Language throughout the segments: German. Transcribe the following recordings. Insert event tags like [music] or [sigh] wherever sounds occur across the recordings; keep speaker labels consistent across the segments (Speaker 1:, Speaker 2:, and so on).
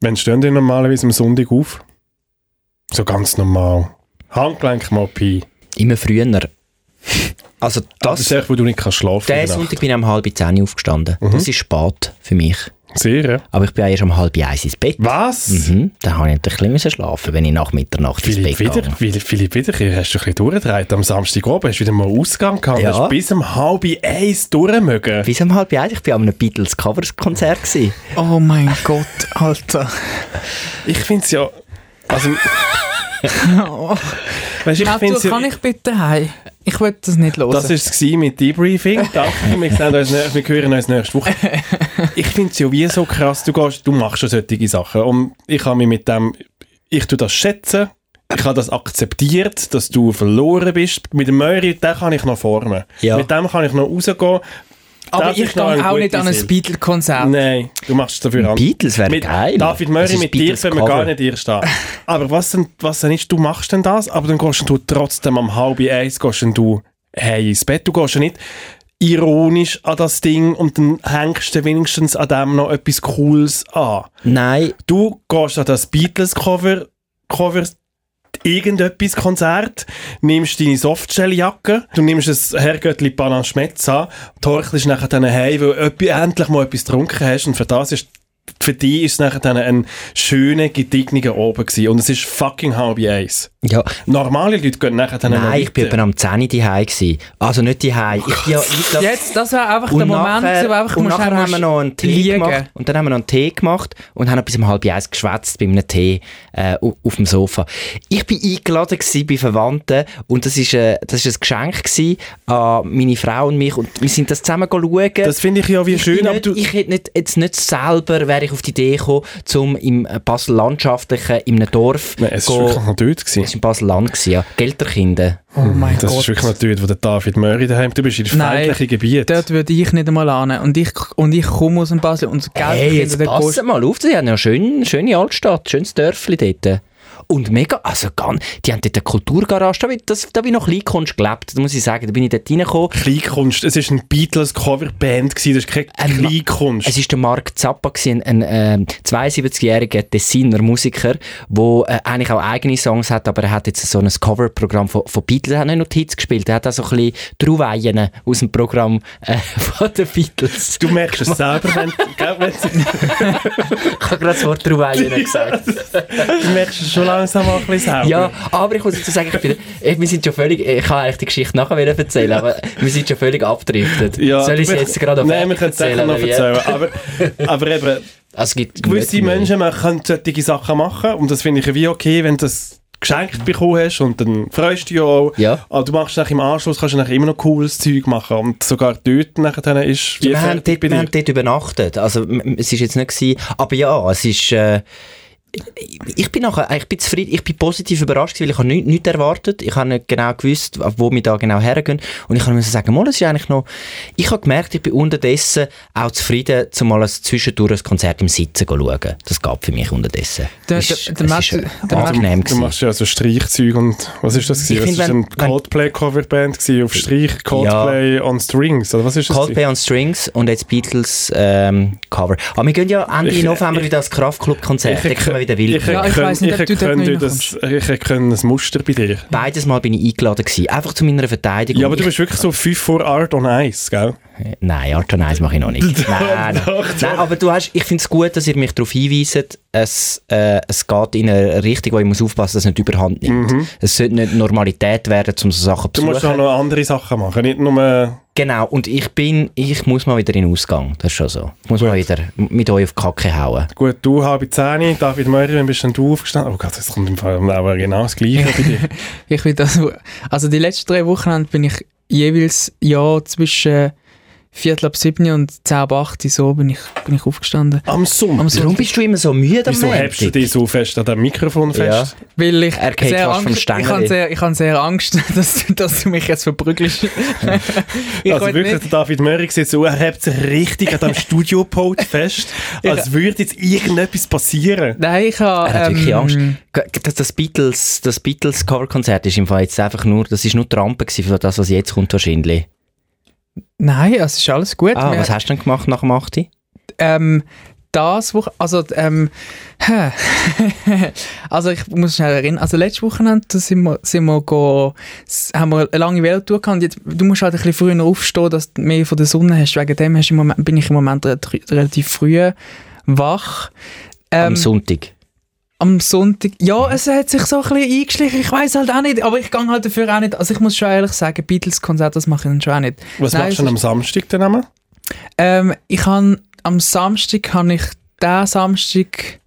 Speaker 1: Wann stehen die normalerweise am Sonntag auf? So ganz normal. Handgelenk mal Pi.
Speaker 2: Immer früher. Also
Speaker 1: Ah, Das ist
Speaker 2: das,
Speaker 1: echt, wo du nicht kannst schlafen
Speaker 2: der
Speaker 1: in der
Speaker 2: Sonntag bin ich um halb zehn aufgestanden.
Speaker 1: Mhm.
Speaker 2: Das ist spät für mich.
Speaker 1: Nacht. Sehr, ja.
Speaker 2: Aber ich bin ja erst um halb eins ins Bett.
Speaker 1: Was?
Speaker 2: Mhm, dann habe ich natürlich ein bisschen schlafen, wenn ich nach Mitternacht ins Bett
Speaker 1: Philipp
Speaker 2: gehe.
Speaker 1: wieder, Philipp, Philipp wieder, hier hast du ein bisschen durchgedreht. Am Samstagabend hast du wieder mal Ausgang gehabt.
Speaker 2: Ja.
Speaker 1: Ja. Hast bis um halb eins durchmögen.
Speaker 2: Bis um halb eins, ich war an einem Beatles-Covers-Konzert. gewesen.
Speaker 3: Oh mein Gott, Alter.
Speaker 1: Ich finde es ja...
Speaker 2: [laughs]
Speaker 1: Also,
Speaker 3: Oh.
Speaker 1: weißt, ich
Speaker 3: Arthur,
Speaker 1: find's ja,
Speaker 3: kann ich bitte heim? Ich will das nicht hören.
Speaker 1: Das war es gewesen mit Debriefing. Danke, wir, sehen uns, nä- wir hören uns nächste Woche. Ich finde es ja wie so krass, du, gehst, du machst ja solche Sachen. Und ich habe mich mit dem, ich tue das schätzen, ich habe das akzeptiert, dass du verloren bist. Mit dem Möri, den kann ich noch formen.
Speaker 2: Ja.
Speaker 1: Mit dem kann ich noch rausgehen.
Speaker 3: Aber
Speaker 1: Das
Speaker 3: ich
Speaker 1: ist noch eine
Speaker 3: gehe auch
Speaker 1: gute
Speaker 3: nicht an ein
Speaker 1: Seele.
Speaker 3: Beatle-Konzert.
Speaker 1: Nein, du machst es dafür an.
Speaker 2: Beatles wäre
Speaker 1: Mit
Speaker 2: geil.
Speaker 1: David
Speaker 2: Das
Speaker 1: Murray,
Speaker 2: ist
Speaker 1: mit dir
Speaker 2: Beatles
Speaker 1: können wir gar
Speaker 2: Cover.
Speaker 1: nicht hier stehen. Aber was denn, was denn ist, du machst denn das, aber dann gehst du trotzdem am halb eins gehst denn du hey ins Bett. Du gehst ja nicht ironisch an das Ding und dann hängst du wenigstens an dem noch etwas Cooles an.
Speaker 2: Nein,
Speaker 1: Du gehst an das Beatles-Cover, Cover irgendetwas Konzert, nimmst deine Softshell-Jacke, du nimmst ein Herrgöttli Banan Schmetz an, torchelst nachher dann heim, weil öppi- endlich mal etwas getrunken hast und für das ist für dich ist es nachher dann ein schöner, gediegniger Oben gewesen. Und es ist fucking halb eins.
Speaker 2: ja,
Speaker 1: Normale Leute gehen nachher dann noch
Speaker 2: nein, ich bin
Speaker 1: weiter.
Speaker 2: etwa am 10 Uhr daheim gsi. Also nicht daheim. Ich bin ja, ich, das,
Speaker 3: Jetzt, das war einfach
Speaker 2: und
Speaker 3: der Moment,
Speaker 2: nachher,
Speaker 3: wo einfach
Speaker 2: und
Speaker 3: musst
Speaker 2: nachher haben wir noch einen Tee
Speaker 3: liegen.
Speaker 2: gemacht und dann haben wir noch einen Tee gemacht und haben bis um halb eins geschwätzt bei einem Tee äh, au- auf dem Sofa. Ich bin eingeladen gsi bei Verwandten und das ist, äh, das ist ein Geschenk gsi an meine Frau und mich und wir sind das zusammen schauen.
Speaker 1: Das finde ich ja wie
Speaker 2: bin
Speaker 1: schön, aber
Speaker 2: nicht,
Speaker 1: du...
Speaker 2: ich hätte nicht, jetzt nicht selber wäre ich auf die Idee gekommen, zum im äh, Basel landschaftlichen in einem Dorf
Speaker 1: Nein, es
Speaker 2: go-
Speaker 1: war wirklich noch dort. Gewesen.
Speaker 2: Es war in Basel Land gewesen, ja. Gelterkinder.
Speaker 3: Oh mein
Speaker 1: Das ist
Speaker 3: Gott.
Speaker 1: wirklich noch dort, wo der David Murray daheim... Du bist in
Speaker 3: Nein,
Speaker 1: feindlichen Gebiet.
Speaker 3: Dort würde ich nicht einmal an. Und ich, und ich komme aus dem Basel und Geld
Speaker 2: Hey, jetzt pass mal auf, sie haben ja schön, schöne Altstadt, schönes Dörfli dort. Und mega, also ganz, die haben dort eine Kulturgarage, da, bin- das, da bin ich noch Kleinkunst gelebt, da muss ich sagen, da bin ich dort reingekommen.
Speaker 1: Kleinkunst. Es ist ein Beatles-Coverband gewesen. Das ist keine
Speaker 2: Ähm,
Speaker 1: Kleinkunst.
Speaker 2: Es war der Mark Zappa, gewesen, ein, ein ähm, 72-jähriger Tessiner Musiker, der äh, eigentlich auch eigene Songs hat, aber er hat jetzt so ein Coverprogramm von, von Beatles, er hat nicht nur die Hits gespielt, er hat auch so ein bisschen die Ruweien aus dem Programm äh, [laughs] von den Beatles.
Speaker 1: Du merkst es selber, wenn, gell, wenn
Speaker 2: Ich habe gerade das Wort Ruweien [laughs] gesagt.
Speaker 1: du merkst es schon langsam mal ein bisschen selber.
Speaker 2: Ja, aber ich muss dazu sagen, ich bin, ich, wir sind schon völlig, eh, ich kann eigentlich die Geschichte nachher wieder erzählen, aber wir sind schon völlig abgedriftet. Soll ich es
Speaker 1: wir-
Speaker 2: jetzt gerade auf
Speaker 1: Nein, wir
Speaker 2: Ende
Speaker 1: können es sicher noch
Speaker 2: oder wie?
Speaker 1: erzählen. Aber, aber
Speaker 2: [laughs]
Speaker 1: eben,
Speaker 2: Also, es gibt
Speaker 1: gewisse
Speaker 2: nicht mehr.
Speaker 1: Menschen man können solche Sachen machen und das finde ich wie okay, wenn du das geschenkt bekommen hast und dann freust du dich auch.
Speaker 2: Ja.
Speaker 1: Aber du machst nachher im Anschluss, kannst du nachher immer noch cooles Zeug machen und sogar dort nachher dann ist
Speaker 2: Wir haben,
Speaker 1: fertig
Speaker 2: dort, wir haben dort übernachtet. Also, m- m- es ist jetzt nicht gewesen, aber ja, es ist, äh, ich bin nachher, ich bin zufrieden, ich bin positiv überrascht, gewesen, weil ich habe nichts nicht erwartet. Ich habe nicht genau gewusst, wo wir da genau hergehen. Und ich musste sagen, mal, es ist eigentlich noch, ich habe gemerkt, ich bin unterdessen auch zufrieden, zumal ein zwischendurch ein Konzert im Sitzen zu schauen. Das gab für mich unterdessen.
Speaker 3: Der-
Speaker 2: Es ist-
Speaker 3: der- der
Speaker 2: es
Speaker 3: Matt-
Speaker 2: ist, äh,
Speaker 3: der Matt-
Speaker 2: angenehm
Speaker 1: Du
Speaker 2: gewesen.
Speaker 1: machst ja so Streichzeug und was ist das?
Speaker 2: Ich
Speaker 1: Gewesen?
Speaker 2: find,
Speaker 1: das ist
Speaker 2: wenn-
Speaker 1: ein
Speaker 2: wenn-
Speaker 1: Coldplay-Coverband gewesen, auf Streich, Coldplay on Strings oder was ist das? gewesen?
Speaker 2: Coldplay on Strings und jetzt Beatles ähm, Cover. Aber wir gehen ja Ende
Speaker 1: Ich-
Speaker 2: November wieder als Kraftclub-Konzert. Da können wir wieder wild
Speaker 1: ich,
Speaker 2: machen.
Speaker 3: Ja, ich
Speaker 1: erkenne-
Speaker 3: weiss nicht, ob
Speaker 1: ich
Speaker 3: du dort
Speaker 1: erkenne
Speaker 3: noch
Speaker 1: das, Ich erkenne ein Muster bei dir.
Speaker 2: Beides Mal bin ich eingeladen gewesen. Einfach zu meiner Verteidigung.
Speaker 1: Ja, aber du
Speaker 2: ich,
Speaker 1: bist wirklich so 5 vor Art on Ice, gell?
Speaker 2: nein, Art und Eis mache ich
Speaker 1: [laughs]
Speaker 2: noch nicht. nein, nein.
Speaker 1: doch, doch.
Speaker 2: nein, aber du hast, ich finde es gut, dass ihr mich darauf hinweist, es, äh, es geht in eine Richtung, wo ich muss aufpassen, dass es nicht überhand nimmt. Es sollte nicht Normalität werden, um so Sachen
Speaker 1: Mhm. Du
Speaker 2: zu
Speaker 1: musst auch
Speaker 2: besuchen.
Speaker 1: noch andere Sachen machen, nicht nur...
Speaker 2: Genau, und ich bin, ich muss mal wieder in den Ausgang. Das ist schon so. Ich muss mal wieder mit euch auf die Kacke hauen.
Speaker 1: Gut, du halb zehn, David Möri, wann bist denn du aufgestanden? Oh Gott, das kommt im Fall aber genau das Gleiche bei
Speaker 3: [laughs]
Speaker 1: dir.
Speaker 3: Ich will das, also die letzten drei Wochenende bin ich jeweils ja zwischen äh, Viertel ab sieben und zehn ab acht, so bin ich, bin ich aufgestanden.
Speaker 1: Am Sonntag.
Speaker 3: Am
Speaker 2: Warum bist du immer so müde am
Speaker 1: Wieso hebst du
Speaker 2: Montag?
Speaker 1: dich so fest an dem Mikrofon
Speaker 2: Ja.
Speaker 1: fest?
Speaker 3: Weil ich
Speaker 2: Er geht fast vom
Speaker 3: Angst, ich
Speaker 2: Stängeli.
Speaker 3: habe sehr, ich habe sehr Angst, [laughs] dass, du- dass du mich jetzt verprügelst. [laughs] ich
Speaker 1: also
Speaker 3: will
Speaker 1: wirklich,
Speaker 3: nicht-
Speaker 1: der David Möri sieht so, er hebt sich richtig an
Speaker 3: [laughs]
Speaker 1: dem Studiopult fest, als würde jetzt irgendetwas passieren.
Speaker 3: Nein, ich habe...
Speaker 2: Er hat
Speaker 3: ähm,
Speaker 2: wirklich Angst. G- Das, das Beatles, das Beatles Coverkonzert ist im Fall jetzt einfach nur, das ist nur die Rampe gewesen für das, was jetzt kommt wahrscheinlich.
Speaker 3: Nein, es ist alles gut.
Speaker 2: Ah,
Speaker 3: Wir-
Speaker 2: was hast du denn gemacht nach dem 8.
Speaker 3: ähm, das Woche, also ähm, hä? [laughs] also ich muss schnell erinnern, also letztes Wochenende da sind wir, sind wir go, s- haben wir eine lange Velotour gehabt und jetzt, du musst halt ein bisschen früher aufstehen, dass du mehr von der Sonne hast, wegen dem hast du im Moment, bin ich im Moment re relativ früh wach.
Speaker 2: am
Speaker 3: Ähm,
Speaker 2: Sonntag.
Speaker 3: am Sonntag, ja, es hat sich so ein bisschen eingeschlichen, ich weiß halt auch nicht, aber ich gehe halt dafür auch nicht, also ich muss schon ehrlich sagen, Beatles-Konzert, das mache ich dann schon auch nicht.
Speaker 1: Was
Speaker 3: Nein,
Speaker 1: machst
Speaker 3: es
Speaker 1: du denn
Speaker 3: ist-
Speaker 1: am Samstag dann einmal?
Speaker 3: Ähm, ich han am Samstag han ich diesen Samstag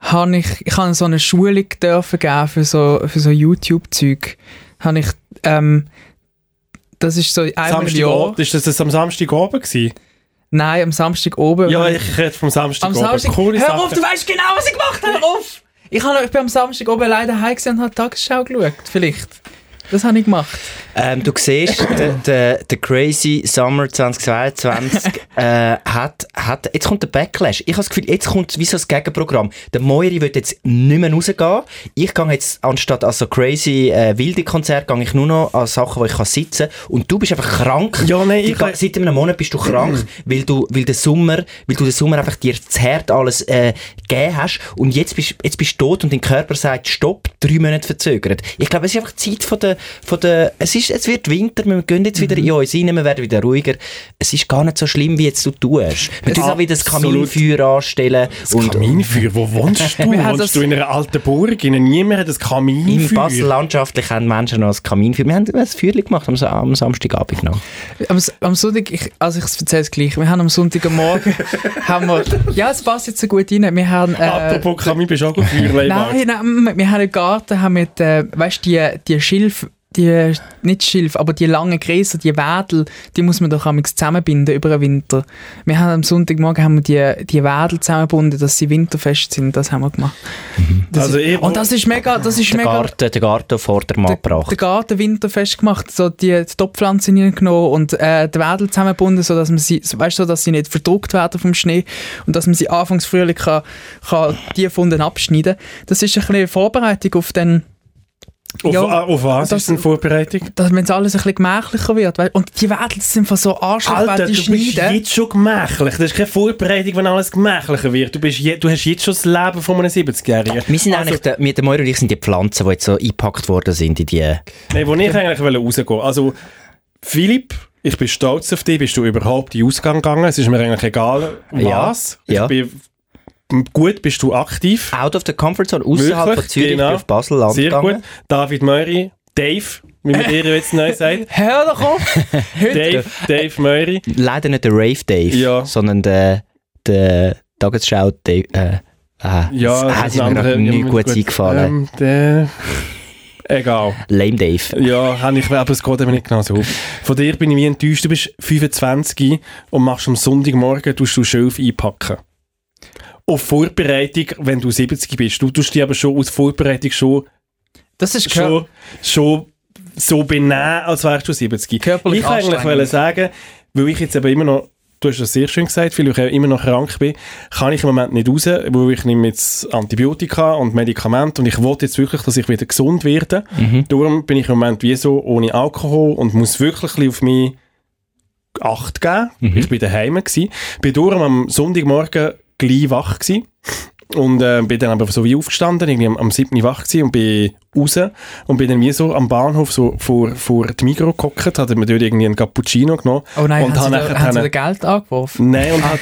Speaker 3: han ich, ich han so eine Schulung dürfen geben für so, für so YouTube-Zeug. Han ich, ähm, das ist so einmal im Jahr.
Speaker 1: Samstagabend? Ist das, das am Samstag oben gewesen?
Speaker 3: Nein, am Samstag oben.
Speaker 1: Ja, ich rede vom Samstag
Speaker 3: am
Speaker 1: oben.
Speaker 3: Samstag.
Speaker 1: Coole
Speaker 3: Hör
Speaker 1: Sache.
Speaker 3: auf, du weißt genau, was ich gemacht habe. Hör auf! Ich, han, ich bin am Samstag oben leider heim gewesen und habe Tagesschau geschaut. Vielleicht. Das habe ich gemacht.
Speaker 2: Ähm, du siehst, der, der, der Crazy Summer 2022 äh, hat, hat, jetzt kommt der Backlash. Ich habe das Gefühl, jetzt kommt wie so das Gegenprogramm. Der Moiri wird jetzt nicht mehr rausgehen. Ich gehe jetzt, anstatt an so crazy äh, wilde Konzerte, gehe ich nur noch an Sachen, wo ich kann sitzen kann. Und du bist einfach krank.
Speaker 1: Ja, nein,
Speaker 2: Die
Speaker 1: ich-
Speaker 2: ga- Seit einem Monat bist du krank, weil du, weil der Sommer, weil du den Sommer einfach dir zu hart alles äh, gegeben hast und jetzt bist, jetzt bist du tot und dein Körper sagt Stopp, drei Monate verzögert. Ich glaube, es ist einfach die Zeit von der, von der es ist, es wird Winter, wir gehen jetzt wieder in uns rein, wir werden wieder ruhiger. Es ist gar nicht so schlimm, wie jetzt du tust. Wir tun auch wieder das
Speaker 1: Absolut.
Speaker 2: Kaminfeuer anstellen und
Speaker 1: Kaminfeuer, wo
Speaker 3: [laughs]
Speaker 1: wohnst du?
Speaker 3: Wir haben
Speaker 1: wohnst
Speaker 3: das-
Speaker 1: du in einer alten Burg? In- Niemand hat ein
Speaker 2: in
Speaker 1: Kaminfeuer.
Speaker 2: Basel landschaftlich haben Menschen noch ein Kaminfeuer. Wir haben ein Feuerchen gemacht am, Sa- am Samstagabend noch.
Speaker 3: Am, S- am Sonntag, ich, also ich erzähle es gleich, wir haben am [laughs] Sonntagmorgen, haben wir, ja, es passt jetzt so gut rein, wir haben, äh,
Speaker 1: Apropos Kamin, bist du auch gut Feuerlein?
Speaker 3: nein, nein, wir- wir haben im Garten, haben wir, äh, weißt du, die, die Schilf, die, nicht Schilf, aber die langen Gräser, die Wädel, die muss man doch einmal zusammenbinden über den Winter. Wir haben am Sonntagmorgen haben wir die, die Wädel zusammengebunden, dass sie winterfest sind, das haben wir gemacht. Das
Speaker 1: Also
Speaker 3: ist,
Speaker 1: ich-
Speaker 3: und das ist mega, das ist
Speaker 2: Der
Speaker 3: mega
Speaker 2: Garten, der Garten auf Vordermann gebracht.
Speaker 3: den Garten winterfest gemacht, so die, die Topfpflanzen reingenommen und äh, die Wädel zusammengebunden, sodass man sie, weißt, so, dass sie nicht verdruckt werden vom Schnee und dass man sie anfangs Frühling kann, kann die von den abschneiden Das ist ein bisschen Vorbereitung auf den,
Speaker 1: Auf,
Speaker 3: Ja,
Speaker 1: ah, auf was
Speaker 3: das-
Speaker 1: ist denn Vorbereitung?
Speaker 3: dass wenn es alles ein bisschen gemächlicher wird. Weißt, und die Wädel sind von so Arschloch,
Speaker 1: Alter,
Speaker 3: wenn
Speaker 1: du
Speaker 3: die
Speaker 1: bist
Speaker 3: schneiden.
Speaker 1: jetzt schon gemächlich. Das ist keine Vorbereitung, wenn alles gemächlicher wird. Du, bist je, du hast jetzt schon das Leben von einem 70-Jährigen.
Speaker 2: Wir sind
Speaker 1: Also-
Speaker 2: eigentlich, der, wir, der Moira und ich sind die Pflanzen, die jetzt so eingepackt worden sind in die...
Speaker 1: Nein, wo ich eigentlich wollte rausgehen Also, Philipp, ich bin stolz auf dich. Bist du überhaupt in den Ausgang gegangen? Es ist mir eigentlich egal,
Speaker 2: Ja,
Speaker 1: was.
Speaker 2: ja.
Speaker 1: Ich bin, gut bist du aktiv.
Speaker 2: Out of the comfort zone, außerhalb
Speaker 1: Wirklich?
Speaker 2: von Zürich,
Speaker 1: Genau.
Speaker 2: bin auf Basel Land
Speaker 1: Sehr
Speaker 2: gegangen.
Speaker 1: gut. David Möri, Dave, wie man dir jetzt
Speaker 2: [laughs]
Speaker 1: neu sagt.
Speaker 3: Hör doch auf!
Speaker 1: Dave, Dave Möri.
Speaker 2: Leider nicht der Rave Dave,
Speaker 1: Ja.
Speaker 2: sondern der, der Tagesschau Dave. Äh, ah,
Speaker 1: Ja,
Speaker 2: das, ah, es ist mir gerade
Speaker 1: ja,
Speaker 2: nicht gut, eingefallen.
Speaker 1: Ähm, der, egal.
Speaker 2: Lame Dave.
Speaker 1: Ja, habe ich, aber es geht eben nicht genau so. Von dir bin ich wie enttäuscht. Du bist 25 und machst am Sonntagmorgen tust du Schilf einpacken. Auf Vorbereitung, wenn du 70 bist. Du tust dich aber schon aus Vorbereitung schon,
Speaker 3: Das ist
Speaker 1: schon, schon so benehmen, als wärst du 70.
Speaker 3: Körperlich
Speaker 1: ich wollte eigentlich
Speaker 3: anstrengend.
Speaker 1: wollte sagen, weil ich jetzt eben immer noch, du hast das sehr schön gesagt, weil ich eben immer noch krank bin, kann ich im Moment nicht raus, weil ich nehme jetzt Antibiotika und Medikamente und ich wollte jetzt wirklich, dass ich wieder gesund werde. Darum bin ich im Moment wie so ohne Alkohol und muss wirklich ein bisschen auf mich Acht geben. Ich war daheim. Gewesen. Bin darum am Sonntagmorgen gleich wach gewesen. Und äh, bin dann aber so wie aufgestanden, irgendwie am, am 7. Uhr wach gewesen und bin raus und bin dann wie so am Bahnhof so vor, vor die Migros gehockt, hatte mir dort irgendwie einen Cappuccino genommen.
Speaker 3: Oh nein,
Speaker 1: und habe
Speaker 3: haben, sie da,
Speaker 1: nachher
Speaker 3: haben sie da
Speaker 1: dann-
Speaker 3: Geld angeworfen?
Speaker 1: Nein, und hat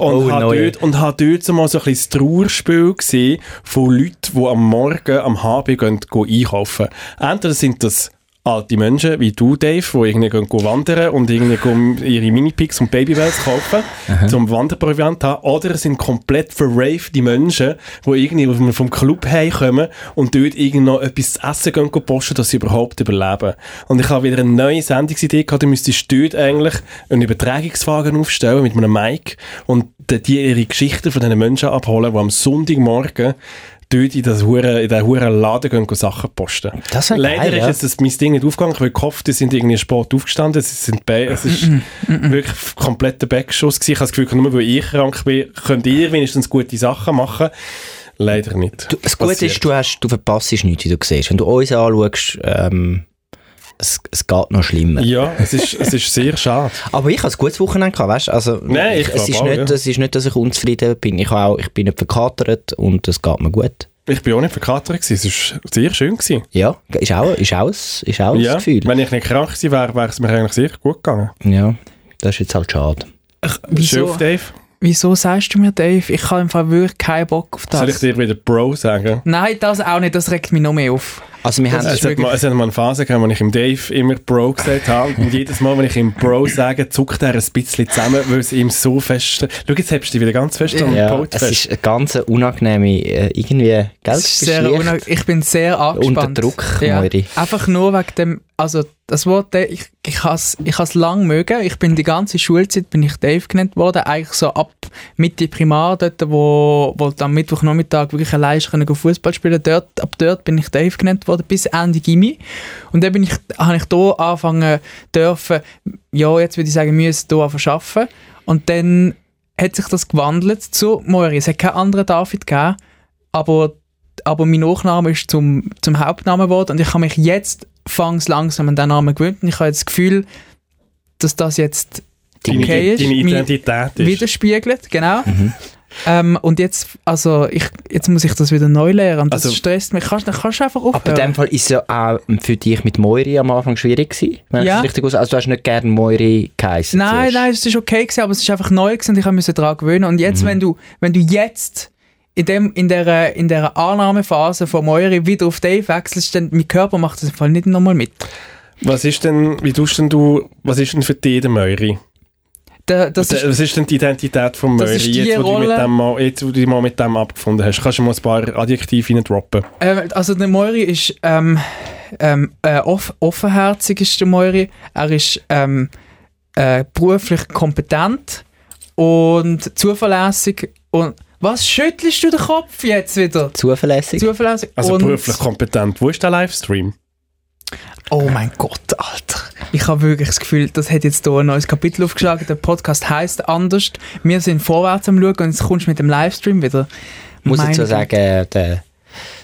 Speaker 1: [laughs] und
Speaker 2: [laughs] oh,
Speaker 1: hab
Speaker 2: neue.
Speaker 1: dort, und hab dort so mal so ein bisschen das Trauerspiel gesehen von Leuten, die am Morgen am HB gehen, gehen einkaufen. Entweder sind das alte Menschen wie du, Dave, die irgendwie gehen, gehen wandern und irgendwie gehen ihre Minipics und Babybells kaufen, zum Wanderproviant zu haben. Oder es sind komplett verraved die Menschen, die irgendwie vom- vom Club heimkommen und dort irgendwie noch etwas zu essen gehen, gehen posten, dass sie überhaupt überleben. Und ich habe wieder eine neue Sendungsidee gehabt, du müsstest dort eigentlich einen Übertragungswagen aufstellen mit einem Mic und d- die ihre Geschichten von diesen Menschen abholen, die am Sonntagmorgen dort in diesen Huren, in diesen Huren Laden gehen, gehen Sachen posten.
Speaker 2: Das wär
Speaker 1: Leider
Speaker 2: geil,
Speaker 1: ist
Speaker 2: ja.
Speaker 1: jetzt das, mein Ding nicht aufgegangen, weil gehofft, die sind irgendwie spät aufgestanden, sie sind bei, es ist wirklich kompletter Backschuss gewesen. Ich habe das Gefühl, nur weil ich krank bin, könnt ihr wenigstens gute Sachen machen. Leider nicht.
Speaker 2: Du, das Gute
Speaker 1: Passiert.
Speaker 2: ist, du, hast, du verpasst nichts, wie du siehst. Wenn du uns anschaust, ähm, es, es geht noch schlimmer.
Speaker 1: Ja, es ist, es ist sehr schade.
Speaker 2: Aber ich habe ein gutes Wochenende gehabt, weißt du? Also,
Speaker 1: Nein, ich
Speaker 2: es,
Speaker 1: glaub
Speaker 2: ist
Speaker 1: auch,
Speaker 2: nicht,
Speaker 1: ja.
Speaker 2: es ist nicht, dass ich unzufrieden bin. Ich, auch, ich bin nicht verkatert und es geht mir gut.
Speaker 1: Ich bin auch nicht verkatert, gewesen, es war sehr schön. Gewesen.
Speaker 2: Ja, ist auch, ist auch, ein- ist auch
Speaker 1: Ja,
Speaker 2: ein Gefühl.
Speaker 1: wenn ich nicht krank gewesen wäre, wäre es mir eigentlich sehr gut gegangen.
Speaker 2: Ja, das ist jetzt halt schade.
Speaker 1: Schön
Speaker 3: Wieso,
Speaker 1: auf Dave.
Speaker 3: wieso sagst du mir, Dave? Ich habe im Fall wirklich keinen Bock auf das.
Speaker 1: Soll ich dir wieder Bro sagen?
Speaker 3: Nein, das auch nicht. Das regt mich noch mehr auf.
Speaker 2: Also wir haben...
Speaker 1: Es hat, mal, es hat mal eine Phase gegeben, wo ich im Dave immer Bro gesagt habe. Und jedes Mal, wenn ich ihm Bro sage, zuckt er ein bisschen zusammen, weil es ihm so fest... Schau, jetzt hebst du dich wieder ganz fest am
Speaker 2: ja,
Speaker 1: Pult
Speaker 2: es
Speaker 1: fest.
Speaker 2: ist eine ganz unangenehme, äh, irgendwie, gell?
Speaker 3: Es ist sehr unang- ich bin sehr angespannt.
Speaker 2: Unter Druck,
Speaker 3: ja.
Speaker 2: Moiri.
Speaker 3: Einfach nur wegen dem, also das Wort, Dave, ich, ich has ich has lang mögen. Ich bin die ganze Schulzeit bin ich Dave genannt worden, eigentlich so ab Mitte Primar, dort wo, wo du am Mittwochnachmittag wirklich allein können Fußball spielen. Dort, ab dort bin ich Dave genannt worden bis Ende Gimmi. Und dann bin ich, habe ich da anfangen dürfen, ja jetzt würde ich sagen, müssen hier anfangen zu arbeiten. Und dann hat sich das gewandelt zu Moiri. Es hat keinen anderen David gegeben, aber aber mein Nachname ist zum, zum Hauptnamen geworden und ich habe mich jetzt fangs langsam an den Namen gewöhnt und ich habe jetzt das Gefühl, dass das jetzt
Speaker 1: Deine,
Speaker 3: okay ist,
Speaker 1: deine
Speaker 3: meine-
Speaker 1: Identität ist... Mhm.
Speaker 3: widerspiegelt, genau. Ähm, und jetzt, also ich, jetzt muss ich das wieder neu lernen und das
Speaker 1: Also-
Speaker 3: stresst mich. Kannst, dann kannst du einfach
Speaker 2: Aber in
Speaker 3: aufhören.
Speaker 2: dem Fall ist es ja auch für dich mit Moiri am Anfang schwierig gewesen. Wenn
Speaker 3: Ja.
Speaker 2: ja. richtig aus, also du hast nicht gerne Moiri geheißen.
Speaker 3: Nein, nein, es ist okay gewesen, aber es ist einfach neu gewesen und ich musste mich daran gewöhnen. Und
Speaker 1: Mhm.
Speaker 3: jetzt, wenn du, wenn du jetzt in dem, in der, in der Annahmephase von Moiri wieder auf Dave wechselst, dann mein Körper macht das im Fall nicht nochmal mit.
Speaker 1: Was ist denn... Wie tust denn du... Was ist denn für dich der Möri?
Speaker 3: Da, das ist
Speaker 1: Was ist denn die Identität von
Speaker 3: Das
Speaker 1: Möri,
Speaker 3: ist die
Speaker 1: jetzt, wo du mit
Speaker 3: Rolle-
Speaker 1: dem mal, jetzt, wo du dich mal mit dem abgefunden hast? Kannst du mal ein paar Adjektive reindroppen?
Speaker 3: Ähm, also der Moiri ist ähm, ähm, äh, off offenherzig ist der Moiri. Er ist ähm, äh, beruflich kompetent und zuverlässig und was schüttelst du den Kopf jetzt wieder?
Speaker 2: Zuverlässig.
Speaker 3: Zuverlässig
Speaker 1: Also
Speaker 3: und
Speaker 1: beruflich kompetent. Wo ist der Livestream?
Speaker 3: Oh mein Gott, Alter. Ich habe wirklich das Gefühl, das hat jetzt hier ein neues Kapitel aufgeschlagen. Der Podcast heißt anders. Wir sind vorwärts am Schauen und jetzt kommst du mit dem Livestream wieder.
Speaker 2: muss
Speaker 3: Meine
Speaker 2: ich so
Speaker 3: Güte.
Speaker 2: sagen, der,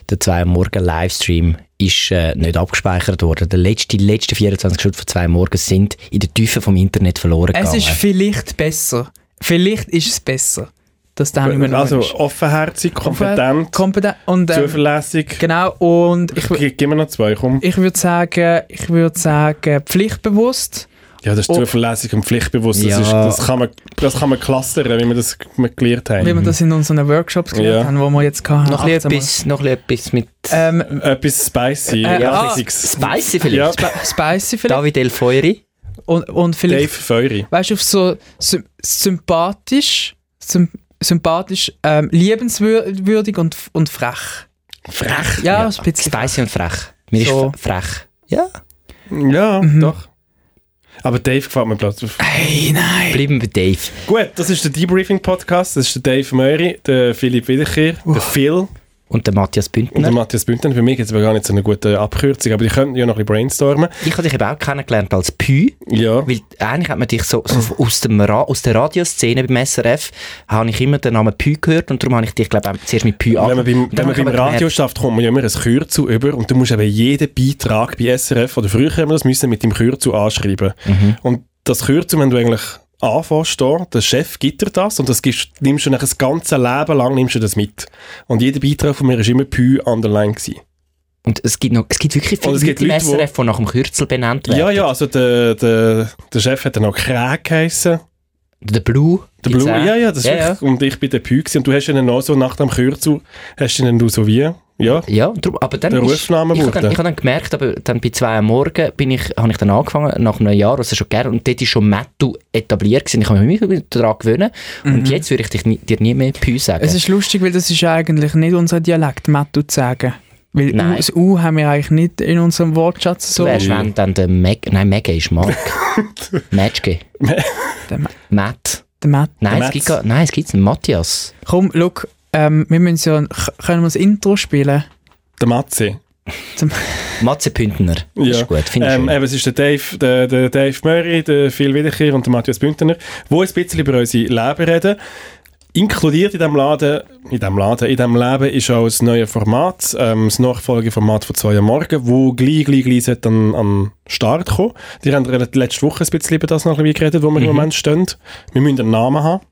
Speaker 2: der 2 Morgen Livestream ist äh, nicht abgespeichert worden. Der letzte, die letzten 24 Stunden von 2 Morgen sind in der Tiefe vom Internet verloren
Speaker 3: Es
Speaker 2: gegangen.
Speaker 3: ist vielleicht besser. Vielleicht ist es besser, dass der Ah, nicht mehr
Speaker 1: Also
Speaker 3: ist.
Speaker 1: offenherzig, kompetent,
Speaker 3: kompetent und ähm,
Speaker 1: zuverlässig.
Speaker 3: genau und ich, wü-
Speaker 1: Ge- Gib mir noch zwei, komm.
Speaker 3: ich würde sagen ich würde sagen pflichtbewusst
Speaker 1: Ja, das ist
Speaker 3: Oh.
Speaker 1: zuverlässig und pflichtbewusst. Das,
Speaker 2: Ja.
Speaker 1: ist, das, kann man, das kann man clustern, wie wir das g- mal gelernt
Speaker 3: wie
Speaker 1: haben.
Speaker 3: wir das in unseren Workshops gelernt
Speaker 1: Mhm. Ja.
Speaker 3: haben wo wir jetzt hatten.
Speaker 2: noch etwas, noch etwas mit
Speaker 3: ähm,
Speaker 1: Etwas spicy,
Speaker 3: Äh,
Speaker 2: ah,
Speaker 1: Nachrichtiges.
Speaker 2: Spicy vielleicht.
Speaker 1: Ja,
Speaker 3: spicy vielleicht
Speaker 2: David El Feuri.
Speaker 3: und, und
Speaker 1: Dave
Speaker 3: vielleicht
Speaker 1: Feury.
Speaker 3: weißt du auf so sym sympathisch sym sympathisch ähm, liebenswürdig und und frech
Speaker 1: Frech.
Speaker 3: ja, ein bisschen
Speaker 2: Spicy und frech. Mir
Speaker 3: So.
Speaker 2: ist fre- frech. Ja,
Speaker 1: Ja,
Speaker 3: Mhm.
Speaker 1: doch. Aber Dave gefällt mir plötzlich.
Speaker 3: hey nein
Speaker 2: bleiben wir bei Dave.
Speaker 1: Gut, das ist der Debriefing-Podcast. Das ist der Dave Meury, der Philipp Wiederkehr, der Phil
Speaker 2: Und der Matthias
Speaker 1: und
Speaker 3: Ne?
Speaker 1: der
Speaker 2: Bündner.
Speaker 1: Matthias Bündner. Für mich gibt es aber gar nicht so eine gute Abkürzung, aber die könnten ja noch ein bisschen brainstormen.
Speaker 2: Ich habe dich eben auch kennengelernt als Pü.
Speaker 1: Ja.
Speaker 2: Weil eigentlich hat man dich so, so aus, dem Ra aus der Radioszene beim SRF, habe ich immer den Namen Pü gehört und darum habe ich dich, glaube ich, auch zuerst mit Pü
Speaker 1: Wenn man beim,
Speaker 2: Und
Speaker 1: wenn
Speaker 2: dann
Speaker 1: man
Speaker 2: habe
Speaker 1: beim
Speaker 2: ich aber
Speaker 1: Radio schafft, kommt man ja immer ein Kürzel über und du musst eben jeden Beitrag bei SRF oder früher haben wir das müssen mit dem Kürzel anschreiben.
Speaker 2: mhm.
Speaker 1: Und das Kürzel, wenn du eigentlich anfängst, da, der Chef gibt dir das und das gibst, nimmst du nachher das ganze Leben lang nimmst du das mit. Und jeder Beitrag von mir war immer Pü underline. Gewesen.
Speaker 2: Und es gibt, noch, es gibt wirklich viele
Speaker 1: Und es gibt
Speaker 2: Leute im
Speaker 1: Leute, wo-
Speaker 2: SRF, die nach dem Kürzel benannt werden.
Speaker 1: Ja, ja, also der, der, der Chef hat dann noch Krähe geheissen.
Speaker 2: Der Blue.
Speaker 1: Der
Speaker 2: gibt's
Speaker 1: Blue,
Speaker 2: auch.
Speaker 1: ja, ja, das ist
Speaker 2: ja, ja.
Speaker 1: wirklich- Und ich bin der Pü gewesen. und du hast ihn dann auch so nach dem Kürzel, hast ihn dann du so wie, ja,
Speaker 2: Ja, und darum, aber dann
Speaker 1: Der
Speaker 2: ist-
Speaker 1: Rufname
Speaker 2: ich habe
Speaker 1: wurde.
Speaker 2: dann, ich hab dann gemerkt, aber dann bei zwei am Morgen bin ich, habe ich dann angefangen, nach einem Jahr, also schon gerne, und dort ist schon Mattu etabliert gewesen. Ich habe mich immer daran gewöhnen
Speaker 1: Mhm.
Speaker 2: und jetzt würde ich dich, nie- dir nie mehr Pü sagen.
Speaker 3: es ist lustig weil das ist eigentlich nicht unser Dialekt Mattu zu sagen weil
Speaker 2: Nein.
Speaker 3: U, das U haben wir eigentlich nicht in unserem Wortschatz so
Speaker 2: Du wärst, wenn dann der Meg... Nein, Mega ist Mark. Matschke.
Speaker 3: Der Ma-
Speaker 2: Matt.
Speaker 3: Der Matt.
Speaker 2: Nein,
Speaker 1: Der
Speaker 2: es gibt
Speaker 1: Matz.
Speaker 2: gar... Nein, es gibt einen Matthias.
Speaker 3: Komm, look, ähm, wir müssen ja, k- können wir das Intro spielen?
Speaker 1: der Matze.
Speaker 2: Matze Pündner. Das
Speaker 1: Ja.
Speaker 2: ist gut, finde ich
Speaker 1: Ähm,
Speaker 2: schön.
Speaker 1: eben, es ist der Dave, der, der Dave Murray, der Phil Wiederkehr und der Matthias Bündner, die ein bisschen über unsere Leben reden. Inkludiert in diesem Laden, in diesem Laden, in diesem Leben ist auch das neue Format, ähm, das Nachfolgeformat von «Zwei am Morgen», wo gleich, gleich, gleich sollte an, an Start kommen. Die haben rel- letzte Woche ein bisschen über das noch ein bisschen geredet, wo wir im Moment stehen. Wir müssen einen Namen haben.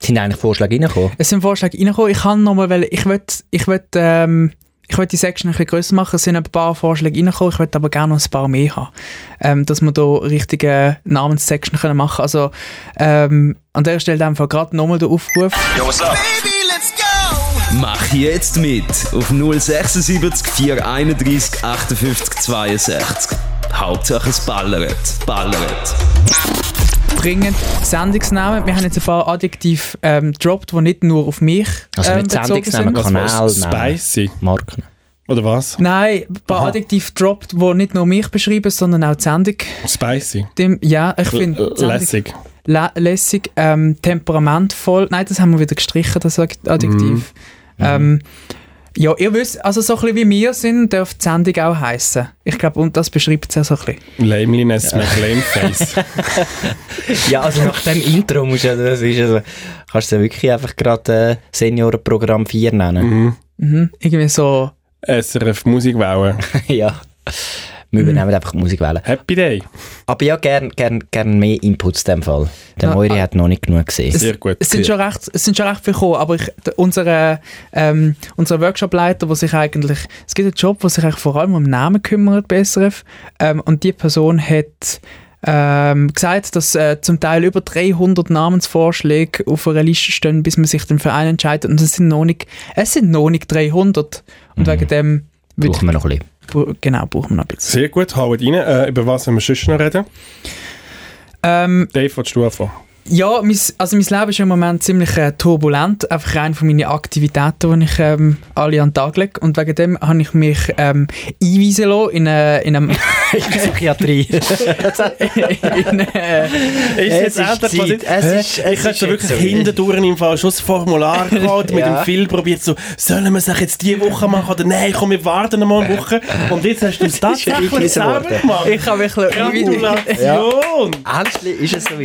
Speaker 2: Sind eigentlich Vorschläge reingekommen?
Speaker 3: Es sind Vorschläge reingekommen. Ich kann nochmal, weil ich will, ich will, ähm, ich will die Section ein bisschen grösser machen. Es sind ein paar Vorschläge reingekommen. Ich will aber gerne noch ein paar mehr haben. Ähm, dass wir da richtige Namenssection können machen Also, ähm, an der Stelle dann einfach gerade nochmal den Aufruf.
Speaker 4: Mach jetzt mit auf 076 431 58 62. Hauptsache es ballert, ballert.
Speaker 3: Dringend Sendungsnamen. Wir haben jetzt ein paar Adjektive ähm, gedroppt, die nicht nur auf mich
Speaker 2: Also
Speaker 3: ähm,
Speaker 2: nicht
Speaker 3: bezogen
Speaker 2: Sendungsnamen,
Speaker 3: sind.
Speaker 1: Was
Speaker 2: Kanal,
Speaker 1: was?
Speaker 2: nein.
Speaker 1: Spicy.
Speaker 2: Marken.
Speaker 1: Oder was?
Speaker 3: Nein, ein paar
Speaker 1: Aha.
Speaker 3: Adjektive gedroppt, die nicht nur mich beschreiben, sondern auch die Sendung.
Speaker 1: Spicy.
Speaker 3: Dem, ja, ich
Speaker 1: L- äh,
Speaker 3: finde... die Sendung-
Speaker 1: Lässig.
Speaker 3: lä lässig, ähm, temperamentvoll. Nein, das haben wir wieder gestrichen, das Ad- Adjektiv. Ähm, ja, ihr wisst, also so ein bisschen wie wir sind, dürfte die Sendung auch heissen. Ich glaube, und das beschreibt es ja so ein bisschen.
Speaker 1: Lameliness McLameface.
Speaker 2: Ja, also nach dem Intro musst du ja, das ist also, kannst du ja wirklich einfach gerade äh, Seniorenprogramm 4 nennen.
Speaker 3: Mhm. Irgendwie so,
Speaker 1: SRF Musikwelle.
Speaker 2: [laughs] ja. Wir übernehmen einfach die Musikwelle.
Speaker 1: Happy Day.
Speaker 2: Aber ja, gern, gern, gern mehr Inputs in dem Fall. Der
Speaker 3: Ja,
Speaker 2: Moiri
Speaker 3: ah.
Speaker 2: hat noch nicht genug gesehen.
Speaker 1: Sehr gut.
Speaker 3: es sind schon recht, es sind schon recht viele gekommen, aber ich, d- unsere, ähm, unser Workshopleiter, der sich eigentlich, es gibt einen Job, der sich eigentlich vor allem um Namen kümmert, bei SRF, ähm, und die Person hat ähm, gesagt, dass äh, zum Teil über 300 Namensvorschläge auf einer Liste stehen, bis man sich dann für einen entscheidet. Und es sind noch nicht, es sind noch nicht 300.
Speaker 1: Mhm.
Speaker 3: Und wegen dem würd
Speaker 2: Brauchen wir noch ein bisschen.
Speaker 3: ich, bra- genau, brauchen wir noch ein bisschen.
Speaker 1: Sehr gut, haut rein. Äh, über was wollen wir sonst noch reden?
Speaker 3: Ähm,
Speaker 1: Dave, willst du anfangen?
Speaker 3: ja, mein, also mein Leben ist im Moment ziemlich äh, turbulent, einfach rein von meinen Aktivitäten, die ich ähm, alle an den Tag lege. Und wegen dem habe ich mich ähm, einweisen lassen in, äh, in einem... [laughs]
Speaker 2: [laughs] Psychiatrie.
Speaker 3: in, äh,
Speaker 1: Ist
Speaker 2: Es ist Zeit. Es
Speaker 1: Hä? ich
Speaker 2: ist- es ist
Speaker 1: könnte
Speaker 2: jetzt
Speaker 1: wirklich
Speaker 2: so.
Speaker 1: hindurch im Fall schon das
Speaker 2: [laughs]
Speaker 1: Formular geholt, mit
Speaker 2: Ja.
Speaker 1: dem Phil probiert so, sollen wir es euch jetzt diese Woche machen oder nein, komm, wir warten noch mal eine Woche. Und jetzt hast du
Speaker 2: [laughs]
Speaker 1: es tatsächlich
Speaker 2: eingewiesen
Speaker 1: selber
Speaker 2: worden.
Speaker 1: gemacht.
Speaker 3: ich habe mich ein bisschen einweisen-
Speaker 1: Gratulation!
Speaker 2: Endlich ist es soweit.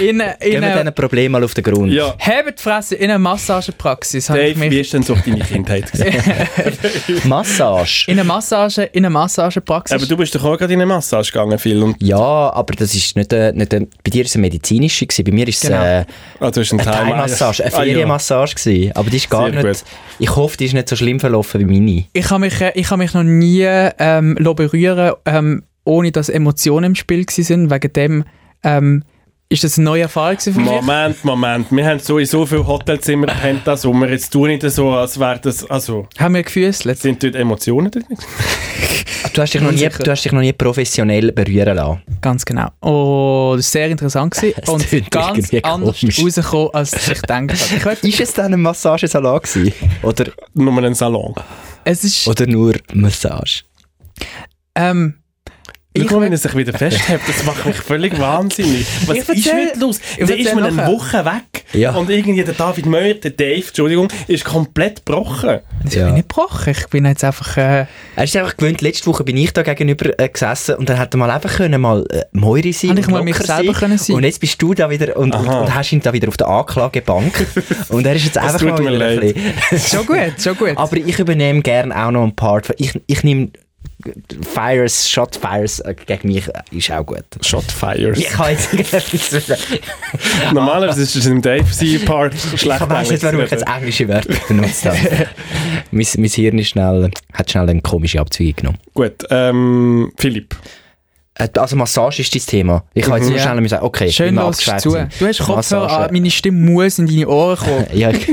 Speaker 3: in,
Speaker 2: Gehen
Speaker 3: in,
Speaker 2: wir diesen
Speaker 3: eine-
Speaker 2: Problem mal auf den Grund.
Speaker 1: Ja,
Speaker 3: Hebt die Fresse in eine Massagepraxis. habe ich
Speaker 1: Dave,
Speaker 3: mich-
Speaker 1: wie ist denn so deine Kindheit
Speaker 2: [laughs]
Speaker 1: gewesen?
Speaker 2: Massage.
Speaker 3: In eine Massage, in eine Massagepraxis.
Speaker 1: Aber du bist doch auch gerade in eine Massage gegangen, Phil. Und,
Speaker 2: Ja, aber das ist nicht, äh, nicht äh, bei dir ist es eine medizinische gewesen, bei mir ist es
Speaker 3: Genau.
Speaker 2: äh,
Speaker 1: ah, du hast einen
Speaker 2: eine
Speaker 1: Time-
Speaker 2: Thai-Massage, eine
Speaker 1: Ah, ja.
Speaker 2: Ferienmassage gewesen. Aber die ist gar
Speaker 1: Sehr
Speaker 2: nicht,
Speaker 1: gut.
Speaker 2: ich hoffe, die ist nicht so schlimm verlaufen wie meine.
Speaker 3: ich habe mich, äh, ich habe mich noch nie ähm, lassen berühren, ähm, ohne dass Emotionen im Spiel gewesen sind. Wegen dem ähm, ist das eine neue Erfahrung gewesen für mich.
Speaker 1: Moment, Moment. Wir haben sowieso viele Hotelzimmer gepennt diesen Sommer. Jetzt tu nicht so, als wäre das... Also,
Speaker 3: Haben wir gefüßelt.
Speaker 1: sind dort Emotionen drin?
Speaker 2: Ah, Du hast dich noch nie,
Speaker 3: Unsicher.
Speaker 2: du hast dich noch nie professionell berühren lassen.
Speaker 3: Ganz genau. Oh, das war sehr interessant gewesen
Speaker 2: [laughs] Das
Speaker 3: und
Speaker 2: klingt
Speaker 3: ganz
Speaker 2: irgendwie
Speaker 3: anders
Speaker 2: komisch.
Speaker 3: rausgekommen, als ich
Speaker 2: [laughs]
Speaker 3: gedacht habe. Ich weiß,
Speaker 2: Ist es dann ein Massagesalon gewesen? Oder,
Speaker 1: Nur ein Salon.
Speaker 3: es ist,
Speaker 2: oder nur Massage?
Speaker 3: ähm,
Speaker 1: Ich
Speaker 3: ich
Speaker 1: Schau, wenn
Speaker 3: will,
Speaker 1: er sich wieder festhebt, das macht mich völlig wahnsinnig. Was ist
Speaker 3: Ich erzähl-
Speaker 1: mit los?
Speaker 3: ich
Speaker 1: Da ist
Speaker 3: erzähl
Speaker 1: man eine
Speaker 3: nachher.
Speaker 1: Woche weg
Speaker 2: Ja.
Speaker 1: und irgendwie der David Meyer, der Dave, Entschuldigung, ist komplett gebrochen.
Speaker 3: ich
Speaker 2: Ja.
Speaker 3: bin nicht gebrochen. Ich bin jetzt einfach, äh,
Speaker 2: Er ist einfach gewöhnt, letzte Woche bin ich da gegenüber äh, gesessen und dann hätte mal einfach können mal äh, Moiri sein
Speaker 3: Hätte ich
Speaker 2: und
Speaker 3: mal mich
Speaker 2: locker
Speaker 3: selber können sein.
Speaker 2: Und jetzt bist du da wieder und, und,
Speaker 1: Aha.
Speaker 2: und hast ihn da wieder auf der Anklagebank.
Speaker 1: [laughs]
Speaker 2: und er ist jetzt einfach
Speaker 1: tut
Speaker 2: mal
Speaker 1: mir
Speaker 2: wieder ein
Speaker 1: leid.
Speaker 2: bisschen-
Speaker 3: schon gut, schon gut.
Speaker 2: Aber ich übernehme gerne auch noch einen Part. von- Ich, ich nehme Fires, Shot Fires äh, gegen mich äh, ist auch gut.
Speaker 1: Shot fires.
Speaker 2: Ich kann
Speaker 1: [laughs]
Speaker 2: jetzt Ich
Speaker 1: Normalerweise ist es im Dave sein Part schlecht.
Speaker 2: weiß nicht, warum ich jetzt englische Wörter benutzt habe.
Speaker 1: [laughs]
Speaker 2: mein, mein Hirn ist schnell, hat schnell eine komische Abzweigung genommen.
Speaker 1: Gut, ähm, Philipp.
Speaker 2: Äh, Also Massage ist dein Thema. Ich kann jetzt nur
Speaker 3: Ja.
Speaker 2: schnell müssen sagen, okay,
Speaker 3: Mhm. Schön
Speaker 2: immer
Speaker 3: los
Speaker 2: abgeschwächt
Speaker 3: zu.
Speaker 2: sein.
Speaker 3: Du hast Kopfhörer
Speaker 2: Massage.
Speaker 3: an, meine Stimme muss in deine
Speaker 2: [laughs]
Speaker 3: Ohren kommen.
Speaker 2: Ja, ich-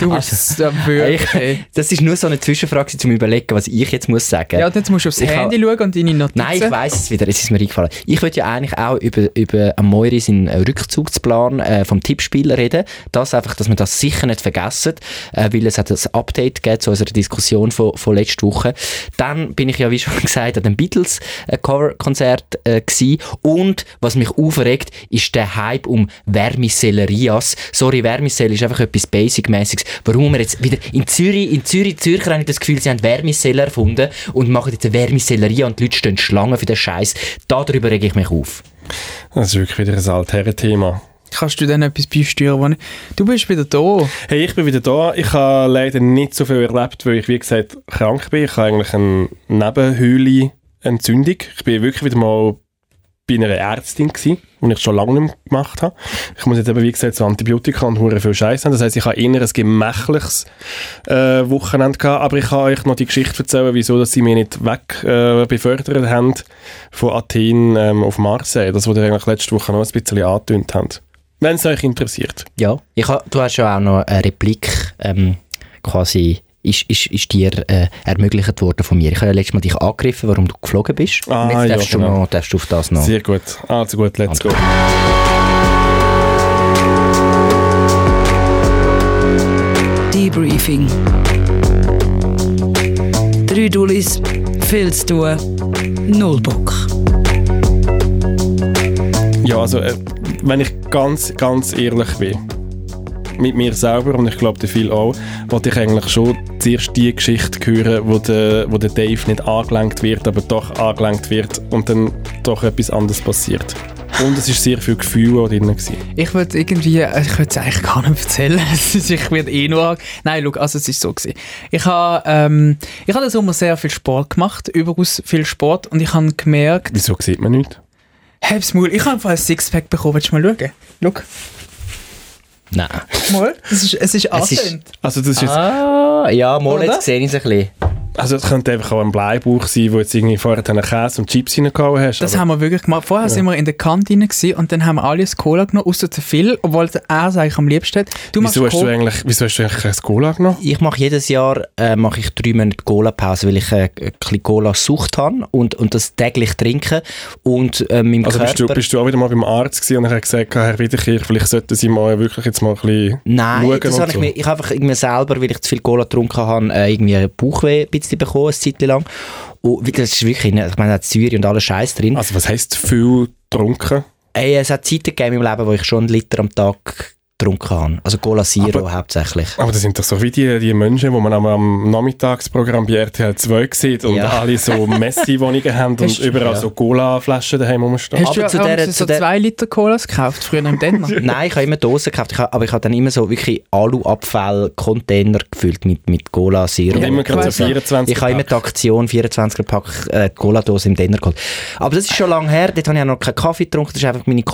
Speaker 3: Du bist also,
Speaker 2: ich,
Speaker 3: wirklich.
Speaker 2: das ist nur so eine Zwischenfrage, zum überlegen, was ich jetzt muss sagen.
Speaker 3: Ja, und jetzt musst du aufs
Speaker 2: Ich
Speaker 3: Handy schauen und deine Notizen.
Speaker 2: Nein, ich weiss es wieder, es ist mir eingefallen. Ich würde ja eigentlich auch über, über Moiri seinen äh, Rückzugsplan äh, vom Tippspiel reden. Das einfach, dass man das sicher nicht vergessen, äh, weil es hat ein Update gegeben zu unserer Diskussion von, von letzter Woche. Dann bin ich ja, wie schon [laughs] gesagt, an dem äh, Beatles-Cover-Konzert äh, gsi und was mich aufregt, ist der Hype um Vermicellerias. Sorry, Vermicell ist einfach etwas Basic-mäßiges. Warum wir jetzt wieder in Zürich, in Zürich, Zürcher habe ich das Gefühl, sie haben Vermiceller erfunden und machen jetzt eine Vermicelleria und die Leute stehen Schlangen für den Scheiß. Darüber rege ich mich auf.
Speaker 1: Das ist wirklich wieder ein altes Thema.
Speaker 3: kannst du dann etwas beisteuern. wo nicht- Du bist wieder da.
Speaker 1: Hey, ich bin wieder da. Ich habe leider nicht so viel erlebt, weil ich, wie gesagt, krank bin. Ich habe eigentlich eine Nebenhöhle-Entzündung. Ich bin wirklich wieder mal bei einer Ärztin gewesen, die ich schon lange nicht mehr gemacht habe. Ich muss jetzt eben, wie gesagt, so Antibiotika und hure viel Scheiß haben. Das heisst, ich habe eher ein gemächliches äh, Wochenende gehabt. Aber ich kann euch noch die Geschichte erzählen, wieso dass sie mich nicht weg äh, befördert haben von Athen ähm, auf Marseille. Das, was ihr eigentlich letzte Woche noch ein bisschen angetönt haben. Wenn es euch interessiert.
Speaker 2: Ja, ich ha, du hast ja auch noch eine Replik ähm, quasi ist, ist, ist dir äh, ermöglicht worden von mir. Ich habe ja letztes Mal dich angegriffen, warum du geflogen bist.
Speaker 1: Ah,
Speaker 2: Und jetzt
Speaker 1: ja,
Speaker 2: darfst, du
Speaker 1: genau.
Speaker 2: noch, darfst du auf das noch.
Speaker 1: Sehr gut. Also gut, let's go.
Speaker 5: Debriefing. Drei Dullis, viel zu tun, null Bock.
Speaker 1: Ja, also äh, wenn ich ganz, ganz ehrlich bin, mit mir selber und ich glaube, der viel auch, wollte ich eigentlich schon zuerst die Geschichte hören, wo der, wo der Dave nicht angelenkt wird, aber doch angelenkt wird und dann doch etwas anderes passiert. Und es war sehr viel Gefühl auch drin. Gewesen.
Speaker 3: Ich würde irgendwie, äh, ich könnte es eigentlich gar nicht erzählen. [laughs] Es ist- ich werde eh nur, ange- nein, schau, also es ist so gewesen. Ich habe, ähm, ich habe den Sommer sehr viel Sport gemacht, überaus viel Sport und ich habe gemerkt,
Speaker 1: Wieso sieht man nicht?
Speaker 3: hab's Maul, ich habe einfach ein Sixpack bekommen, willst du mal schauen? Schau,
Speaker 2: Nein.
Speaker 3: mal, es ist, es
Speaker 2: Es
Speaker 3: ist
Speaker 2: ist-
Speaker 3: angetönt.
Speaker 1: Also das, ist jetzt,
Speaker 2: Ah, ja, mal,
Speaker 3: Oder?
Speaker 2: jetzt sehe ich es ein bisschen.
Speaker 1: also das könnte einfach auch ein Bleibuch sein, wo jetzt irgendwie vorher einen Käse und Chips reingehauen hast.
Speaker 3: Das
Speaker 1: aber-
Speaker 3: haben wir wirklich gemacht. Vorher sind wir in der Kantine gewesen und dann haben wir alle ein Cola genommen, außer der Phil, obwohl der er es eigentlich am liebsten hat. Du machst
Speaker 1: wieso, hast du
Speaker 3: Cola.
Speaker 1: eigentlich, wieso hast du eigentlich ein Cola genommen?
Speaker 2: Ich mache jedes Jahr äh, mache ich drei Monate Cola-Pause, weil ich äh, ein bisschen Cola-Sucht habe und, und das täglich trinke. Und äh, meinem
Speaker 1: Also
Speaker 2: Körper...
Speaker 1: bist du, bist du auch wieder mal beim Arzt gewesen und er hat gesagt, Herr Wiederkirch, vielleicht sollten Sie mal wirklich jetzt mal ein bisschen
Speaker 2: Nein,
Speaker 1: schauen
Speaker 2: das
Speaker 1: und
Speaker 2: habe ich
Speaker 1: so.
Speaker 2: mir, ich habe einfach irgendwie selber, weil ich zu viel Cola getrunken habe, äh, irgendwie ein Bauchweh ein bisschen bekommen, eine Zeit lang. Und weil das ist wirklich, nicht- ich meine, da hat Säure und alles Scheiß drin.
Speaker 1: Also was heisst viel getrunken?
Speaker 2: Ey, es hat Zeiten gegeben in meinem Leben, wo ich schon einen Liter am Tag getrunken habe. Also Cola Zero
Speaker 1: Aber-
Speaker 2: hauptsächlich.
Speaker 1: Aber das sind doch so wie die, die Menschen, die man am, am Nachmittagsprogramm bei RTL 2 sieht und
Speaker 2: Ja.
Speaker 1: alle
Speaker 2: [laughs]
Speaker 1: so Messi-Wohnungen haben und
Speaker 3: Hast-
Speaker 1: überall
Speaker 2: ja.
Speaker 1: so Cola-Flaschen daheim rumstehen.
Speaker 3: Hast du
Speaker 2: Aber zu
Speaker 3: zu
Speaker 2: der-
Speaker 3: so
Speaker 2: zu der-
Speaker 3: 2 Liter Colas gekauft, früher im Denner?
Speaker 2: [laughs] Nein, ich habe immer Dosen gekauft, ich habe, aber ich habe dann immer so wirklich Aluabfall, Container gefüllt mit, mit Cola Zero.
Speaker 1: Und immer gerade
Speaker 3: weiss
Speaker 1: so
Speaker 3: ja.
Speaker 1: 24
Speaker 2: Ich habe immer die Aktion 24er-Pack äh, Cola-Dose im Denner geholt. Aber das ist schon lange her. Dort habe ich auch noch keinen Kaffee getrunken. Das war einfach meine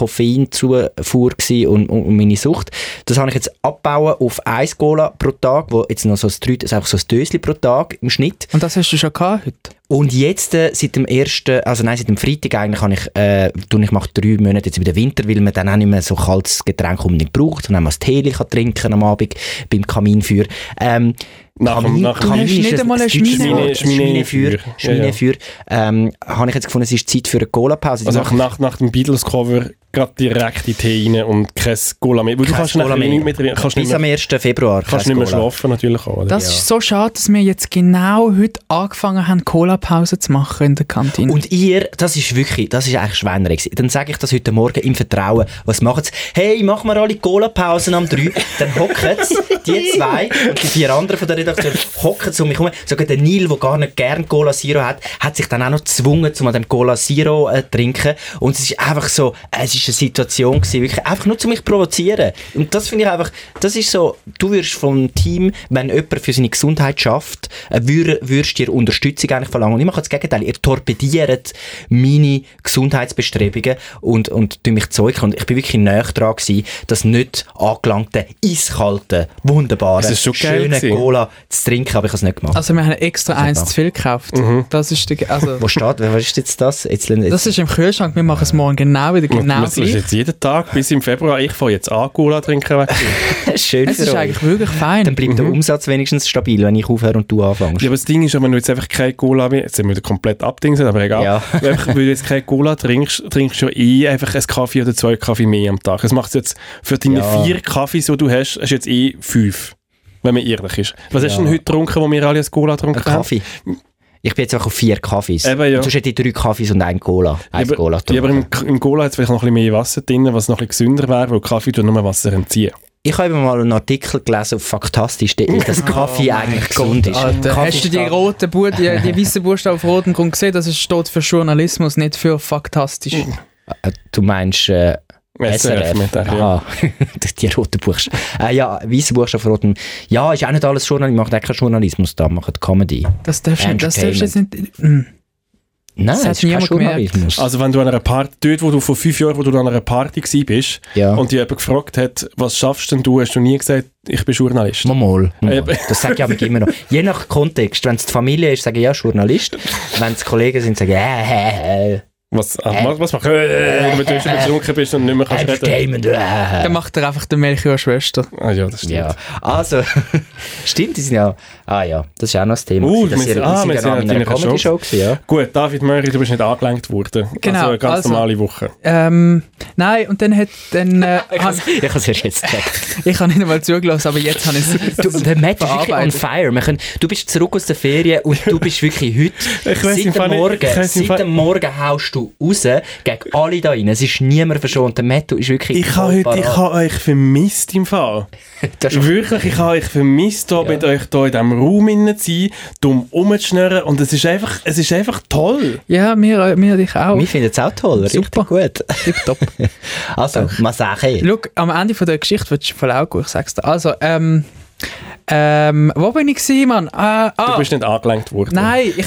Speaker 2: Koffeinzufuhr gewesen und, und, und meine Sucht. Das habe ich jetzt abbauen auf 1 Cola pro Tag, wo jetzt noch so ein, 3, also einfach so ein Döschen pro Tag im Schnitt.
Speaker 3: Und das hast du schon gehabt heute?
Speaker 2: Und jetzt, äh, seit dem ersten, also nein, seit dem Freitag eigentlich, habe ich, äh, tun ich mache drei Monate jetzt über den Winter, weil man dann auch nicht mehr so kaltes Getränk unbedingt braucht, und dann mal das Tee kann trinken am Abend beim Kaminfeuer. Ähm,
Speaker 1: Nach dem- nach dem- Du
Speaker 3: hast nicht
Speaker 2: ist ein-
Speaker 3: einmal
Speaker 2: ein
Speaker 3: eine
Speaker 2: deutsches
Speaker 3: Schmine.
Speaker 2: Wort.
Speaker 1: Schmine-
Speaker 2: Schminefeuer.
Speaker 1: Schminefeuer. Ja, ja.
Speaker 2: Schminefeuer. Ähm, habe ich jetzt gefunden, es ist Zeit für eine Cola-Pause. Die
Speaker 1: Also
Speaker 2: mache-
Speaker 1: nach, nach dem Beatles-Cover gerade direkt in die Tee rein und kein Cola mehr. Weil du
Speaker 2: Kein
Speaker 1: kannst
Speaker 2: Cola
Speaker 1: nachher
Speaker 2: mehr.
Speaker 1: nicht mehr, drin- kannst nicht
Speaker 2: bis am
Speaker 1: mehr,
Speaker 2: 1. Februar.
Speaker 1: kannst
Speaker 2: kein
Speaker 1: nicht mehr
Speaker 2: Cola.
Speaker 1: schlafen natürlich auch. Oder?
Speaker 3: Das ist so schade, dass wir jetzt genau heute angefangen haben, Cola-Pause zu machen in der Kantine.
Speaker 2: Und ihr, das ist wirklich, das ist eigentlich Schweinerei. gewesen. Dann sage ich das heute Morgen im Vertrauen. Was macht's? Hey, machen wir alle Cola-Pausen am 3. Dann hocken die zwei und die vier anderen von der Redaktion hocken zu mich um. Sogar der Neil, der gar nicht gern Cola Zero hat, hat sich dann auch noch gezwungen, um an dem Cola Zero äh, zu trinken. Und es ist einfach so, äh, es ist eine Situation gewesen, wirklich einfach nur zu mich provozieren. Und das finde ich einfach, das ist so, du wirst vom Team, wenn jemand für seine Gesundheit schafft, äh, würd- würdest dir Unterstützung eigentlich verlangen. Und ich mache das Gegenteil. Ihr torpediert meine Gesundheitsbestrebungen und, und tue mich Zeug. Und ich bin wirklich näher dran gewesen, das nicht angelangte, eiskalte, wunderbare,
Speaker 1: Es ist schon geil
Speaker 2: schöne
Speaker 1: gewesen.
Speaker 2: Cola zu trinken, aber ich habe es nicht gemacht.
Speaker 3: also wir haben extra eins zu viel gekauft. Das ist der, also,
Speaker 2: Mhm. Wo steht, was ist jetzt das? Jetzt, jetzt,
Speaker 3: das ist im Kühlschrank, wir machen es morgen genau wieder genau
Speaker 1: das ist
Speaker 3: gleich.
Speaker 1: jetzt jeden Tag bis im Februar. Ich fange jetzt an, Cola trinken weg.
Speaker 2: schön
Speaker 3: Es
Speaker 2: für
Speaker 3: ist
Speaker 2: euch.
Speaker 3: eigentlich wirklich
Speaker 2: Dann
Speaker 3: fein.
Speaker 2: bleibt
Speaker 1: Mhm.
Speaker 2: der Umsatz wenigstens stabil, wenn ich aufhöre und du anfängst.
Speaker 1: Ja, aber das Ding ist, ja, wenn du jetzt einfach keine Cola mehr, jetzt sind wir wieder komplett abdingsen, aber egal.
Speaker 2: Ja.
Speaker 1: Wenn einfach- weil du jetzt keine Cola trinkst, trinkst du ja eh einfach einen Kaffee oder zwei Kaffee mehr am Tag. Das macht jetzt für deine
Speaker 2: Ja.
Speaker 1: vier Kaffees, die du hast, hast du jetzt eh fünf. Wenn man ehrlich ist. Was hast du denn heute getrunken, wo wir alle ein Cola getrunken
Speaker 2: Ein
Speaker 1: haben?
Speaker 2: Kaffee. Ich bin jetzt einfach auf vier Kaffees.
Speaker 1: Eben, ja.
Speaker 2: Sonst hätte ich drei Kaffees und ein Cola.
Speaker 1: Ja,
Speaker 2: Ein
Speaker 1: aber,
Speaker 2: Cola
Speaker 1: ja, aber
Speaker 2: getrunken.
Speaker 1: im, im Cola hat es vielleicht noch ein bisschen mehr Wasser drin, was noch ein bisschen gesünder wäre, weil Kaffee tut nur Wasser entziehen.
Speaker 2: ich habe eben mal einen Artikel gelesen auf Faktastisch, der-
Speaker 1: Ah,
Speaker 2: dass Kaffee eigentlich gesund ist.
Speaker 3: Alter,
Speaker 2: Kaffee
Speaker 3: hast du die
Speaker 2: ist-
Speaker 3: roten Bu die,
Speaker 2: [laughs]
Speaker 3: die weißen Buchstaben auf rotem
Speaker 2: Mhm.
Speaker 3: Grund gesehen? Das ist- steht für Journalismus, nicht für faktastisch.
Speaker 2: Äh, Du meinst, äh,
Speaker 1: SRF mit der, ja.
Speaker 2: Aha, Ah, [laughs] die- die roten Buchstaben. Äh, ja, weiße Buchstaben von roten. Ja, ist auch nicht alles Journalismus. Ich mache keinen Journalismus da, mache Comedy.
Speaker 3: Das darfst du nicht. Das darfst du jetzt nicht. Mm.
Speaker 2: Nein,
Speaker 3: Das
Speaker 2: es
Speaker 3: hat
Speaker 2: ist kein
Speaker 3: niemand gemerkt.
Speaker 2: Journalismus.
Speaker 1: Also wenn du an einer Party, dort wo du vor fünf Jahren, wo du an einer Party gsi bist
Speaker 2: Ja.
Speaker 1: und die jemand gefragt hat, was schaffst denn du, hast du nie gesagt, ich bin Journalist.
Speaker 2: Mal, mal.
Speaker 1: Eben.
Speaker 2: Das sage ich aber immer noch. Je nach Kontext. Wenn es die Familie ist, sage ich ja Journalist. Wenn es Kollegen sind, sage ich äh, äh, äh,
Speaker 1: Was, äh, was, was machst du, äh, wenn du schon betrunken bist und nicht mehr kannst reden?
Speaker 2: Entertainment. Äh.
Speaker 3: Dann macht er einfach den Melchior Schwester.
Speaker 1: Ah, ja, das stimmt.
Speaker 2: Ja, also, [laughs] stimmt, die sind ja, ah ja, das ist auch noch das Thema.
Speaker 1: Uh,
Speaker 2: gewesen, dass
Speaker 1: wir sind- ah, wir sind
Speaker 2: ja
Speaker 1: ja
Speaker 2: noch in einer
Speaker 1: deiner Show.
Speaker 2: Comedy-Show gewesen, ja.
Speaker 1: Gut, David Möri, du bist nicht angelenkt worden.
Speaker 3: Genau,
Speaker 1: Also eine ganz
Speaker 3: also.
Speaker 1: normale Woche.
Speaker 3: Ähm, nein, und dann hat dann, äh,
Speaker 1: Also,
Speaker 2: [laughs]
Speaker 3: hab-
Speaker 2: Ich habe es erst
Speaker 1: [laughs]
Speaker 2: jetzt gecheckt.
Speaker 3: ich habe nicht einmal zugelassen, aber jetzt habe ich
Speaker 2: [laughs]
Speaker 3: es.
Speaker 2: Du, der Matt ist wirklich on
Speaker 3: Verarbeitet.
Speaker 2: fire. Wir können, du bist zurück aus der Ferien und du bist wirklich heute,
Speaker 1: [laughs] Ich weiss im
Speaker 2: seit
Speaker 1: Fall
Speaker 2: dem
Speaker 1: nicht- ich
Speaker 2: Morgen,
Speaker 1: weiss im
Speaker 2: seit
Speaker 1: Fall-
Speaker 2: dem Morgen haust du raus gegen alle da rein. Es ist niemand verschont. Der Matt du ist wirklich
Speaker 1: Ich habe heute, ich
Speaker 2: parat.
Speaker 1: habe euch vermisst im Fall.
Speaker 2: Das ist-
Speaker 1: Wirklich, ich habe euch vermisst, hier mit euch hier in diesem Raum innen zu sein, dumm rumzuschnurren und es ist einfach, es ist einfach toll.
Speaker 3: Ja, mir, mir dich
Speaker 2: [laughs]
Speaker 3: auch.
Speaker 2: Wir finden es auch toll,
Speaker 3: Super.
Speaker 2: richtig gut.
Speaker 3: Tipptopp.
Speaker 2: Also, Masache.
Speaker 3: [laughs] Schau, am Ende von der Geschichte wird es voll auch gut, ich sag's dir. Also, ähm, ähm, wo bin ich gewesen, Mann? Ah,
Speaker 1: Du
Speaker 3: ah
Speaker 1: bist nicht angelenkt worden.
Speaker 3: nein, ich,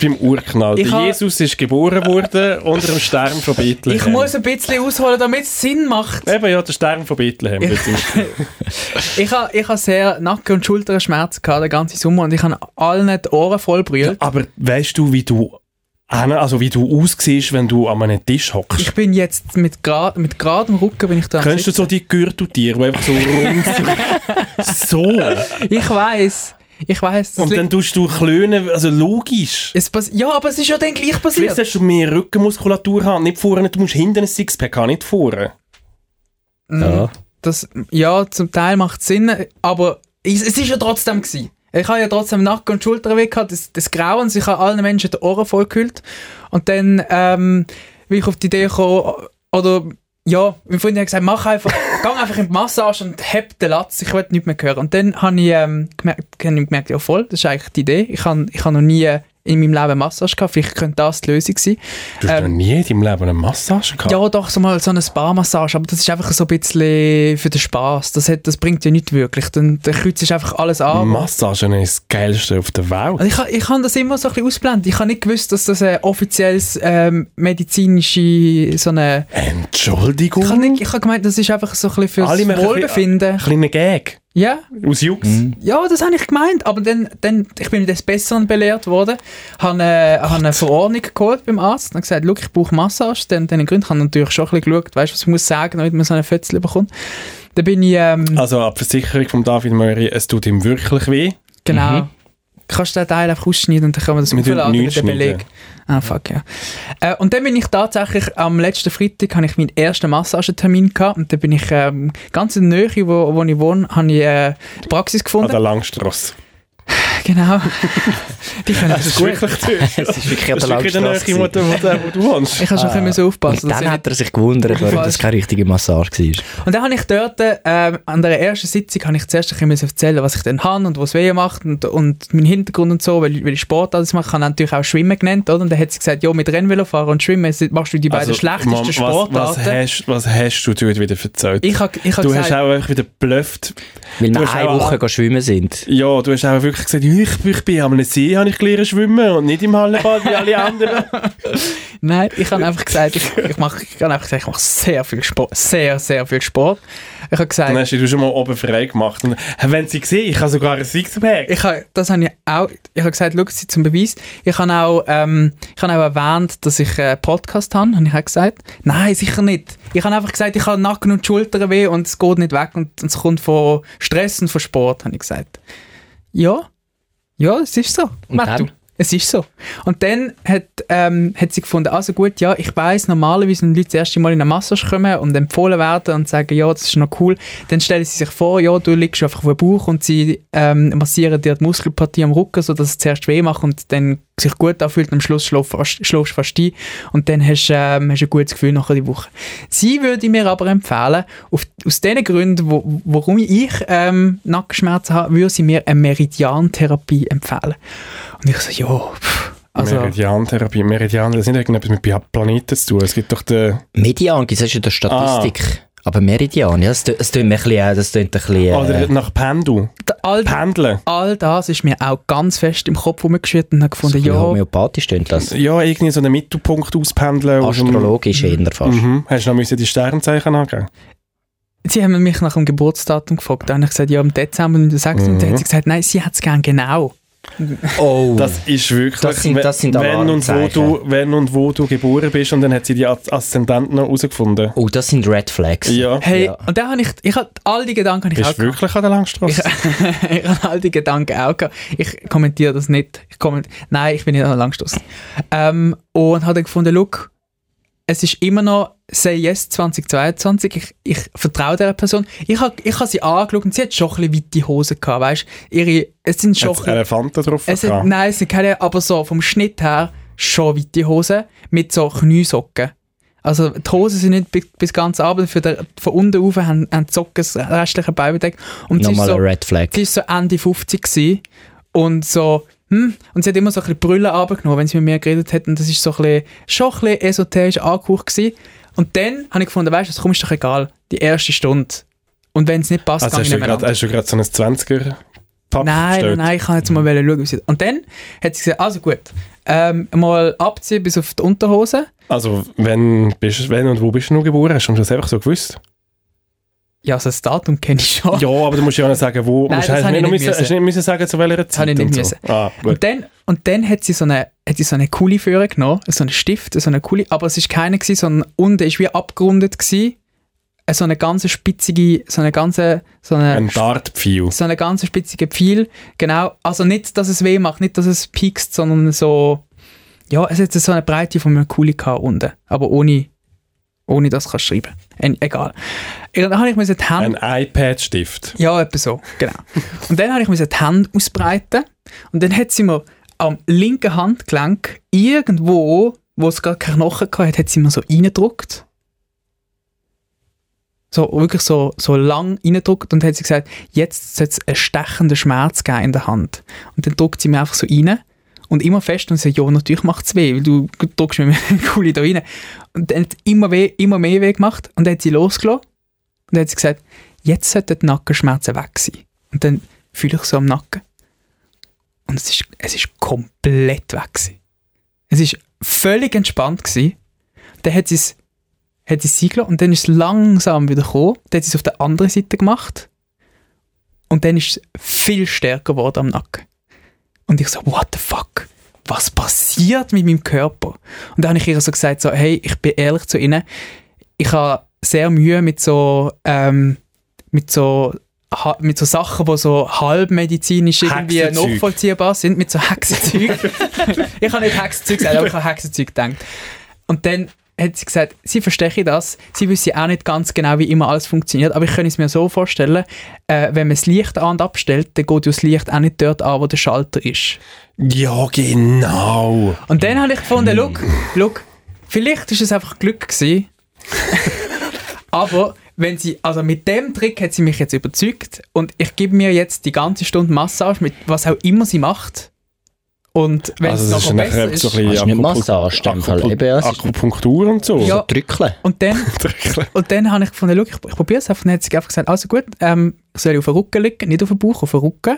Speaker 1: Beim Urknall.
Speaker 3: Ich
Speaker 1: Der
Speaker 3: habe-
Speaker 1: Jesus ist geboren worden unter dem Stern von Bethlehem.
Speaker 3: ich muss ein bisschen ausholen, damit es Sinn macht.
Speaker 1: Eben, ja, der Stern von Bethlehem. bitte.
Speaker 3: Ich habe ich ha sehr Nacken- und Schulterschmerzen gehabt, den ganzen Sommer, und ich habe allen die Ohren voll
Speaker 1: [laughs]
Speaker 3: brüllt.
Speaker 1: Aber weißt du, wie du, Anna, also wie du aussiehst, wenn du an einem Tisch hockst?
Speaker 3: Ich bin jetzt mit, grad, mit geradem Rücken bin ich da am
Speaker 1: Kennst du so die Gürteltiere, die einfach so rund [laughs] sind? So.
Speaker 3: Sitzen. Ich weiß, ich weiß.
Speaker 1: Und dann tust du klönen, also logisch.
Speaker 3: es passi- ja, aber es ist ja dann gleich
Speaker 1: Vielleicht
Speaker 3: passiert.
Speaker 1: hast du mehr Rückenmuskulatur haben, nicht vorne, du musst hinten ein Sixpack haben, nicht vorne.
Speaker 2: Ja.
Speaker 3: Mm, Das, ja, zum Teil macht es Sinn, aber es, es ist ja trotzdem gewesen. Ich habe ja trotzdem Nacken und Schultern weg gehabt, des, des Grauens. also Ich habe allen Menschen die Ohren vollgehüllt. Und dann ähm, bin ich auf die Idee gekommen, oder ja, mein Freund hat gesagt, mach einfach, geh einfach in die Massage und heb den Latz, ich will nichts mehr hören. Und dann habe ich, ähm, gemerkt, habe ich gemerkt, ja voll, das ist eigentlich die Idee. Ich habe ich habe noch nie in meinem Leben Massage gehabt, vielleicht könnte das die Lösung sein.
Speaker 1: Du hast
Speaker 3: Ähm,
Speaker 1: noch nie in deinem Leben eine Massage gehabt.
Speaker 3: Ja, doch, so mal so eine Spa-Massage, aber das ist einfach so ein bisschen für den Spass. Das, hat, das bringt ja nicht wirklich. Dann, dann kreuzt ist einfach alles
Speaker 1: Mhm.
Speaker 3: an.
Speaker 1: Massagen ist das Geilste auf der Welt.
Speaker 3: Also ich, ha- ich habe das immer so ein bisschen ausblendet. Ich habe nicht gewusst, dass das ein offizielles ähm, medizinische so eine...
Speaker 1: Äh. Entschuldigung?
Speaker 3: Ich habe nicht- ich habe gemeint, das ist einfach so ein bisschen fürs
Speaker 1: Alle machen ein
Speaker 3: Wohlbefinden.
Speaker 1: Ein kleiner Gag.
Speaker 3: Ja,
Speaker 1: Aus Jux.
Speaker 3: ja, das habe ich gemeint. Aber dann, dann ich bin des Besseren belehrt worden. Habe äh, habe eine Verordnung geholt beim Arzt und gesagt, «Schau, ich brauche Massage. Dann, dann Grund habe ich natürlich schon ein bisschen geschaut, weißt, was ich muss sagen, damit man so eine Fötzel bekommt. Dann bin ich, ähm,
Speaker 1: Also, ab Versicherung von David Murray, es tut ihm wirklich weh.
Speaker 3: genau, kannst du den Teil einfach ausschneiden und dann können wir das
Speaker 1: Mhm. Wir tun
Speaker 3: hochladen
Speaker 1: nichts
Speaker 3: den Beleg. Ah, fuck, ja. Äh, und dann bin ich tatsächlich, am letzten Freitag habe ich meinen ersten Massagetermin gehabt und dann bin ich ähm, ganz in der Nähe, wo, wo ich wohne, habe ich äh, eine Praxis
Speaker 1: An
Speaker 3: gefunden.
Speaker 1: der Langstrasse.
Speaker 3: [laughs] genau. Die können
Speaker 1: Das
Speaker 3: das
Speaker 1: ist
Speaker 3: gut. [laughs]
Speaker 1: wirklich das.
Speaker 2: Es ist wirklich an
Speaker 1: Das
Speaker 2: der
Speaker 1: ist wirklich in der
Speaker 2: Langstrasse.
Speaker 1: Nähe, wo du, wo du, wo du wohnst.
Speaker 3: Ich kann schon ein bisschen aufpassen.
Speaker 2: Und
Speaker 3: dass
Speaker 1: Also,
Speaker 2: dann
Speaker 3: ich
Speaker 2: hat er sich gewundert, warum das
Speaker 3: Falsch.
Speaker 2: keine richtige Massage war.
Speaker 3: Und dann habe ich dort, ähm, an der ersten Sitzung, habe ich zuerst ein bisschen müssen erzählen, was ich denn habe und was weh macht und, und meinen Hintergrund und so, weil, weil ich Sport alles mache. Ich habe natürlich auch Schwimmen genannt, oder? Und dann hat sie gesagt, ja, mit Rennvelofahren und Schwimmen sind- machst du die beiden schlechtesten
Speaker 1: Also, Mom, was,
Speaker 3: Sportarten.
Speaker 1: Was hast, was hast du dort wieder erzählt?
Speaker 3: ich habe ich habe
Speaker 1: du hast
Speaker 3: gesagt,
Speaker 1: auch einfach wieder geblufft.
Speaker 2: Weil
Speaker 1: Du
Speaker 2: wir
Speaker 1: hast
Speaker 2: eine
Speaker 1: auch
Speaker 2: Woche
Speaker 1: alle-
Speaker 2: gehen schwimmen sind.
Speaker 1: Ja, du hast auch wirklich gesagt, ich, ich bin am See, habe ich gelernt schwimmen und nicht im Hallenbad wie alle anderen.
Speaker 3: [laughs] nein, ich habe einfach gesagt, ich, ich mache, ich habe einfach gesagt, ich mache sehr viel Sport, sehr, sehr viel Sport. Ich habe gesagt,
Speaker 1: Dann hast du dich schon mal oben frei gemacht. Und wenn sie gesehen, ich habe sogar ein Sixpack.
Speaker 3: ich habe, das habe ich auch, ich habe gesagt, schau, sie zum Beweis. Ich habe auch, ähm, ich habe auch erwähnt, dass ich einen Podcast habe, habe ich auch gesagt. Nein, sicher nicht. Ich habe einfach gesagt, ich habe Nacken und Schultern weh und es geht nicht weg und, und es kommt von Stress und von Sport, habe ich gesagt. Ja, ja, es ist so.
Speaker 2: Und
Speaker 3: Matt,
Speaker 2: dann?
Speaker 3: du, Es ist so. Und dann hat, ähm, hat sie gefunden, also gut, ja, ich weiß normalerweise, wenn Leute das erste Mal in eine Massage kommen und empfohlen werden und sagen, ja, das ist noch cool, dann stellen sie sich vor, ja, du liegst einfach auf dem Bauch und sie ähm, massieren dir die Muskelpartie am Rücken, sodass es zuerst weh macht und dann sich gut anfühlt und am Schluss schläfst du fast- schläfst du fast ein und dann hast du ähm, hast ein gutes Gefühl nachher die Woche. Sie würde mir aber empfehlen, auf, aus den Gründen, wo, warum ich ähm, Nackenschmerzen habe, würde sie mir eine Meridiantherapie empfehlen. Und ich so, ja, pff, Also,
Speaker 1: Meridiantherapie. Meridian, das hat nicht irgendetwas mit Pla- Planeten zu tun. Es gibt doch den...
Speaker 2: Median gibt es ja in der Statistik. Aber Meridian, ja, das tö- das tönt mir ein bisschen, äh, das tönt ein bisschen...
Speaker 1: Oder
Speaker 2: Äh,
Speaker 1: nach Pendel.
Speaker 3: d- all,
Speaker 1: Pendeln.
Speaker 3: all das ist mir auch ganz fest im Kopf rumgeschüttet und habe gefunden,
Speaker 2: ja.
Speaker 3: ja,
Speaker 2: Homöopathisch tönt das.
Speaker 1: Ja, irgendwie so einen Mittelpunkt auspendeln. aus dem-
Speaker 2: Astrologisch eher fast.
Speaker 1: Mhm. Hast du noch müssen die Sternzeichen angeben?
Speaker 3: Uh. sie haben mich nach dem Geburtsdatum gefragt. Dann habe ich gesagt, ja, im Dezember 1906. Und dann hat sie gesagt, nein, sie hat es gern genau.
Speaker 2: Oh,
Speaker 1: Das ist wirklich,
Speaker 2: Das sind- das sind
Speaker 1: wenn, und wo
Speaker 2: Alarmzeichen.
Speaker 1: du, wenn und wo du geboren bist und dann hat sie die Aszendenten noch herausgefunden.
Speaker 2: oh, das sind Red Flags.
Speaker 1: Ja.
Speaker 3: Hey,
Speaker 2: Ja.
Speaker 3: und dann habe ich, ich hab, all die Gedanken habe ich auch
Speaker 1: Bist du wirklich an der Langstrasse?
Speaker 3: gehabt. [laughs] ich habe all die Gedanken auch gehabt. Ich kommentiere das nicht. Ich komment Nein, ich bin nicht an der Langstoss. Ähm, und habe dann gefunden, look, es ist immer noch Say Yes 2022. Ich, ich vertraue dieser Person. Ich habe ich hab sie angeschaut und sie hat schon ein bisschen weite Hosen gehabt, weißt du? Es sind schon...
Speaker 1: Hat's Elefanten drauf
Speaker 3: Es sind,
Speaker 1: gehabt?
Speaker 3: nein, es sind keine, aber so vom Schnitt her schon weite Hosen mit so Kniesocken. Also die Hosen sind nicht bis, bis ganz abend, für der, von unten rauf haben, haben die Socken das restliche Bein bedeckt. Und sie ist,
Speaker 2: Nochmal
Speaker 3: so,
Speaker 2: ein Red Flag.
Speaker 3: sie ist so Ende 50 gewesen und so, hm, und sie hat immer so ein bisschen Brille runtergenommen, wenn sie mit mir geredet hat und das ist so ein bisschen, schon ein bisschen esoterisch angehaucht gewesen. Und dann habe ich gefunden, weißt du, das kommt doch egal, die erste Stunde. Und wenn es nicht passt,
Speaker 1: Also
Speaker 3: kann ich
Speaker 1: hast
Speaker 3: nicht
Speaker 1: du
Speaker 3: mehr
Speaker 1: gerade hast du gerade so ein 20er Pack
Speaker 3: Nein, nein,
Speaker 1: gestellt?
Speaker 3: nein, ich kann jetzt mal
Speaker 1: Mhm.
Speaker 3: schauen, wie sie Und dann hat sie gesagt, also gut, ähm, mal abziehen bis auf die Unterhose.
Speaker 1: Also wenn, bist, wenn und wo bist du noch geboren? Hast du das einfach so gewusst?
Speaker 3: Ja, also das Datum kenne ich schon.
Speaker 1: Ja, aber du musst ja auch nicht sagen, wo.
Speaker 3: Oh. Nein,
Speaker 1: musst,
Speaker 3: das
Speaker 1: hast
Speaker 3: hab
Speaker 1: du
Speaker 3: ich
Speaker 1: noch
Speaker 3: nicht
Speaker 1: müssen,
Speaker 3: müssen.
Speaker 1: hast du nicht müssen sagen, zu welcher Zeit?
Speaker 3: ich nicht
Speaker 1: und so.
Speaker 3: müssen.
Speaker 1: Ah, gut.
Speaker 3: [laughs] Und dann, und dann hat sie so eine, hat sie so eine coole Führer genommen, so einen Stift, so eine coole, aber es ist keine gewesen, sondern unten ist wie abgerundet gewesen, äh, so eine ganze spitzige, so eine ganze, so eine,
Speaker 1: Ein Dartpfeil.
Speaker 3: so eine ganze spitzige Pfeil, genau, also nicht, dass es weh macht, nicht, dass es piekst, sondern so, ja, es hat so eine Breite von einer Kuli gehabt unten, aber ohne, ohne das kannst du schreiben, En- egal. Ja, Dann habe ich mir die Hand
Speaker 1: Ein iPad-Stift.
Speaker 3: [laughs] ja, etwa so, genau. Und dann habe ich mir die Hand ausbreiten und dann hat sie mir am linken Handgelenk irgendwo, wo es gerade keine Knochen hatte, hat sie mir so reingedruckt. So, wirklich so, so lang reingedruckt und hat sie gesagt, jetzt soll es einen stechenden Schmerz geben in der Hand. Und dann druckt sie mir einfach so rein und immer fest und sie sagt, ja, natürlich macht es weh, weil du drückst mir [laughs] eine Kuli da rein. Und dann hat es immer, weh, immer mehr weh gemacht und dann hat sie losgelassen und dann hat sie gesagt, jetzt sollten die Nackenschmerzen weg sein. Und dann fühle ich so am Nacken. Und es ist, es ist komplett weg. Gewesen. Es ist völlig entspannt. Gewesen. Dann hat sie es hat sie siegeln und dann ist es langsam wieder gekommen. Dann hat sie es auf der anderen Seite gemacht. Und dann ist es viel stärker geworden am Nacken. Und ich so, what the fuck? Was passiert mit meinem Körper? Und dann habe ich ihr so gesagt, so, hey, ich bin ehrlich zu Ihnen, ich habe sehr Mühe mit so, ähm, mit so, ha- mit so Sachen, die so halbmedizinisch irgendwie
Speaker 1: Hexenzeug.
Speaker 3: nachvollziehbar sind, mit so Hexenzeug. [laughs] ich habe nicht Hexenzeug gesagt, aber ich habe Hexenzeug gedacht. Und dann hat sie gesagt, sie verstehe das, sie wüsste auch nicht ganz genau, wie immer alles funktioniert, aber ich kann es mir so vorstellen, äh, wenn man das Licht an- und abstellt, dann geht ja das Licht auch nicht dort an, wo der Schalter ist.
Speaker 1: Ja, genau.
Speaker 3: Und dann habe ich gefunden, look, look, vielleicht ist es einfach Glück gewesen, [laughs] aber wenn sie, also mit dem Trick hat sie mich jetzt überzeugt und ich gebe mir jetzt die ganze Stunde Massage mit was auch immer sie macht und wenn
Speaker 1: Also
Speaker 3: es
Speaker 1: es
Speaker 3: noch
Speaker 1: ist nachher so
Speaker 3: besser ist,
Speaker 1: ein
Speaker 2: Hast du
Speaker 1: bisschen
Speaker 2: nicht Massage, in dem Fall?
Speaker 1: Akupu-
Speaker 2: Eben, ja, es ist-
Speaker 1: Akupunktur und so.
Speaker 3: Ja.
Speaker 2: Also Drückeln.
Speaker 3: und dann Und dann habe ich gefunden, schau, ich, ich probiere es einfach. Dann hat sie einfach gesagt, also gut, ähm, ich soll auf den Rücken liegen, nicht auf den Bauch, auf den Rücken.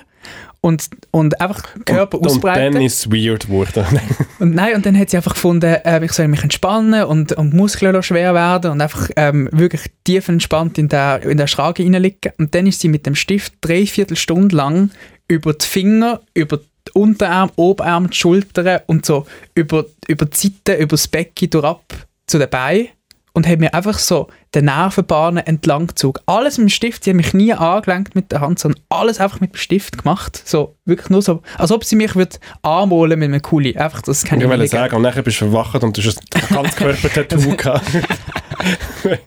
Speaker 3: Und, und einfach den Körper
Speaker 1: und, und
Speaker 3: ausbreiten.
Speaker 1: dann ist es weird geworden. [laughs]
Speaker 3: Und nein, und dann hat sie einfach gefunden, äh, ich soll mich entspannen und, und die Muskeln lassen schwer werden und einfach ähm, wirklich tief entspannt in der, in der Schrage reinliegen. Und dann ist sie mit dem Stift dreiviertel Stunde lang über die Finger, über die Unterarm, Oberarm, die Schultern und so über, über die Seite, über das Becken durchab zu den Beinen und hat mir einfach so den Nervenbahnen entlang gezogen. Alles mit dem Stift, sie hat mich nie angelenkt mit der Hand, sondern alles einfach mit dem Stift gemacht. So, wirklich nur so, als ob sie mich würd anmalen mit einem Kuli. Einfach, das kann
Speaker 1: Ich
Speaker 3: ich
Speaker 1: wollte
Speaker 3: nicht
Speaker 1: sagen, und nachher bist du verwacht und du hast ein ganz
Speaker 3: [laughs]
Speaker 1: Körper-Tattoo gehabt.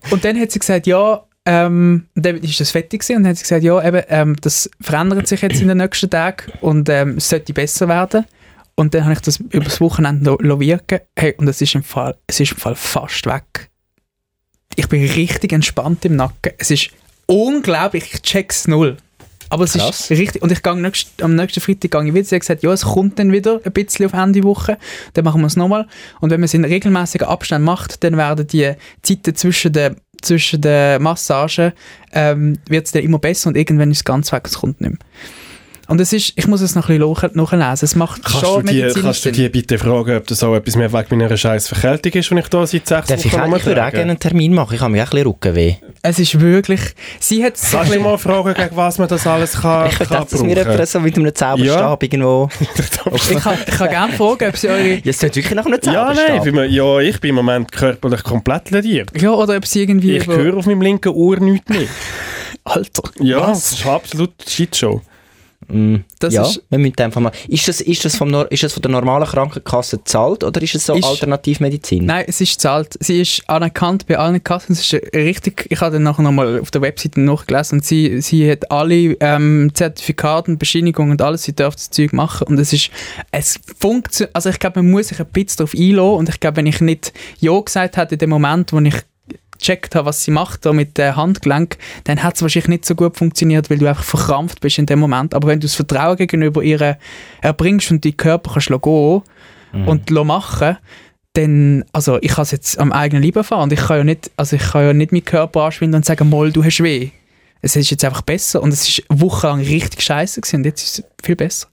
Speaker 3: Und dann hat sie gesagt, ja, ähm, dann ist das fertig gewesen und dann hat sie gesagt, ja, eben, ähm, das verändert sich jetzt in den nächsten Tagen und ähm, es sollte besser werden. Und dann habe ich das über das Wochenende lo- lo wirken. Hey, und es ist, im Fall, es ist im Fall fast weg. Ich bin richtig entspannt im Nacken. Es ist unglaublich, ich check's null. Aber es
Speaker 2: Krass.
Speaker 3: ist richtig. Und ich gang nächst, am nächsten Freitag gang ich wieder. Sie hat gesagt, ja, es kommt dann wieder ein bisschen auf Ende Woche. Dann machen wir es nochmal. Und wenn man es in regelmäßigen Abständen macht, dann werden die Zeiten zwischen den zwischen der Massagen ähm, wird es dann immer besser und irgendwann ist es ganz weg, es kommt nicht mehr. Und es ist, ich muss es noch ein bisschen nach- nachlesen, es macht
Speaker 1: Kannst,
Speaker 3: schon
Speaker 1: du die,
Speaker 3: medizinisch
Speaker 1: kannst du
Speaker 3: Sinn.
Speaker 1: die bitte fragen, ob das auch etwas mehr wegen meiner scheiß Verkältung ist, wenn ich da seit sechs
Speaker 2: Darf ich, auch- ich würde auch gerne einen Termin machen, ich habe mich auch ein bisschen Rückenweh.
Speaker 3: Es ist wirklich, sie hat es
Speaker 1: Kannst du mal fragen, gegen was man das alles kann,
Speaker 2: Ich würde
Speaker 1: kann
Speaker 2: dass mir jemand so mit einem Zauberstab irgendwo...
Speaker 3: Ich kann, ich kann gerne fragen, ob sie eure,
Speaker 2: Jetzt tut wirklich nach einem
Speaker 1: Ja,
Speaker 2: Zauberstab.
Speaker 1: nein, bin mir, ja, ich bin im Moment körperlich komplett lediert.
Speaker 3: ja, oder ob sie irgendwie...
Speaker 1: Ich höre auf meinem linken Ohr nichts mehr.
Speaker 3: Alter.
Speaker 1: Ja,
Speaker 3: Was?
Speaker 1: das ist absolut Shitshow.
Speaker 2: Mm,
Speaker 3: Das
Speaker 2: ja,
Speaker 3: ist-
Speaker 2: wir müssen einfach mal... Ist das, ist, das vom Nor ist das von der normalen Krankenkasse gezahlt oder ist es so
Speaker 3: Ist-
Speaker 2: Alternativmedizin?
Speaker 3: Nein, es ist zahlt. Sie ist anerkannt bei allen Kassen. Es ist richtig, ich habe dann nachher nochmal auf der Webseite nachgelesen und sie, sie hat alle ähm, Zertifikate und Bescheinigungen und alles, sie darf das Zeug machen und es ist, es funktioniert, also ich glaube, man muss sich ein bisschen darauf einlassen und ich glaube, wenn ich nicht Ja gesagt hätte in dem Moment, wo ich gecheckt habe, was sie macht da mit dem Handgelenk, dann hat es wahrscheinlich nicht so gut funktioniert, weil du einfach verkrampft bist in dem Moment. Aber wenn du das Vertrauen gegenüber ihr erbringst und deinen Körper kannst lassen gehen und lassen machen, dann, also ich kann es jetzt am eigenen Leib erfahren und ich kann ja nicht, also ich kann ja nicht meinen Körper anschwinden und sagen, Moll, du hast weh. Es ist jetzt einfach besser und es ist wochenlang richtig scheiße gewesen und jetzt ist es viel besser.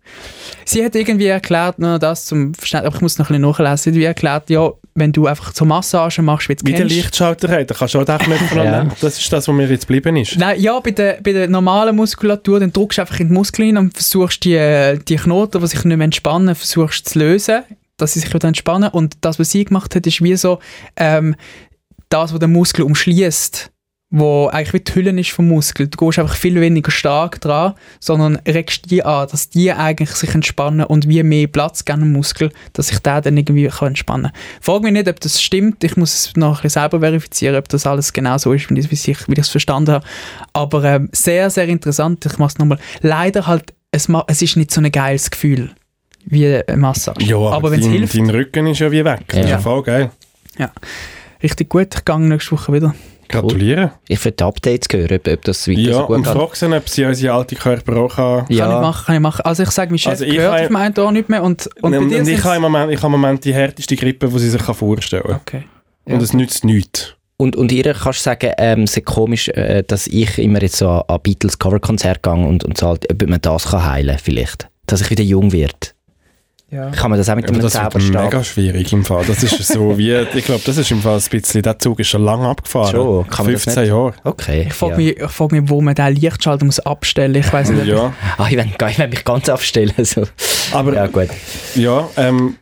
Speaker 3: Sie hat irgendwie erklärt, nur das zum Verständnis, aber ich muss noch ein bisschen nachlesen, wie erklärt, ja, wenn du einfach so Massagen machst, wie du
Speaker 1: Wie der
Speaker 3: kennst-
Speaker 1: Lichtschalter hat, da kannst du auch den Knöpfe dran
Speaker 2: Ja.
Speaker 1: nehmen. Das ist das, was mir jetzt geblieben ist.
Speaker 3: Nein, ja, bei der, bei der normalen Muskulatur, dann drückst du einfach in die Muskeln rein und versuchst die, äh, die Knoten, die sich nicht mehr entspannen, versuchst zu lösen, dass sie sich wieder entspannen. Und das, was sie gemacht hat, ist wie so ähm, das, was den Muskel umschließt, wo eigentlich wie die Hülle ist vom Muskel. Du gehst einfach viel weniger stark dran, sondern regst die an, dass die eigentlich sich entspannen und wie mehr Platz geben im Muskel, dass sich der dann irgendwie kann entspannen kann. Frag mich nicht, ob das stimmt. Ich muss es noch ein bisschen selber verifizieren, ob das alles genau so ist, wie ich wie ich- wie ich es verstanden habe. Aber ähm, sehr, sehr interessant. Ich mache es nochmal. Leider halt, es, ma- es ist nicht so ein geiles Gefühl wie eine Massage.
Speaker 1: Ja, aber,
Speaker 3: aber wenn es
Speaker 1: dein,
Speaker 3: hilft,
Speaker 1: dein Rücken ist ja wie weg. Das ist
Speaker 2: Ja.
Speaker 1: ja voll geil.
Speaker 3: richtig gut. Ich gehe nächste Woche wieder.
Speaker 1: Gratuliere.
Speaker 2: Ich würde Updates hören, ob, ob das weiter
Speaker 1: Ja,
Speaker 2: so
Speaker 1: und
Speaker 2: gut geht.
Speaker 1: frag sie, ob sie unsere alte Körper auch kann.
Speaker 3: Kann
Speaker 2: Ja.
Speaker 3: ich machen, kann ich machen. Also ich sage, mein Chef
Speaker 1: Also ich
Speaker 3: gehört
Speaker 1: kann-
Speaker 3: auf meinen Ohr nicht mehr und, und
Speaker 1: Und,
Speaker 3: bei dir
Speaker 1: und ich
Speaker 3: sind's-
Speaker 1: habe im, Moment- ich habe im Moment die härteste Grippe, die sie sich kann vorstellen kann.
Speaker 3: Okay.
Speaker 1: Und es nützt nichts.
Speaker 2: Und, und ihr kannst sagen, ähm, es ist komisch, äh, dass ich immer jetzt so an, an Beatles Coverkonzert gehe und, und so halt, ob man das kann heilen vielleicht. Dass ich wieder jung werde.
Speaker 3: Ja.
Speaker 2: Kann man das auch mit
Speaker 1: Aber
Speaker 2: einem
Speaker 1: das ist mega
Speaker 2: Zauberstab?
Speaker 1: schwierig im Fall. Das ist so wie, ich glaube, das ist im Fall ein bisschen, der Zug ist schon lange abgefahren.
Speaker 2: Schon, kann man das
Speaker 1: 15 Jahre.
Speaker 2: [laughs] Okay.
Speaker 3: Ich frage
Speaker 2: ja.
Speaker 3: mich, ich frag mich, wo man den Lichtschalter muss abstellen muss. Ich weiß nicht. ob-
Speaker 1: Ja,
Speaker 2: Ah, ich will, [laughs] ich will mich ganz abstellen. So.
Speaker 1: aber
Speaker 2: Ja, gut.
Speaker 1: Ja, ähm,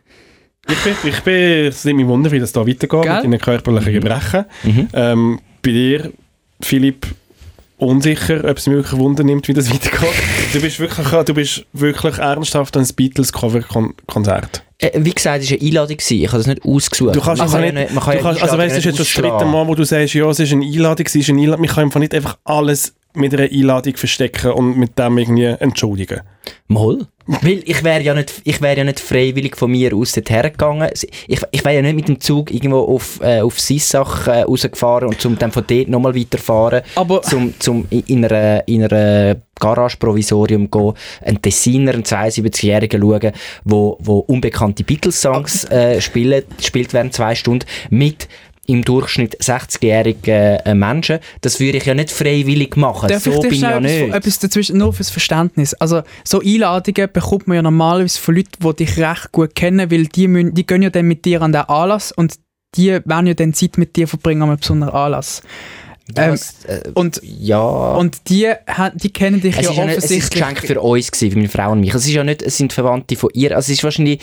Speaker 1: ich bin, ich bin, es nimmt mich Wunder, wie das da weitergeht
Speaker 3: Gell?
Speaker 1: mit deinen körperlichen Gebrechen.
Speaker 2: Mhm.
Speaker 1: Ähm, bei dir, Philipp, unsicher, ob es mich wirklich Wunder nimmt, wie das [laughs] weitergeht. du, bist wirklich, du bist wirklich ernsthaft an das Beatles-Cover-Konzert.
Speaker 2: Äh, wie gesagt, es war eine Einladung. gewesen. Ich habe das nicht ausgesucht.
Speaker 1: Du kannst,
Speaker 2: man
Speaker 1: also,
Speaker 2: kann ja
Speaker 1: nicht,
Speaker 2: nicht, man kann
Speaker 1: du
Speaker 2: ja
Speaker 1: kannst, also weißt du,
Speaker 2: Einladungen
Speaker 1: das ist jetzt
Speaker 2: nicht
Speaker 1: schon das dritte
Speaker 2: ausschlagen.
Speaker 1: Mal, wo du sagst, ja, es ist eine Einladung, es ist eine Einladung. Man kann einfach nicht einfach alles mit einer Einladung verstecken und mit dem irgendwie entschuldigen.
Speaker 2: Mal. Weil ich wäre ja, nicht- ich wär ja nicht freiwillig von mir aus dorthin gegangen. Ich, ich wäre ja nicht mit dem Zug irgendwo auf, äh, auf Sissach äh, rausgefahren und zum dann von dort nochmal weiterfahren,
Speaker 3: Aber
Speaker 2: zum, zum in- in einer, in einer Garage-Provisorium gehen, einen Tessiner, einen 72-Jährigen schauen, wo, wo unbekannte Beatles-Songs äh, spielen, spielt während zwei Stunden mit im Durchschnitt 60-jährigen äh, Menschen. Das würde ich ja nicht freiwillig machen.
Speaker 3: Darf
Speaker 2: so
Speaker 3: ich
Speaker 2: bin
Speaker 3: dich
Speaker 2: ich ja
Speaker 3: schnell
Speaker 2: nicht.
Speaker 3: etwas, etwas dazwischen, nur fürs Verständnis. Also, so Einladungen bekommt man ja normalerweise von Leuten, die dich recht gut kennen, weil die, müssen, die gehen ja dann mit dir an den Anlass und die werden ja dann Zeit mit dir verbringen an einem besonderen Anlass.
Speaker 2: Ja,
Speaker 3: ähm,
Speaker 2: es- äh,
Speaker 3: Und,
Speaker 2: ja.
Speaker 3: und die, ha- die kennen dich
Speaker 2: Es
Speaker 3: ja
Speaker 2: ist ja nicht, es ist ein
Speaker 3: offensichtlich.
Speaker 2: Geschenk für uns gewesen, für meine Frau und mich. Es ist ja nicht, es sind Verwandte von ihr. Also es ist wahrscheinlich,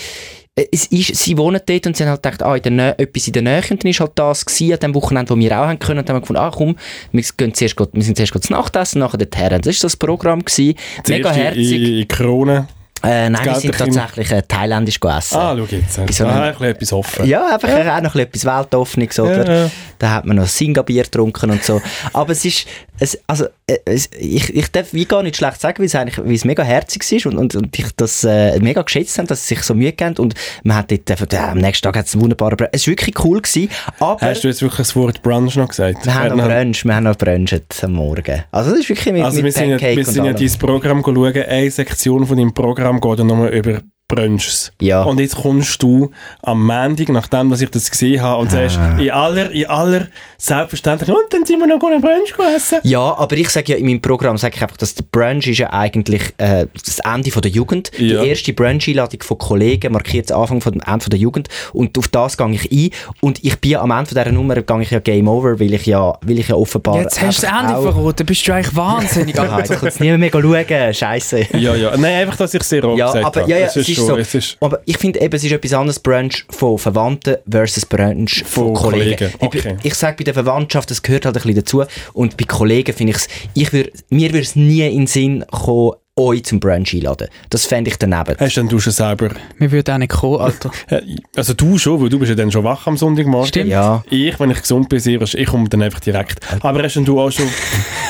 Speaker 2: äh, es ist, sie wohnen dort und sie haben halt gedacht, ah, in der Nä etwas in der Nähe. Und dann ist halt das gewesen, an dem Wochenende, wo wir auch haben können. Und dann haben wir gefunden, ah, komm, wir, gehen zuerst, gut- wir sind zuerst gut zu Nacht essen, nachher dorthin. Das war so das Programm gewesen. Mega
Speaker 1: Zuerst in-
Speaker 2: herzig.
Speaker 1: In, in Krone.
Speaker 2: Äh, nein, wir
Speaker 1: Geld
Speaker 2: sind
Speaker 1: doch im-
Speaker 2: tatsächlich äh, thailändisch gegessen.
Speaker 1: Ah, schau jetzt. Da
Speaker 2: so einem-
Speaker 1: habe ich etwas offen.
Speaker 2: Ja, einfach auch noch ein bisschen etwas Weltoffenes,
Speaker 1: Ja,
Speaker 2: oder?
Speaker 1: ja.
Speaker 2: Da hat man noch Singabier getrunken und so. Aber es ist, es, also, äh, es- ich, ich darf wie gar nicht schlecht sagen, weil es eigentlich weil es mega herzig ist und, und, und ich das äh, mega geschätzt habe, dass sie sich so Mühe geben und man hat dort einfach, äh, am nächsten Tag hat es wunderbare Bra- Es war wirklich cool gewesen, aber
Speaker 1: Hast du jetzt wirklich das Wort Brunch noch gesagt?
Speaker 2: wir haben noch
Speaker 1: Ferdinand?
Speaker 2: Brunch, wir haben noch brunchet am Morgen. Also das ist wirklich mit,
Speaker 1: Also
Speaker 2: mit
Speaker 1: wir sind, ja,
Speaker 2: Pancake
Speaker 1: wir sind ja
Speaker 2: und
Speaker 1: dein
Speaker 2: allem.
Speaker 1: Programm schauen, eine Sektion von deinem Programm geht ja nur über Brunches.
Speaker 2: Ja.
Speaker 1: Und jetzt kommst du am Montag, nachdem dass ich das gesehen habe, und sagst
Speaker 2: Ah.
Speaker 1: in aller, in aller Selbstverständlichkeit, und dann sind wir noch einen Brunch essen.
Speaker 2: Ja, aber ich sage ja in meinem Programm sage ich einfach, dass der Brunch ist ja eigentlich äh, das Ende von der Jugend.
Speaker 1: Ja.
Speaker 2: Die erste Brunch-Einladung von Kollegen markiert das Anfang von dem Ende von der Jugend und auf das gehe ich ein und ich bin am Ende von dieser Nummer gehe ich ja Game Over, weil ich ja, weil ich ja offenbar
Speaker 3: Jetzt hast du das
Speaker 2: einfach
Speaker 3: Ende
Speaker 2: auch- [laughs]
Speaker 3: verraten, bist du eigentlich wahnsinnig.
Speaker 2: Aha, jetzt kann es niemand mehr schauen, scheisse.
Speaker 1: Ja, ja. Nein, einfach, dass ich sehr oft
Speaker 2: Ja,
Speaker 1: gesagt
Speaker 2: aber,
Speaker 1: habe.
Speaker 2: ja, ja,
Speaker 1: es ist, schon,
Speaker 2: so.
Speaker 1: es ist
Speaker 2: aber ich finde eben, es ist etwas anderes, Brunch von Verwandten versus Brunch von,
Speaker 1: Von
Speaker 2: Kollegen.
Speaker 1: Kollegen,
Speaker 2: Ich bin-
Speaker 1: okay.
Speaker 2: Ich, sage bei der Verwandtschaft, das gehört halt ein bisschen dazu. Und bei Kollegen finde ich es, ich würd, mir würde es nie in den Sinn kommen, euch zum Brunch einladen. Das fände ich daneben.
Speaker 1: Hast denn du schon selber...
Speaker 3: Wir würden auch nicht kommen, Alter.
Speaker 1: äh, Also du schon, weil du bist ja dann schon wach am Sonntagmorgen.
Speaker 3: Stimmt.
Speaker 2: Ja.
Speaker 1: Ich, wenn ich gesund bin, sehr wahrscheinlich- ich komme dann einfach direkt. Aber hast denn du auch
Speaker 3: [laughs]
Speaker 1: schon,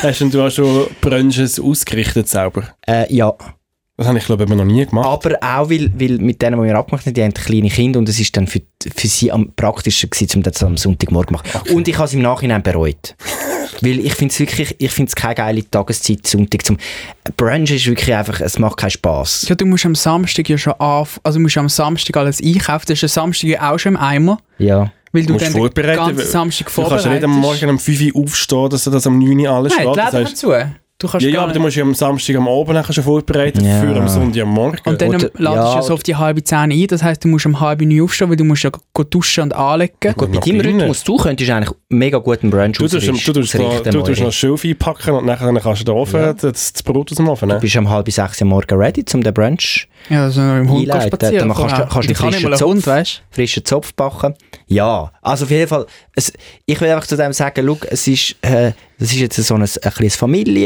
Speaker 1: hast denn du auch schon Brunches ausgerichtet selber?
Speaker 2: Äh, ja.
Speaker 1: Das habe ich, glaube ich, noch nie gemacht.
Speaker 2: Aber auch, weil, weil mit denen, die wir abgemacht haben, die haben kleine Kinder und es ist dann für, für sie am praktischer gewesen, um das am Sonntagmorgen zu machen. Und ich habe es im
Speaker 1: [laughs]
Speaker 2: Nachhinein bereut. weil ich finde es wirklich, ich finde es keine geile Tageszeit, Sonntag zum... Brunch ist wirklich einfach, es macht keinen Spass.
Speaker 3: Ja, du musst am Samstag ja schon auf, also du musst am Samstag alles einkaufen, das ist am Samstag ja auch schon im Eimer,
Speaker 2: Ja.
Speaker 3: weil Ah, du
Speaker 1: Musst
Speaker 3: dann den
Speaker 1: vorbereiten, weil-
Speaker 3: ganzen Samstag
Speaker 1: Du kannst
Speaker 3: vorbereitest.
Speaker 1: ja nicht am Morgen um 5 Uhr aufstehen, dass du das am 9 Uhr alles
Speaker 3: Nein,
Speaker 1: steht.
Speaker 3: die
Speaker 1: Das
Speaker 3: Läden haben
Speaker 1: heißt,
Speaker 3: zu. Du kannst
Speaker 1: ja,
Speaker 3: gar
Speaker 1: ja, aber
Speaker 3: nicht-
Speaker 1: du musst ja am Samstag am Abend nachher schon vorbereiten
Speaker 2: Ja.
Speaker 1: für am Sonntag am Morgen.
Speaker 3: und dann
Speaker 2: Oder-
Speaker 3: ladest du
Speaker 2: ja,
Speaker 3: ja so auf die halbe zehn ein, das heisst, du musst um halb neun aufstehen, weil du musst ja go duschen und anlegen.
Speaker 2: Gut, mit
Speaker 1: Nach
Speaker 2: deinem
Speaker 1: innen.
Speaker 2: Rhythmus, du könntest eigentlich mega gut einen Brunch
Speaker 1: du tust,
Speaker 2: ausrichten-
Speaker 1: du tust, noch, du
Speaker 2: ausrichten,
Speaker 1: tust noch
Speaker 2: Moiri.
Speaker 1: das Schilf einpacken und nachher dann kannst du den Ofen, das, das Brot aus dem Ofen
Speaker 2: Du
Speaker 1: nehmen.
Speaker 2: bist um halb sechs am Morgen ready, um den Brunch
Speaker 3: Ja, also noch im Hund
Speaker 2: Einleiten.
Speaker 3: spazieren.
Speaker 2: Dann kannst du-
Speaker 3: vorher.
Speaker 2: kannst du
Speaker 3: ich kann nicht
Speaker 2: frischen
Speaker 3: mal einen
Speaker 2: Zopf.
Speaker 3: Hund, weißt
Speaker 2: frischen Zopf backen. Ja, also auf jeden Fall, es, ich will einfach zu dem sagen, schau, es ist, äh, das ist jetzt so ein, ein kleines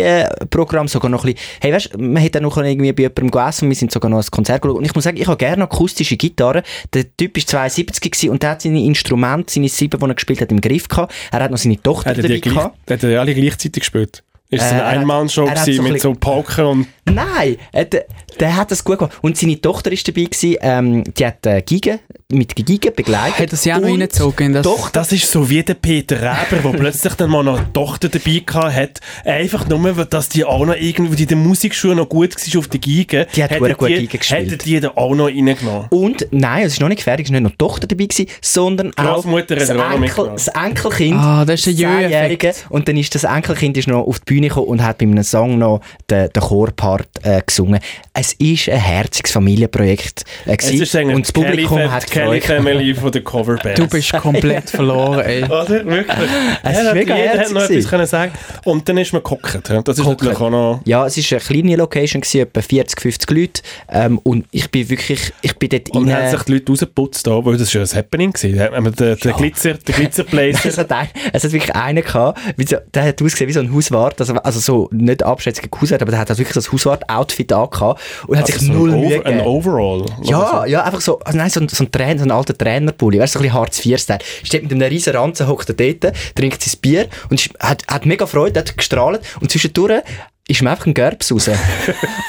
Speaker 2: Familienprogramm, sogar noch ein bisschen, hey weißt, man hat dann noch irgendwie bei jemandem gegessen und wir sind sogar noch ein Konzert geschaut und ich muss sagen, ich habe gerne akustische Gitarre, der Typ ist 72 gewesen und der hat seine Instrumente, seine sieben, die er gespielt hat, im Griff gehabt, er hat noch seine Tochter
Speaker 1: Hat er
Speaker 2: dabei
Speaker 1: die, gleich,
Speaker 2: gehabt.
Speaker 1: hat er die alle gleichzeitig gespielt? Ist es
Speaker 2: Äh,
Speaker 1: eine
Speaker 2: er hat-
Speaker 1: Einmannshow
Speaker 2: er hat
Speaker 1: gewesen
Speaker 2: so ein
Speaker 1: mit so Pauken und...
Speaker 2: Nein, äh, der, der hat das gut gemacht. Und seine Tochter ist dabei, gewesen, ähm, die hat äh, Giga, mit Giga begleitet.
Speaker 3: Hat er sie auch noch
Speaker 2: Und
Speaker 3: reingezogen in das-
Speaker 2: Doch,
Speaker 1: Das ist so wie der Peter Reber, der plötzlich dann mal noch eine Tochter dabei gehabt hat. Einfach nur, weil dass die auch noch irgendwie, die in der Musikschule noch gut war auf der Geige.
Speaker 2: Die hat
Speaker 1: er
Speaker 2: verdammt gut
Speaker 1: die-
Speaker 2: Geige
Speaker 1: Hat
Speaker 2: gespielt.
Speaker 1: er die dann auch noch reingenommen.
Speaker 2: und nein, es ist noch nicht fertig, es war nicht nur die Tochter dabei, gewesen, sondern auch
Speaker 1: Großmutter hat
Speaker 2: das,
Speaker 1: er auch noch
Speaker 2: Enkel,
Speaker 1: mitgenommen.
Speaker 2: das Enkelkind.
Speaker 3: Ah, das ist der Jö-Effekt.
Speaker 2: Zehnjährige. Und dann ist das Enkelkind ist noch auf die Bühne gekommen und hat bei einem Song noch den, den Chorpart äh, gesungen. Es ist ein herziges Familienprojekt. Äh,
Speaker 1: Es
Speaker 2: gewesen.
Speaker 1: ist eigentlich
Speaker 2: und das Publikum
Speaker 1: Kelly,
Speaker 2: hat
Speaker 1: Kelly
Speaker 2: Freude gehabt.
Speaker 1: Family von der Coverband.
Speaker 3: Du bist
Speaker 2: [laughs]
Speaker 3: komplett verloren,
Speaker 1: [laughs]
Speaker 3: ey.
Speaker 1: Oder? Wirklich.
Speaker 2: Es ist
Speaker 1: hat-
Speaker 2: mega
Speaker 1: jeder hat
Speaker 2: herzig
Speaker 1: noch etwas
Speaker 2: gewesen.
Speaker 1: können sagen Und dann ist man gehockt. ja. Das ist
Speaker 2: Gehockt.
Speaker 1: natürlich auch noch...
Speaker 2: Ja, es war eine kleine Location, gewesen, etwa 40, 50 Leute. Ähm, und ich bin wirklich, ich bin dort
Speaker 1: Und dann haben
Speaker 2: rein...
Speaker 1: sich die Leute rausgeputzt, da, weil das war ein Happening. gewesen. Da hat man Den, den Glitzer, den
Speaker 2: [laughs] Es
Speaker 1: Glitzerplacer.
Speaker 2: hat, ein, es hat wirklich einen gehabt, wie so, der hat ausgesehen wie so ein Hauswart, also, also so nicht abschätzig Hauswart, aber der hat also wirklich so ein Hauswart-Outfit angehabt und [laughs] hat sich
Speaker 1: Also so
Speaker 2: null
Speaker 1: ein,
Speaker 2: Mühe
Speaker 1: Over- ein
Speaker 2: gegeben.
Speaker 1: Overall.
Speaker 2: Ja, ja, einfach so, also nein, so ein, so ein, Trainer, so ein alter Trainerpulli, weißt du, so ein bisschen Hartz IV-Style. Steht mit einem riesen Ranzen, hockt er dort, trinkt sein Bier und ist, hat, hat mega Freude, hat gestrahlt und zwischendurch ist ihm einfach ein Gerbs
Speaker 3: [laughs]
Speaker 2: raus.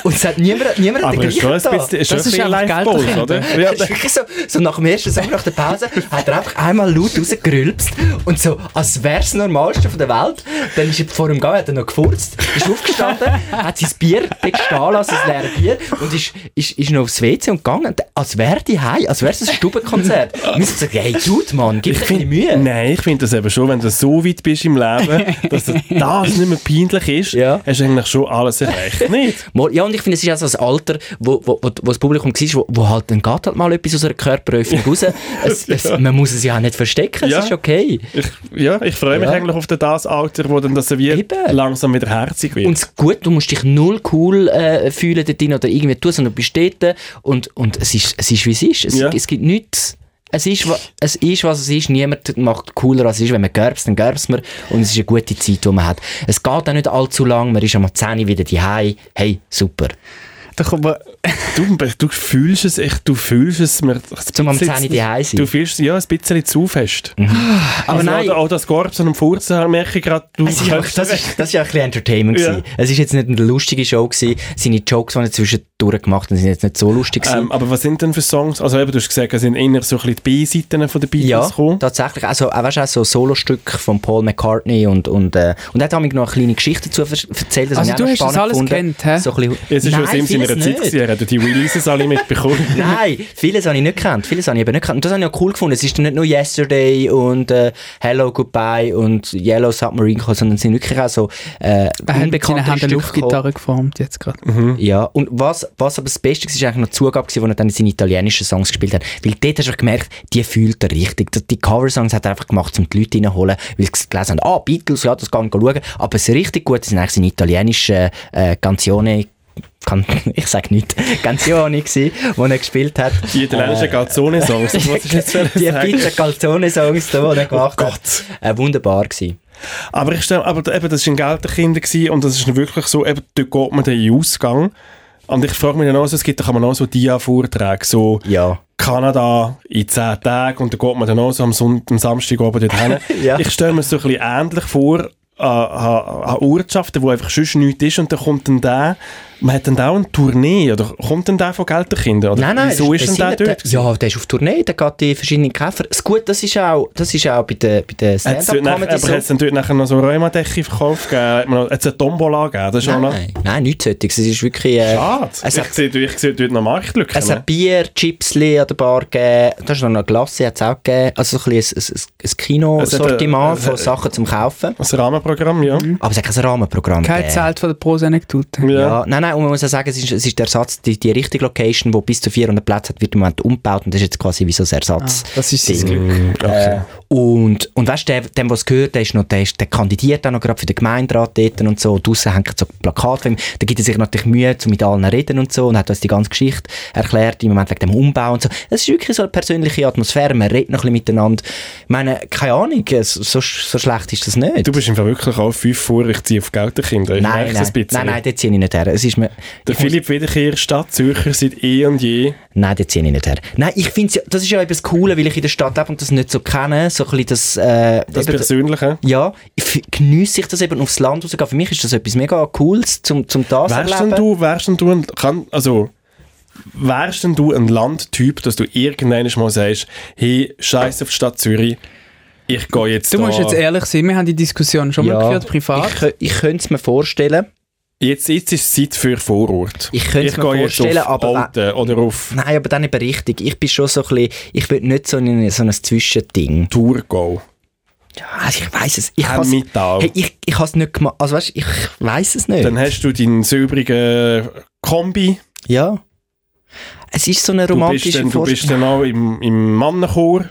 Speaker 2: und es hat niemand, niemand hat
Speaker 1: Aber
Speaker 2: den
Speaker 1: es ist schon ein
Speaker 2: gleichen
Speaker 1: bisschen, ist schon ein
Speaker 2: getan.
Speaker 3: Das ist
Speaker 1: bisschen
Speaker 3: einfach Geld
Speaker 1: Live-Balls,
Speaker 3: dahinter.
Speaker 1: oder?
Speaker 2: [laughs] Das ist wirklich so, so nach dem ersten Song, nach der Pause, hat er einfach einmal laut rausgerülpst und so, als wäre es Normalste von der Welt. Dann ist er vor ihm gegangen, hat er noch gefurzt, ist aufgestanden, hat sein Bier dort stehen lassen, sein leeres Bier, und ist, ist, ist noch aufs WC und gegangen, als wäre die heim, als wäre es
Speaker 1: [laughs]
Speaker 2: ein Stubenkonzert. Und wir sind so, hey, Dude, Mann, gib dir ein bisschen Mühe.
Speaker 1: Nein, ich finde das eben schon, wenn du so weit bist im [laughs] Leben, dass dir das nicht mehr peinlich ist,
Speaker 2: Ja.
Speaker 1: hast du eigentlich schon alles erreicht. Nicht?
Speaker 2: Mal- Ja, und ich finde, es ist also das Alter, wo, wo, wo, wo das Publikum war, wo, wo halt, dann geht halt mal etwas aus einer Körperöffnung raus.
Speaker 1: [laughs]
Speaker 2: Es, es, Man muss es ja auch nicht verstecken,
Speaker 1: Ja.
Speaker 2: es ist okay.
Speaker 1: Ich, ja, ich freue mich
Speaker 2: Ja.
Speaker 1: eigentlich auf das Alter, wo dann das wie
Speaker 2: Eben.
Speaker 1: langsam wieder herzig wird.
Speaker 2: Und es gut, du musst dich null cool äh, fühlen dort drin oder irgendwie tun, sondern du bist dort äh, und, und es, ist, es ist, wie es ist. Es,
Speaker 1: Ja.
Speaker 2: es gibt nichts. Es ist, wa- es ist, was es ist. Niemand macht cooler, als es ist. Wenn man gerbst, dann gerbst man. Und es ist eine gute Zeit, die man hat. Es geht auch nicht allzu lang. Man ist am 10 Uhr wieder daheim. Hey, super.
Speaker 3: Da kommt man
Speaker 1: Du, du fühlst es echt, du fühlst es. mir-
Speaker 2: Zum am
Speaker 1: ein bisschen
Speaker 2: 10 Uhr
Speaker 1: zu-
Speaker 2: daheim sein.
Speaker 1: Du fühlst es, ja, ein bisschen zu fest.
Speaker 2: Aber
Speaker 1: also
Speaker 2: nein.
Speaker 1: Auch, auch das Gorbsen und Furzen merke ich gerade, du
Speaker 2: Es ist einfach,
Speaker 1: kommst
Speaker 2: das,
Speaker 1: weg.
Speaker 2: ist, das ist ja ein bisschen Entertainment.
Speaker 1: Ja.
Speaker 2: gewesen. Es ist jetzt nicht eine lustige Show. Gewesen. Seine Jokes, die er zwischendurch gemacht hat, sind jetzt nicht so lustig. gewesen.
Speaker 1: Ähm, aber was sind denn für Songs? Also eben, du hast gesagt, es sind eher so ein bisschen die Beiseiten von den Beatles
Speaker 2: ja,
Speaker 1: gekommen.
Speaker 2: tatsächlich. Also, auch, weißt du, auch so Solostücke von Paul McCartney und, und, äh, und er hat damit noch eine kleine Geschichte dazu ver- erzählt. Das
Speaker 3: Also
Speaker 2: habe ich
Speaker 3: du
Speaker 2: auch noch
Speaker 3: hast das
Speaker 2: spannend
Speaker 3: alles
Speaker 2: gefunden.
Speaker 3: gekannt, hä?
Speaker 2: So ein bisschen-
Speaker 1: Es ist
Speaker 2: Nein,
Speaker 1: aus ihm seiner
Speaker 2: vieles
Speaker 1: Zeit
Speaker 2: nicht.
Speaker 1: gewesen, er hat ja die Releases alle [laughs] mitbekommen.
Speaker 2: Nein, vieles habe ich nicht gekannt. Vieles habe ich eben nicht gekannt. Und das habe ich auch cool gefunden. Es ist dann nicht nur Yesterday und äh, Hello Goodbye und Yellow Submarine gekommen, sondern es sind wirklich auch so äh,
Speaker 3: Er hat mit seinen
Speaker 2: unbekannte
Speaker 3: Händen
Speaker 2: Stücke gekommen.
Speaker 3: Luftgitarre geformt jetzt gerade.
Speaker 2: Ja, und was, was aber das Beste war, ist eigentlich noch die Zugabe, gewesen, wo er dann seine italienischen Songs gespielt hat. Weil dort hast du gemerkt, die fühlt er richtig. Die- Die Cover-Songs hat er einfach gemacht, um die Leute reinzuholen, weil sie gelesen haben, ah, Beatles, ja, das kann ich schauen. Aber es richtig gut sind eigentlich seine italienischen äh, Canzone, Can [laughs] ich sag nicht, Canzone gewesen, die er gespielt hat.
Speaker 1: Die italienischen
Speaker 2: Äh.
Speaker 1: Gazzone-Songs. Was ist
Speaker 2: [laughs]
Speaker 1: jetzt für ein
Speaker 2: Die
Speaker 1: Sagen?
Speaker 2: Pizza Calzone-Songs, die er gemacht
Speaker 1: Oh
Speaker 2: hat. Äh, wunderbar gewesen.
Speaker 1: Aber ich stelle, aber eben, das waren Gelderkinder gewesen und das ist wirklich so, eben, dort geht man dann in den Ausgang. Und ich frage mich dann auch, so, es gibt doch auch so Dia-Vorträge, so
Speaker 2: Ja.
Speaker 1: Kanada in 10 Tagen und dann geht man dann auch so am, Sonntag, am Samstag oben dort hin.
Speaker 2: [laughs] Ja.
Speaker 1: Ich stelle mir es so ein bisschen ähnlich vor an, an, an Ortschaften, wo einfach sonst nichts ist und dann kommt dann der, man hat dann da auch eine Tournee, oder kommt dann der von Gelderkinder? Oder
Speaker 2: Nein, nein,
Speaker 1: Wieso ist denn
Speaker 2: der
Speaker 1: der dort? gewesen?
Speaker 2: Ja, der ist auf Tournee, der geht in verschiedene Käfer. Das Gute, das ist auch, das ist auch bei den bei der
Speaker 1: Hat's dort nach-
Speaker 2: Stand-Up-Comedy
Speaker 1: Aber
Speaker 2: so.
Speaker 1: hat es dann dort nachher noch so Rheumadecke verkauft gegeben? Hat man noch- hat's eine Tombola gegeben? Das ist auch noch...
Speaker 2: Nein, nein, nichts solches. Es ist wirklich... Äh,
Speaker 1: Schade.
Speaker 2: Es
Speaker 1: ich
Speaker 2: hat,
Speaker 1: sehe ich seh dort noch Marktlücken.
Speaker 2: es
Speaker 1: ne?
Speaker 2: hat Bier, Chipsli an der Bar gegeben. Da ist noch eine Glasse, hat es auch gegeben. Also so ein bisschen ein, ein, ein Kinosortiment
Speaker 1: Es hat, äh,
Speaker 2: von
Speaker 1: es hat-
Speaker 2: Sachen zum Kaufen.
Speaker 1: Das Rahmenprogramm, ja.
Speaker 2: Aber es hat kein Rahmenprogramm
Speaker 3: Kein
Speaker 2: gegeben.
Speaker 3: Zelt von der Prosa-Anekdote.
Speaker 1: Ja.
Speaker 2: Mhm. Ja, nein, nein, und man muss auch sagen, es ist, es ist der Ersatz, die, die richtige Location, die bis zu 400 Plätze hat, wird im Moment umgebaut und das ist jetzt quasi wie so ein
Speaker 1: Ah.
Speaker 2: Ersatz.
Speaker 3: Das ist sein
Speaker 2: Ding.
Speaker 3: Glück.
Speaker 2: Äh, und, und weißt du, der- dem, was gehört, der, ist noch, der, ist, der kandidiert auch noch gerade für den Gemeinderat dort und so. Draussen hängen so Plakate von ihm. Da gibt er sich natürlich Mühe, zu mit allen reden und so. Und hat uns die ganze Geschichte erklärt, im Moment wegen dem Umbau und so. Es ist wirklich so eine persönliche Atmosphäre. Man redet noch ein bisschen miteinander. Ich meine, keine Ahnung, es- so, sch- so schlecht ist das nicht.
Speaker 1: Du bist im Fall wirklich auch fünf vor, ich ziehe auf Gelderkinder. Ich
Speaker 2: nein,
Speaker 1: merk's
Speaker 2: nein,
Speaker 1: ein bisschen.
Speaker 2: nein, nein, dort ziehe ich nicht her. Es ist mir,
Speaker 1: Der
Speaker 2: ich muss-
Speaker 1: Philipp Wiederkehr, Stadtzürcher, seit eh und je.
Speaker 2: Nein, das ziehe ich nicht her. Nein, ich finde ja, das ist ja eben das Coole, weil ich in der Stadt lebe und das nicht so kenne. So ein bisschen das, äh,
Speaker 1: Das
Speaker 2: eben-
Speaker 1: Persönliche.
Speaker 2: ja, f- geniesse ich das eben aufs Land rausgehen. Für mich ist das etwas mega Cooles, zum, zum das
Speaker 1: Wärst
Speaker 2: erleben.
Speaker 1: denn du, wärst denn du ein, kann, also, wärst denn du ein Landtyp, dass du irgendwann mal sagst, hey, scheiß auf die Stadt Zürich, ich gehe jetzt
Speaker 3: Du
Speaker 1: da.
Speaker 3: musst jetzt ehrlich sein, wir haben die Diskussion schon mal
Speaker 2: Ja.
Speaker 3: geführt, privat.
Speaker 2: Ich, kö- ich könnte es mir vorstellen.
Speaker 1: jetzt, jetzt ist es Zeit für Vorort.
Speaker 2: Ich könnte es mir
Speaker 1: gehe jetzt
Speaker 2: vorstellen,
Speaker 1: auf
Speaker 2: aber wenn-
Speaker 1: Alten oder auf
Speaker 2: Nein, aber dann eben richtig. Ich bin schon so ein bisschen, ich will nicht so ein, so ein Zwischending.
Speaker 1: Thurgau.
Speaker 2: Ja, ich weiß es. Ich
Speaker 1: Haben
Speaker 2: has-
Speaker 1: mit da.
Speaker 2: hey, ich, ich habe es nicht gemacht. Also weißt, ich weiß es nicht.
Speaker 1: Dann hast du deinen silbrigen Kombi.
Speaker 2: ja. Es ist so eine
Speaker 1: Du bist,
Speaker 2: romantische
Speaker 1: dann, du bist
Speaker 2: Vorstellung.
Speaker 1: dann auch im, im Mannenchor.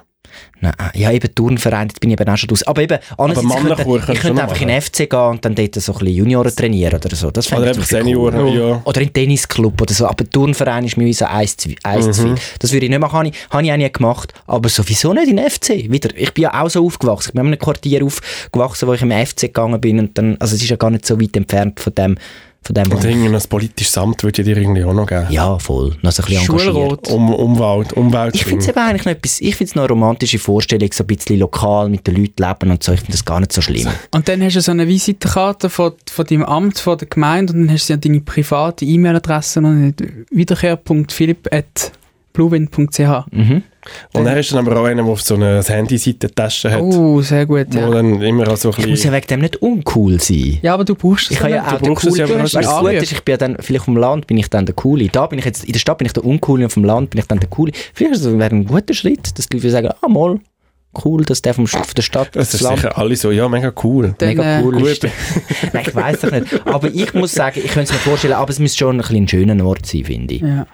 Speaker 2: Nein, ah, ja, eben Turnverein, dort bin ich eben auch schon draus. Aber eben, andererseits,
Speaker 1: Männerchor
Speaker 2: ich könnte,
Speaker 1: könntest
Speaker 2: ich
Speaker 1: du
Speaker 2: könnte
Speaker 1: noch
Speaker 2: einfach in den FC gehen und dann dort so ein bisschen Junioren trainieren oder so. Das fände
Speaker 1: Oder
Speaker 2: ich
Speaker 1: einfach
Speaker 2: zum Beispiel cool.
Speaker 1: Senioren. Ja.
Speaker 2: Oder im Tennisclub oder so. Aber Turnverein ist mir so eins, zu- eins zu viel. Das würde ich nicht machen. Habe ich, habe ich auch nie gemacht. Aber sowieso nicht in den FC. Wieder. Ich bin ja auch so aufgewachsen. Ich bin in einem Quartier aufgewachsen, wo ich im FC gegangen bin. Und dann, also es ist ja gar nicht so weit entfernt von dem, von dem
Speaker 1: Und
Speaker 2: wo
Speaker 1: irgendwie noch ein politisches Amt würde ich dir irgendwie auch noch geben.
Speaker 2: Ja, voll. Noch so ein bisschen engagiert.
Speaker 3: Schulrot.
Speaker 1: Um, Umwelt, Umwelt.
Speaker 2: Ich finde es eben eigentlich noch etwas, ich finde es noch eine romantische Vorstellung, so ein bisschen lokal mit den Leuten leben und so. Ich finde das gar nicht so schlimm.
Speaker 3: Und dann hast du so eine Visitenkarte von, von deinem Amt, von der Gemeinde und dann hast du ja deine private E-Mail-Adresse und wiederkehr.philipp.bluewind.ch.
Speaker 2: Mhm.
Speaker 1: Und dann hast du dann aber auch einen, der auf so eine Handyseitentasche hat, wo
Speaker 3: Oh, sehr gut, ja.
Speaker 1: dann immer auch so ein
Speaker 2: Ich muss ja
Speaker 1: bisschen...
Speaker 2: wegen dem nicht uncool sein.
Speaker 3: Ja, aber du brauchst es
Speaker 2: Ich kann ja
Speaker 3: nicht.
Speaker 2: auch
Speaker 1: Du brauchst es ja, aber hast
Speaker 2: weißt, du, was gut
Speaker 3: Anruf.
Speaker 2: ist, ich bin ja dann, vielleicht vom Land bin ich dann der Coole. Da bin ich jetzt, in der Stadt bin ich der Uncoole und vom Land bin ich dann der Coole. Vielleicht ist das- wäre ein guter Schritt, dass die Leute sagen, ah, mal, cool, dass der vom, Sch- von der Stadt
Speaker 1: Das ist
Speaker 2: ins Land
Speaker 1: sicher alle so, ja, mega cool.
Speaker 3: Dann,
Speaker 2: mega
Speaker 3: äh,
Speaker 2: cool
Speaker 1: gut.
Speaker 2: ist. [laughs] Nein, ich weiß doch nicht. Aber ich muss sagen, ich könnte es mir vorstellen, aber es müsste schon ein, bisschen ein schöner Ort sein, finde ich.
Speaker 3: ja.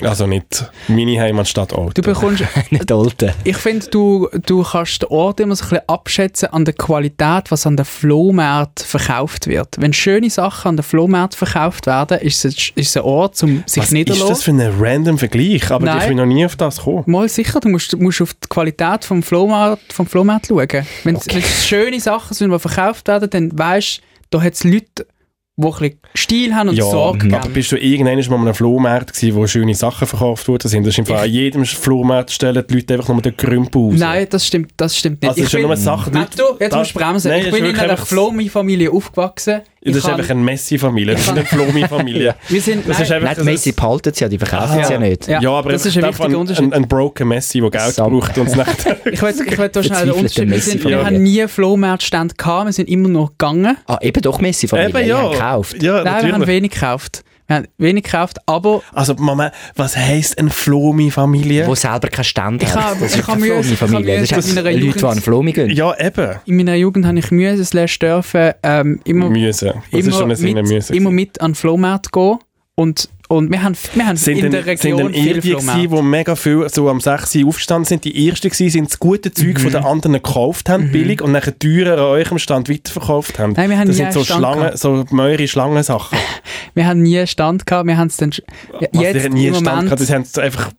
Speaker 1: Also nicht meine Heimatstadt Alten.
Speaker 3: Du bekommst,
Speaker 2: Nicht alte.
Speaker 3: ich finde, du, du kannst den Ort immer so ein bisschen abschätzen an der Qualität, was an der Flohmarkt verkauft wird. Wenn schöne Sachen an der Flohmarkt verkauft werden, ist es, ist es ein Ort, um sich
Speaker 1: Was ist
Speaker 3: niederzulassen.
Speaker 1: das für ein random Vergleich? Aber
Speaker 3: Nein.
Speaker 1: ich bin noch nie auf das gekommen.
Speaker 3: Mal sicher, du musst, musst auf die Qualität vom Flohmarkt, vom Flohmarkt schauen. Wenn es wenn es schöne Sachen sind, die verkauft werden, dann weißt du, da hat es Leute die ein bisschen Stil haben und
Speaker 1: Ja,
Speaker 3: Sorge
Speaker 1: aber
Speaker 3: geben.
Speaker 1: bist du irgendwann mal an einem Flohmarkt gewesen, wo schöne Sachen verkauft wurden? Das ist im Fall an jedem Flohmarkt stellen die Leute einfach nur den Krümpel aus.
Speaker 3: Nein, das stimmt, das stimmt nicht.
Speaker 1: also es ist ja
Speaker 3: bin-
Speaker 1: nur Sache, die Leute-
Speaker 3: Matto, jetzt
Speaker 1: das-
Speaker 3: musst du bremsen.
Speaker 1: Nein,
Speaker 3: ich
Speaker 1: das ist
Speaker 3: bin in
Speaker 1: wirklich
Speaker 3: einer
Speaker 1: einfach-
Speaker 3: Flomi-Familie aufgewachsen.
Speaker 1: Das
Speaker 3: Ich
Speaker 1: ist
Speaker 3: kann-
Speaker 1: einfach eine Messi-Familie, das ist eine Flomi-Familie.
Speaker 3: Wir sind,
Speaker 1: Das
Speaker 3: nein,
Speaker 1: ist einfach
Speaker 2: Nein, die
Speaker 1: so-
Speaker 2: Messi behalten sie ja, die verkaufen
Speaker 1: Ah.
Speaker 2: sie ja nicht.
Speaker 3: Ja,
Speaker 1: Ja, aber
Speaker 3: das
Speaker 1: einfach
Speaker 3: ist ein
Speaker 1: dann
Speaker 3: wichtiger
Speaker 1: von-
Speaker 3: Unterschied.
Speaker 1: Ein, ein broken Messi, der Geld
Speaker 2: Sam.
Speaker 1: braucht und es
Speaker 3: [laughs]
Speaker 1: nicht...
Speaker 3: ich will, ich will da schnell einen
Speaker 2: Verzweifelte
Speaker 3: Unterschied. Wir, sind, wir
Speaker 1: Messi-Familie.
Speaker 3: haben nie Flohmarktstände gehabt, wir sind immer noch gegangen.
Speaker 2: Ah, eben doch Messi von mir,
Speaker 1: Eben,
Speaker 2: die
Speaker 1: ja.
Speaker 2: haben gekauft.
Speaker 1: Ja,
Speaker 3: Nein, wir haben
Speaker 1: natürlich.
Speaker 3: wenig gekauft. Wir haben wenig gekauft, aber
Speaker 1: Also Mama, was heisst eine Flomi-Familie?
Speaker 2: Wo selber keinen Stand
Speaker 3: Ich
Speaker 2: hat.
Speaker 3: hab-
Speaker 2: Das
Speaker 3: ich
Speaker 2: ist
Speaker 3: hab
Speaker 2: keine
Speaker 3: Mühe-
Speaker 2: Flomi-Familie.
Speaker 3: ich hab
Speaker 2: Das ist
Speaker 3: Mühe-
Speaker 2: Leute, die an Flomi gehen.
Speaker 1: Ja, eben.
Speaker 3: in meiner Jugend habe ich müssen, slash dürfen, ähm, immer,
Speaker 1: Müssen. Das ist
Speaker 3: immer,
Speaker 1: schon ein Sinn,
Speaker 3: mit,
Speaker 1: Müssen.
Speaker 3: immer mit an den Flohmarkt gehen. Und, und wir haben, wir haben
Speaker 1: sind
Speaker 3: in
Speaker 1: denn,
Speaker 3: der
Speaker 1: sind
Speaker 3: Region
Speaker 1: denn ihr
Speaker 3: viel
Speaker 1: die gewesen,
Speaker 3: Flohmarkt.
Speaker 1: die mega viel so am 6 Uhr aufgestanden sind? Die ersten gewesen, sind das gute Zeug
Speaker 3: Mhm.
Speaker 1: von den anderen gekauft haben, billig, und nachher teurer an euch am Stand weiterverkauft haben.
Speaker 3: Nein, wir haben
Speaker 1: das
Speaker 3: nie
Speaker 1: sind so
Speaker 3: einen Stand
Speaker 1: Schlangen,
Speaker 3: gehabt.
Speaker 1: so meure Schlangensachen.
Speaker 3: Wir haben nie einen Stand gehabt, wir haben es dann sch-
Speaker 1: Was,
Speaker 3: jetzt
Speaker 1: die haben nie
Speaker 3: im
Speaker 1: einen Stand
Speaker 3: Moment.
Speaker 1: gehabt, das haben sie einfach...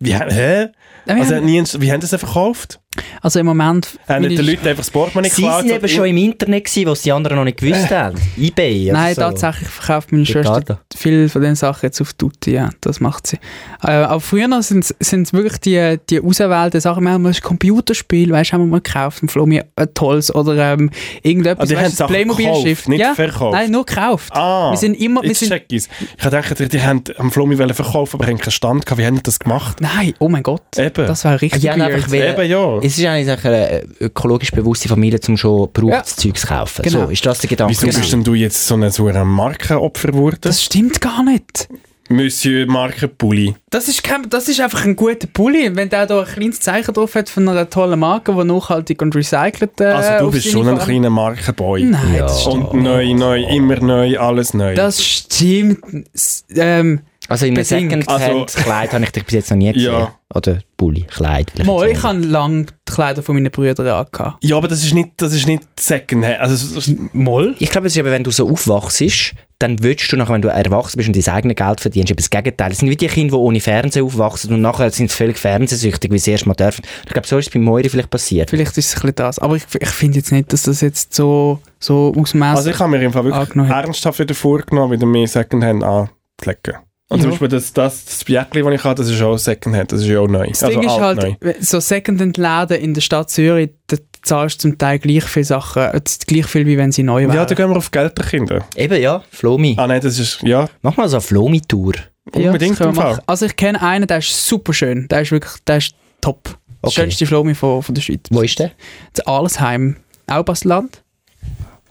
Speaker 1: Wie, haben- hä?
Speaker 3: Nein, wir
Speaker 1: Also,
Speaker 3: haben,
Speaker 1: nie, einen- wie haben sie das verkauft?
Speaker 3: also im Moment.
Speaker 1: Haben
Speaker 3: meine-
Speaker 1: den Leuten einfach das Portemonnaie
Speaker 2: Sie waren
Speaker 1: geklaut
Speaker 2: eben
Speaker 1: und-
Speaker 2: schon im Internet, gewesen, was die anderen noch nicht gewusst
Speaker 1: Äh.
Speaker 2: haben. Ebay oder
Speaker 3: Nein,
Speaker 2: so.
Speaker 3: tatsächlich verkauft meine Schwester
Speaker 2: Ricardo.
Speaker 3: viel von den Sachen jetzt auf Tutti, ja, das macht sie. Äh, aber früher sind es wirklich die, die auserwählten Sachen, wir haben mal ein Computerspiel, weißt, haben wir mal gekauft, ein Flomi, ein tolles oder ähm, irgendetwas,
Speaker 1: Also die haben
Speaker 3: weißt,
Speaker 1: Sachen gekauft, nicht
Speaker 3: ja?
Speaker 1: verkauft.
Speaker 3: Nein, nur gekauft.
Speaker 1: Ah,
Speaker 3: wir sind immer, wir
Speaker 1: jetzt
Speaker 3: sind,
Speaker 1: check ich's. Ich dachte, die, die haben am Flummi wollen verkaufen, aber haben keinen Stand gehabt. Wie haben die das gemacht?
Speaker 3: nein, oh mein Gott,
Speaker 1: Eben.
Speaker 3: das war richtig
Speaker 2: Die haben
Speaker 3: weird.
Speaker 2: einfach wollen-
Speaker 1: Eben, ja.
Speaker 2: Es ist eigentlich sicher eine ökologisch bewusste Familie, um schon
Speaker 3: Ja.
Speaker 2: gebrauchtes Zeug zu kaufen.
Speaker 3: Genau.
Speaker 2: So, ist das der Gedanke?
Speaker 1: Wieso bist denn du jetzt so ein, so ein Markenopfer geworden?
Speaker 3: Das stimmt gar nicht.
Speaker 1: Monsieur Markenpulli.
Speaker 3: Das ist, kein, das ist einfach ein guter Pulli. Wenn der da ein kleines Zeichen drauf hat von einer tollen Marke, die nachhaltig und recycelt äh,
Speaker 1: Also du
Speaker 3: auf
Speaker 1: bist
Speaker 3: seine
Speaker 1: schon ein
Speaker 3: Fahne-
Speaker 1: kleiner Markenboy.
Speaker 3: Nein,
Speaker 2: Ja.
Speaker 3: das stimmt.
Speaker 1: Und neu, neu, immer neu, alles neu.
Speaker 3: Das stimmt. S- Ähm,
Speaker 2: Also in einem
Speaker 3: Bedingt.
Speaker 2: Secondhand-Kleid habe ich dich bis jetzt noch nie gesehen.
Speaker 1: Also, Ja.
Speaker 2: Oder Bulli, Kleid. will ich
Speaker 3: mal,
Speaker 2: jetzt
Speaker 3: ich
Speaker 2: sagen.
Speaker 3: habe lange die Kleider von meinen Brüdern angehabt.
Speaker 1: ja, aber das ist nicht, das ist nicht Secondhand. Also, es- es-
Speaker 3: Moll?
Speaker 2: Ich glaube, es ist eben, wenn du so aufwachst, dann willst du nachher, wenn du erwachsen bist und dein eigenes Geld verdienst, eben das Gegenteil. Es sind wie die Kinder, die ohne Fernsehen aufwachsen und nachher sind sie völlig fernsehsüchtig, wie sie erst mal dürfen. Ich glaube, so ist es bei Moiri vielleicht passiert.
Speaker 3: Vielleicht ist es ein bisschen das. Aber ich, ich finde jetzt nicht, dass das jetzt so, so ausmaßt.
Speaker 1: also ich habe mir im Fall wirklich
Speaker 3: Angenommen.
Speaker 1: ernsthaft wieder vorgenommen, wieder mehr Secondhand anzulegen. Und zum
Speaker 3: Ja.
Speaker 1: Beispiel das, das, das Biettli, das ich habe, das ist auch Secondhand, das ist ja auch neu.
Speaker 3: das Ding ist halt,
Speaker 1: neu.
Speaker 3: we- so Secondhand-Läden in der Stadt Zürich, da zahlst du zum Teil gleich viel Sachen, äh, gleich viel, wie wenn sie neu
Speaker 1: Ja,
Speaker 3: wären.
Speaker 1: da gehen wir auf Geld der Kinder.
Speaker 2: Eben, ja, Flomi.
Speaker 1: Ah nein, das ist, ja,
Speaker 2: Mach mal so eine Flomi-Tour.
Speaker 3: Ja,
Speaker 1: unbedingt
Speaker 3: das können
Speaker 1: im
Speaker 3: wir
Speaker 1: Fall.
Speaker 3: machen. Also ich kenne einen, der ist super schön. Der ist wirklich, der ist top. Das
Speaker 2: Okay.
Speaker 3: schönste Flomi von, von der Schweiz.
Speaker 2: Wo ist der?
Speaker 3: Das Alesheim, auch Basel-Land.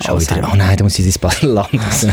Speaker 2: Schon wieder. Oh nein, da muss ich ins
Speaker 1: [laughs]
Speaker 2: Ballerland.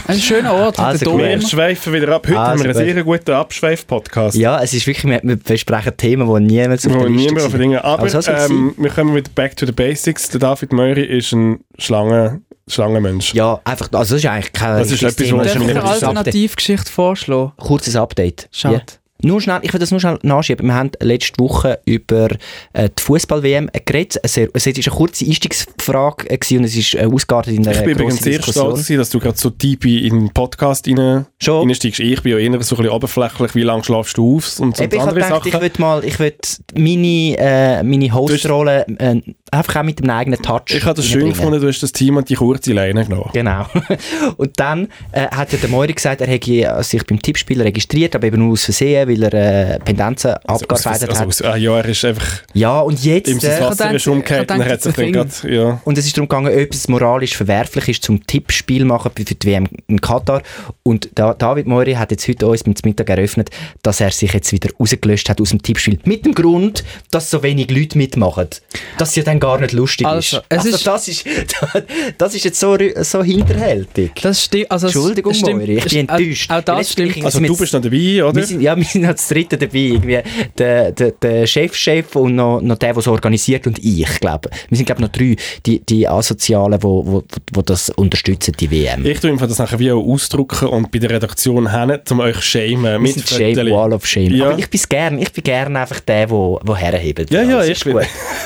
Speaker 3: Ein schöner Ort, hat
Speaker 2: Also
Speaker 3: den Dom.
Speaker 1: Wir schweifen wieder ab. Heute
Speaker 2: Ah,
Speaker 1: haben wir einen
Speaker 2: super.
Speaker 1: sehr guten Abschweif-Podcast.
Speaker 2: Ja, es ist wirklich, wir- wir besprechen Themen, die niemals auf
Speaker 1: Wo
Speaker 2: der Liste
Speaker 1: Oh, niemand auf
Speaker 2: sind.
Speaker 1: Dinge. Aber
Speaker 2: Also, was soll's
Speaker 1: ähm, wir kommen wieder back to the basics. Der David Meury ist ein Schlangen, Schlangenmensch.
Speaker 2: Ja, einfach, also das ist eigentlich kein
Speaker 1: Das ist
Speaker 2: richtiges
Speaker 1: etwas,
Speaker 2: Thema,
Speaker 1: was
Speaker 2: das ist
Speaker 3: Darf
Speaker 1: mir
Speaker 3: ich
Speaker 2: ein
Speaker 3: eine
Speaker 2: kurzes Update.
Speaker 3: Alternativgeschichte vorschlagen?
Speaker 2: Kurzes Update.
Speaker 3: Schade.
Speaker 2: Ja. Nur schnell, ich will das nur schnell nachschieben. Wir haben letzte Woche über äh, die Fußball-WM geredet. Es war eine kurze Einstiegsfrage äh, gewesen und es ist äh, ausgeartet in der
Speaker 1: Ich bin übrigens sehr stolz, gewesen, dass du gerade so deep in in den Podcast rein-
Speaker 2: Schon.
Speaker 1: reinsteigst. Ich bin ja eher so ein bisschen oberflächlich, wie lange schlafst du auf und so
Speaker 2: Eben, ich habe
Speaker 1: andere
Speaker 2: gedacht, ich
Speaker 1: Sachen.
Speaker 2: will mal, ich will meine, äh, meine Host-Rolle äh, einfach auch mit einem eigenen Touch
Speaker 1: Ich habe das schön
Speaker 2: reinbringen.
Speaker 1: gefunden, du hast das Team und die kurze Leine genommen.
Speaker 2: Genau. [laughs] Und dann äh, hat ja der Moiri gesagt, er hätte äh, sich beim Tippspiel registriert, aber eben nur aus Versehen, weil er äh, Pendenzen
Speaker 1: Also, aus-
Speaker 2: abgearbeitet
Speaker 1: also,
Speaker 2: hat.
Speaker 1: aus- ah, ja, er ist einfach
Speaker 2: Ja, und
Speaker 1: im
Speaker 2: jetzt...
Speaker 1: sein
Speaker 2: Äh,
Speaker 1: Wasser
Speaker 3: gedacht,
Speaker 1: ist umgekehrt
Speaker 3: ich habe
Speaker 1: und er hat sich
Speaker 3: gedacht,
Speaker 1: dann
Speaker 3: das
Speaker 1: gerade, ja.
Speaker 2: und es ist darum gegangen, ob etwas moralisch verwerflich ist zum Tippspiel machen für die WM in Katar. Und da, David Moiri hat jetzt heute uns beim Mittag eröffnet, dass er sich jetzt wieder rausgelöscht hat aus dem Tippspiel. Mit dem Grund, dass so wenig Leute mitmachen. Dass es ja dann gar nicht lustig
Speaker 3: Also,
Speaker 2: ist.
Speaker 3: es
Speaker 2: Also
Speaker 3: ist-
Speaker 2: das ist... [laughs] Das ist jetzt so, rü- so hinterhältig.
Speaker 3: Das stimmt. Also es-
Speaker 2: Entschuldigung,
Speaker 3: es stimmt-
Speaker 2: Moiri, ich bin
Speaker 3: auch-
Speaker 2: enttäuscht.
Speaker 3: Auch das
Speaker 2: Letztlich
Speaker 3: stimmt.
Speaker 1: Also
Speaker 2: sind
Speaker 1: du
Speaker 2: jetzt-
Speaker 1: bist noch dabei, oder?
Speaker 2: Wir sind, ja, [laughs] wir sind als Dritte dabei. Irgendwie der, der, der Chefchef und noch, noch der, der es organisiert und ich, glaube Wir sind, glaube noch drei, die, die Asozialen, die wo, wo, wo das unterstützen, die WM.
Speaker 1: Ich tue im Fall das nachher wie auch ausdrucken und bei der Redaktion hin, um euch zu schämen.
Speaker 2: wir sind Shame,
Speaker 1: Fotos.
Speaker 2: Wall of Shame.
Speaker 1: Ja.
Speaker 2: Aber ich bin gern, ich bin gern einfach der, der, der herhebt.
Speaker 1: Ja, ja,
Speaker 2: Das
Speaker 1: ich
Speaker 2: ist
Speaker 1: bin-
Speaker 2: gut.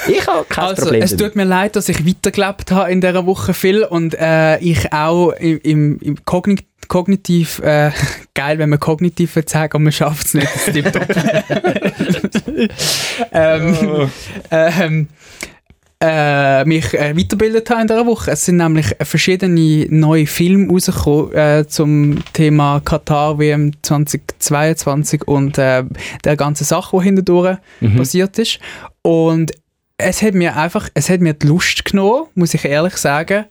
Speaker 2: Ich habe kein
Speaker 3: Also,
Speaker 2: Problem
Speaker 3: es
Speaker 2: damit.
Speaker 3: tut mir leid, dass ich weitergelebt habe in dieser Woche viel und äh, ich auch im, im, im Kogni kognitiv, äh, [laughs] geil, wenn man kognitiv will sagen, aber man schafft es nicht, das ist [laughs] tipptopp. ähm, ähm, äh, äh, mich äh, weitergebildet habe in dieser Woche. Es sind nämlich verschiedene neue Filme rausgekommen äh, zum Thema Katar WM 2022 und äh, der ganzen Sache, die hindurch
Speaker 2: Mhm.
Speaker 3: passiert ist. Und es hat mir einfach, es hat mir die Lust genommen, muss ich ehrlich sagen,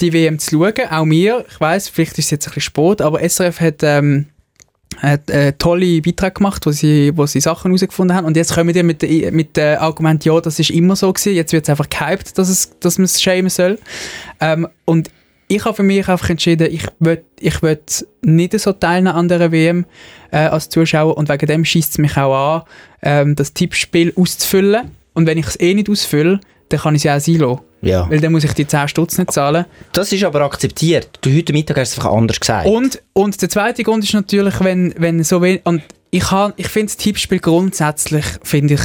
Speaker 3: die WM zu schauen. Auch mir, ich weiß, vielleicht ist es jetzt ein bisschen Sport, aber SRF hat... Ähm, hat einen tollen Beitrag gemacht, wo sie, wo sie Sachen herausgefunden haben. Und jetzt kommen die mit, der- mit dem Argument, ja, das ist immer so gewesen, jetzt wird es einfach gehypt, dass, es, dass man es schämen soll. Ähm, und ich habe für mich einfach entschieden, ich will, ich will nicht so teilnehmen an der WM äh, als Zuschauer und wegen dem schießt es mich auch an, ähm, das Tippspiel auszufüllen. Und wenn ich es eh nicht ausfülle, dann kann ich es ja auch sein lassen.
Speaker 2: Ja.
Speaker 3: Weil dann muss ich die 10 Stutz nicht zahlen.
Speaker 2: Das ist aber akzeptiert. Du heute Mittag hast es einfach anders gesagt.
Speaker 3: Und, und der zweite Grund ist natürlich, wenn, wenn so wenig, und ich, han- ich finde das Tippspiel grundsätzlich, finde ich,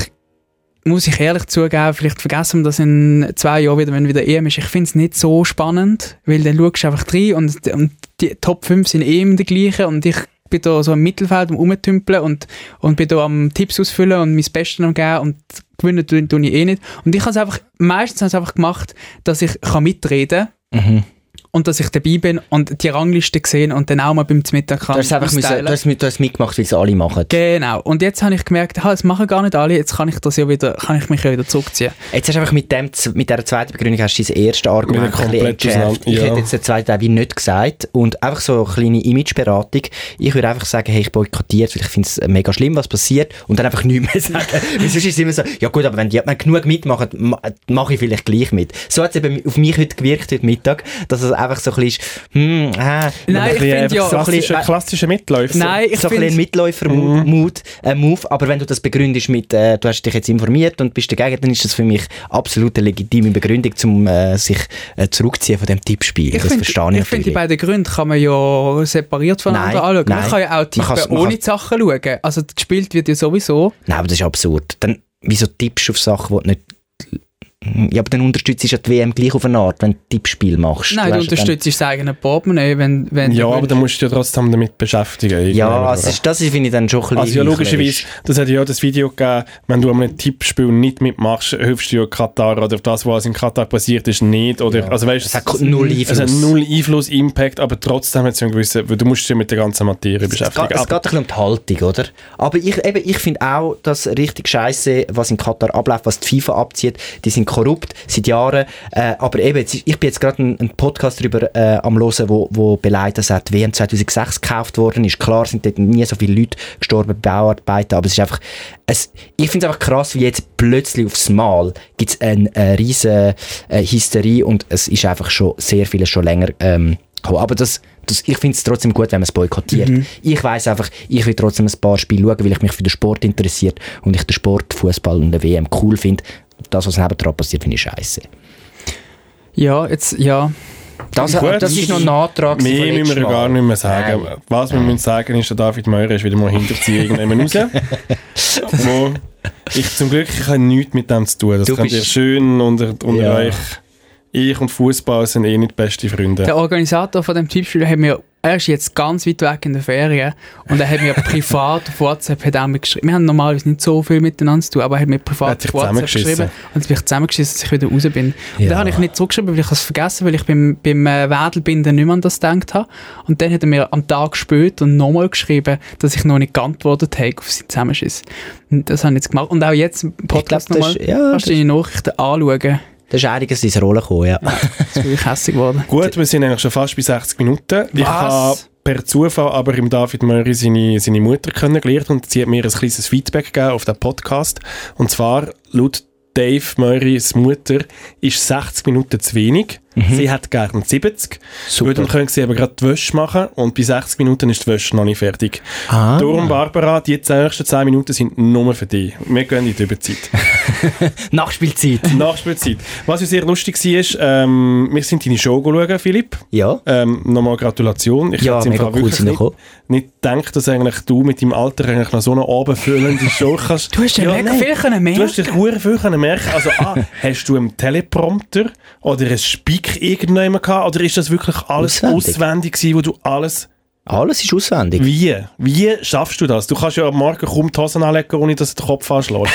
Speaker 3: muss ich ehrlich zugeben, vielleicht vergessen wir das in zwei Jahren wieder, wenn wieder EM ist, ich finde es nicht so spannend, weil dann schaust du einfach rein und, und die Top 5 sind eh immer die gleichen und ich bin da so im Mittelfeld am rumtümpeln und, und bin da am Tipps ausfüllen und mein Bestes am geben und gewinnen tue, tue ich eh nicht. Und ich habe es einfach, meistens habe ich es einfach gemacht, dass ich kann mitreden kann
Speaker 2: Mhm.
Speaker 3: und dass ich dabei bin und die Rangliste gesehen und dann auch mal beim Mittag
Speaker 2: Du
Speaker 3: kann
Speaker 2: hast, einfach müssen,
Speaker 3: austeilen.
Speaker 2: du, hast, mit- du hast mitgemacht, weil es alle machen.
Speaker 3: Genau. Und jetzt habe ich gemerkt, ha, das machen gar nicht alle, jetzt kann ich das ja wieder, kann ich mich ja wieder zurückziehen.
Speaker 2: Jetzt hast du einfach mit, dem, z- mit dieser zweiten Begründung hast du dein erstes
Speaker 1: Wieder
Speaker 2: Argument ein bisschen
Speaker 1: komplett
Speaker 2: entschärft.
Speaker 1: auseinander-
Speaker 2: Ich
Speaker 1: ja.
Speaker 2: hätte jetzt den zweiten Teil wie nicht gesagt und einfach so eine kleine Imageberatung. Ich würde einfach sagen, hey, ich boykottiere es, weil ich finde es mega schlimm, was passiert und dann einfach [laughs] nichts mehr sagen. weil sonst ist es immer so, ja gut, aber wenn die wenn genug mitmachen, ma- mache ich vielleicht gleich mit. So hat es eben auf mich heute gewirkt, heute Mittag, dass es einfach so ein bisschen ist, hm, äh,
Speaker 3: Nein, ich finde ja,
Speaker 2: so ein bisschen- äh,
Speaker 1: klassischer, klassischer Mitläufer.
Speaker 3: nein, ich Mhm.
Speaker 2: so ein bisschen ein
Speaker 3: finde,
Speaker 2: Mitläufer-Move, äh, Move, aber wenn du das begründest mit, äh, du hast dich jetzt informiert und bist dagegen, dann ist das für mich absolut eine legitime Begründung, um äh, sich äh, zurückziehen von dem Tippspiel.
Speaker 3: ich
Speaker 2: das
Speaker 3: finde,
Speaker 2: verstehe ich
Speaker 3: ich finde, die
Speaker 2: natürlich.
Speaker 3: beiden Gründe kann man ja separiert voneinander
Speaker 2: Nein,
Speaker 3: anschauen.
Speaker 2: nein.
Speaker 3: Man kann ja auch
Speaker 2: Man
Speaker 3: tippen,
Speaker 2: kann's- man
Speaker 3: ohne
Speaker 2: kann-
Speaker 3: die Sachen schauen. Also gespielt wird ja sowieso.
Speaker 2: Nein, aber das ist absurd. Dann, wieso tippst du auf Sachen, die du nicht... Ja, aber dann unterstützt du ja die WM gleich auf eine Art, wenn du Tippspiel machst.
Speaker 3: Nein, du
Speaker 2: hast ja dann-
Speaker 3: unterstützt das eigene Portemonnaie, wenn, wenn
Speaker 1: Ja,
Speaker 3: du
Speaker 1: aber dann musst du dich ja trotzdem damit beschäftigen. irgendwie,
Speaker 2: äh, Ja,
Speaker 1: oder?
Speaker 2: also das ist- das ist- finde ich dann schon ein bisschen...
Speaker 1: Also ja,
Speaker 2: heuchlerisch.
Speaker 1: logischerweise, das hat ja auch das Video gegeben, wenn du an einem Tippspiel nicht mitmachst, hilfst du ja Katar oder das, was in Katar passiert ist, nicht. Oder, also weißt,
Speaker 2: Es hat null Einfluss.
Speaker 1: Es hat null Einfluss, Impact, aber trotzdem hat es ja einen gewissen, weil du musst dich ja mit der ganzen Materie beschäftigen.
Speaker 2: Es geht, es geht
Speaker 1: Aber
Speaker 2: ein bisschen um die Haltung, oder? Aber ich, eben, ich finde auch, dass richtig scheiße, was in Katar abläuft, was die FIFA abzieht, die sind korrupt seit Jahren. Äh, aber eben, jetzt, ist- ich bin jetzt gerade einen einen Podcast darüber äh, am hören, wo, wo beleidigt, dass auch die WM 2006 gekauft worden ist. Klar sind dort nie so viele Leute gestorben bei Bauarbeiten, aber es ist einfach, es, ich finde es einfach krass, wie jetzt plötzlich aufs Mal gibt es eine, äh, riesen äh, Hysterie und es ist einfach schon sehr vieles schon länger ähm, gekommen. Aber das, das, ich finde es trotzdem gut, wenn man es boykottiert. Ich weiß einfach, ich will trotzdem ein paar Spiele schauen, weil ich mich für den Sport interessiert und ich den Sport, Fußball und eine WM cool finde. Das, was nebendran passiert, finde ich scheiße.
Speaker 3: Ja, jetzt, ja.
Speaker 2: Das,
Speaker 1: Gut.
Speaker 2: das ist noch ein Nachtrag.
Speaker 1: Mehr müssen wir ja gar nicht mehr sagen.
Speaker 2: Nein.
Speaker 1: Was wir müssen sagen ist, der David Meurer ist wieder mal hinterziehen irgendjemand raus. [laughs] wo ich zum Glück ich habe nichts mit dem zu tun. Das
Speaker 2: Du
Speaker 1: könnt ihr
Speaker 2: bist-
Speaker 1: schön unter, unter
Speaker 2: Ja.
Speaker 1: euch. Ich und Fußball sind eh nicht beste Freunde.
Speaker 3: Der Organisator von dem Tippspiel hat mir, er ist jetzt ganz weit weg in der Ferien und
Speaker 2: [laughs]
Speaker 3: er hat mir privat auf WhatsApp hat er mir geschrieben. Wir haben normalerweise nicht so viel miteinander zu tun, aber er hat mir
Speaker 1: Er hat
Speaker 3: privat
Speaker 1: dich
Speaker 3: auf WhatsApp
Speaker 1: zusammengeschissen.
Speaker 3: geschrieben und bin ich zusammengeschissen, dass ich wieder raus bin. Und
Speaker 2: Ja.
Speaker 3: dann habe ich nicht zurückgeschrieben, weil ich es vergessen, weil ich beim, beim äh, Wädelbinden nicht mehr an das gedacht habe. Und dann hat er mir am Tag später nochmal geschrieben, dass ich noch nicht geantwortet habe auf seinen Zusammenschiss. Und das habe ich jetzt gemacht. Und auch jetzt im Podcast
Speaker 2: glaub, das
Speaker 3: nochmal.
Speaker 2: ist- ja,
Speaker 3: kannst du
Speaker 2: das-
Speaker 3: deine Nachrichten anschauen.
Speaker 2: Das ist einiges in Rolle gekommen, ja. [laughs]
Speaker 3: Das bin ich hässlich geworden.
Speaker 1: Gut, wir sind eigentlich schon fast bei 60 Minuten. Ich habe per Zufall aber im David Murray seine, seine Mutter kennengelernt und sie hat mir ein kleines Feedback gegeben auf den Podcast. Und zwar, laut Dave Murrays Mutter ist 60 Minuten zu wenig. Sie hat gerne 70. Weil dann können sie eben gerade die Wäsche machen und bei 60 Minuten ist die Wäsche noch nicht fertig.
Speaker 2: Ah.
Speaker 1: Darum, Barbara, die nächsten 10 Minuten sind nur für dich. Wir gehen in die Überzeit.
Speaker 2: Nachspielzeit.
Speaker 1: Nachspielzeit. Was ja sehr lustig war, ähm, wir sind deine Show schauen, Philipp.
Speaker 2: Ja.
Speaker 1: Ähm, Nochmal Gratulation. Ich
Speaker 2: Ja,
Speaker 1: hätte im
Speaker 2: mega
Speaker 1: Fall
Speaker 2: cool,
Speaker 1: wirklich
Speaker 2: sind wir
Speaker 1: nicht,
Speaker 2: gekommen.
Speaker 1: nicht gedacht, dass eigentlich du mit deinem Alter eigentlich noch so eine abendfüllende Show kannst.
Speaker 3: Du hast ja mega viel können
Speaker 1: Du hast dich sehr viel können merken. Also, ah, hast du einen Teleprompter oder einen Speak irgendjemand gehabt? Oder ist das wirklich alles
Speaker 2: Auswendig.
Speaker 1: auswendig, gewesen, wo du alles
Speaker 2: Alles ist auswendig.
Speaker 1: Wie? Wie schaffst du das? Du kannst ja am Morgen kaum die Hosen anlegen, ohne dass du den Kopf anschlägst.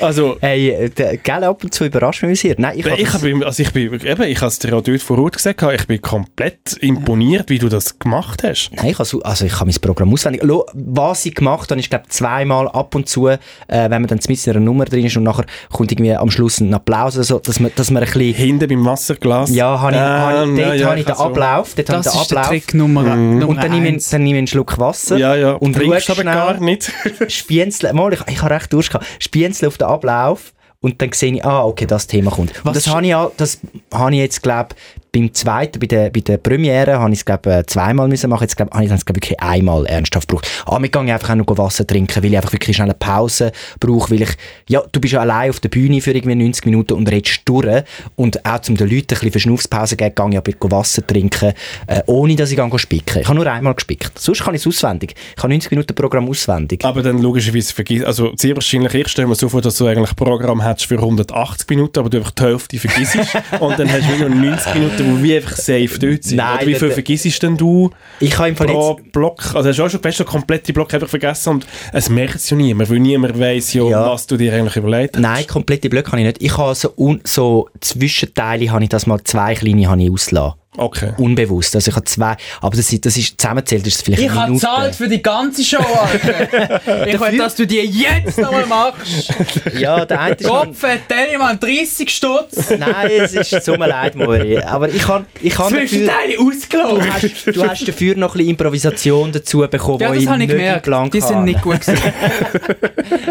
Speaker 1: also,
Speaker 2: Hey, äh, der- gell, ab und zu überrascht mich sehr. Nein, ich,
Speaker 1: ich, ich,
Speaker 2: das-
Speaker 1: hab im- also ich bin, eben, ich habe es dir ja dort vor Ort gesagt, ich bin komplett imponiert, wie du das gemacht hast.
Speaker 2: Nein, ich habe also ich kann mein Programm auswendig. Lo, was ich gemacht habe, ist glaube zweimal ab und zu, äh, wenn man dann mit einer Nummer drin ist und nachher kommt irgendwie am Schluss ein Applaus oder so, dass man, dass man ein bisschen
Speaker 1: Hinten beim Wasserglas.
Speaker 2: ja, habe ich, habe
Speaker 1: Ähm,
Speaker 2: ich, dort
Speaker 1: ja,
Speaker 2: habe ich den
Speaker 1: kann so-
Speaker 2: Ablauf, dort
Speaker 3: Das
Speaker 2: habe ich
Speaker 3: ist
Speaker 2: den
Speaker 3: der
Speaker 2: Ablauf.
Speaker 3: Trick Nummer,
Speaker 1: Mhm.
Speaker 3: Nummer
Speaker 2: Und dann nehme, ich,
Speaker 3: eins.
Speaker 2: dann nehme ich einen Schluck Wasser
Speaker 1: Ja, ja.
Speaker 2: und
Speaker 1: trinkst
Speaker 2: ruhst
Speaker 1: aber
Speaker 2: schnell,
Speaker 1: gar nicht. [laughs]
Speaker 2: spienzle, mal, ich, ich habe recht Durst gehabt, spienzle auf den Ablauf und dann sehe ich, ah, okay, das Thema kommt.
Speaker 3: Was
Speaker 2: Und das
Speaker 3: sch-
Speaker 2: habe ich, ja- das habe ich jetzt, glaube beim zweiten, bei der, bei der Premiere, habe ich es, glaube ich, zweimal müssen machen. Jetzt, glaube habe ich es, glaube wirklich einmal ernsthaft gebraucht. Aber ich gehe einfach auch noch Wasser trinken, weil ich einfach wirklich schnell eine Pause brauche, weil ich, ja, du bist ja allein auf der Bühne für irgendwie 90 Minuten und redest durch. Und auch, um den Leuten ein bisschen Verschnaufspause zu geben, gehe ich aber go Wasser trinken, äh, ohne dass ich gehe spicken. Ich habe nur einmal gespickt. Sonst kann ich es auswendig. Ich habe 90 Minuten Programm auswendig.
Speaker 1: Aber dann logischerweise vergisst, also sehr wahrscheinlich, ich stelle mir so vor, dass du eigentlich ein Programm hättest für 180 Minuten, aber du einfach die Hälfte vergisst
Speaker 2: [laughs]
Speaker 1: und dann hast du wieder nur 90 Minuten, wo wir einfach safe dort sind.
Speaker 2: Nein,
Speaker 1: Oder wie viel
Speaker 2: dort-
Speaker 1: vergisst denn du
Speaker 2: Ich habe im Fall
Speaker 1: pro
Speaker 2: jetzt,
Speaker 1: Block? Also hast du auch schon fast schon komplette Block einfach vergessen und es merkt es ja niemand, weil niemand weiss ja,
Speaker 2: Ja.
Speaker 1: was du dir eigentlich überlegt hast.
Speaker 2: nein, komplette Blöcke habe ich nicht. Ich habe so, un, so Zwischenteile, habe ich das mal zwei kleine habe ich ausgelassen.
Speaker 1: Okay.
Speaker 2: Unbewusst. Also ich habe zwei, aber das, ist- das ist zusammenzählt, ist es vielleicht
Speaker 3: Ich
Speaker 2: eine
Speaker 3: habe
Speaker 2: Minute.
Speaker 3: gezahlt für die ganze Show, [laughs] Alter. ich will, dass du die jetzt nochmal machst.
Speaker 2: Ja, der eine ist noch-
Speaker 3: Kopfe, Telemann, 30 Stutz.
Speaker 2: Nein, es ist, es tut mir leid, Mori. Aber ich kann, ich kann dafür,
Speaker 3: Zwischenteile
Speaker 2: du,
Speaker 3: ausgelogen.
Speaker 2: hast, du hast dafür noch ein bisschen Improvisation dazu bekommen,
Speaker 3: Ja,
Speaker 2: wo
Speaker 3: das
Speaker 2: ich
Speaker 3: habe ich
Speaker 2: nicht im
Speaker 3: gemerkt.
Speaker 2: Plan
Speaker 3: Die sind
Speaker 2: hatte.
Speaker 3: nicht
Speaker 1: [laughs]
Speaker 3: gut gewesen.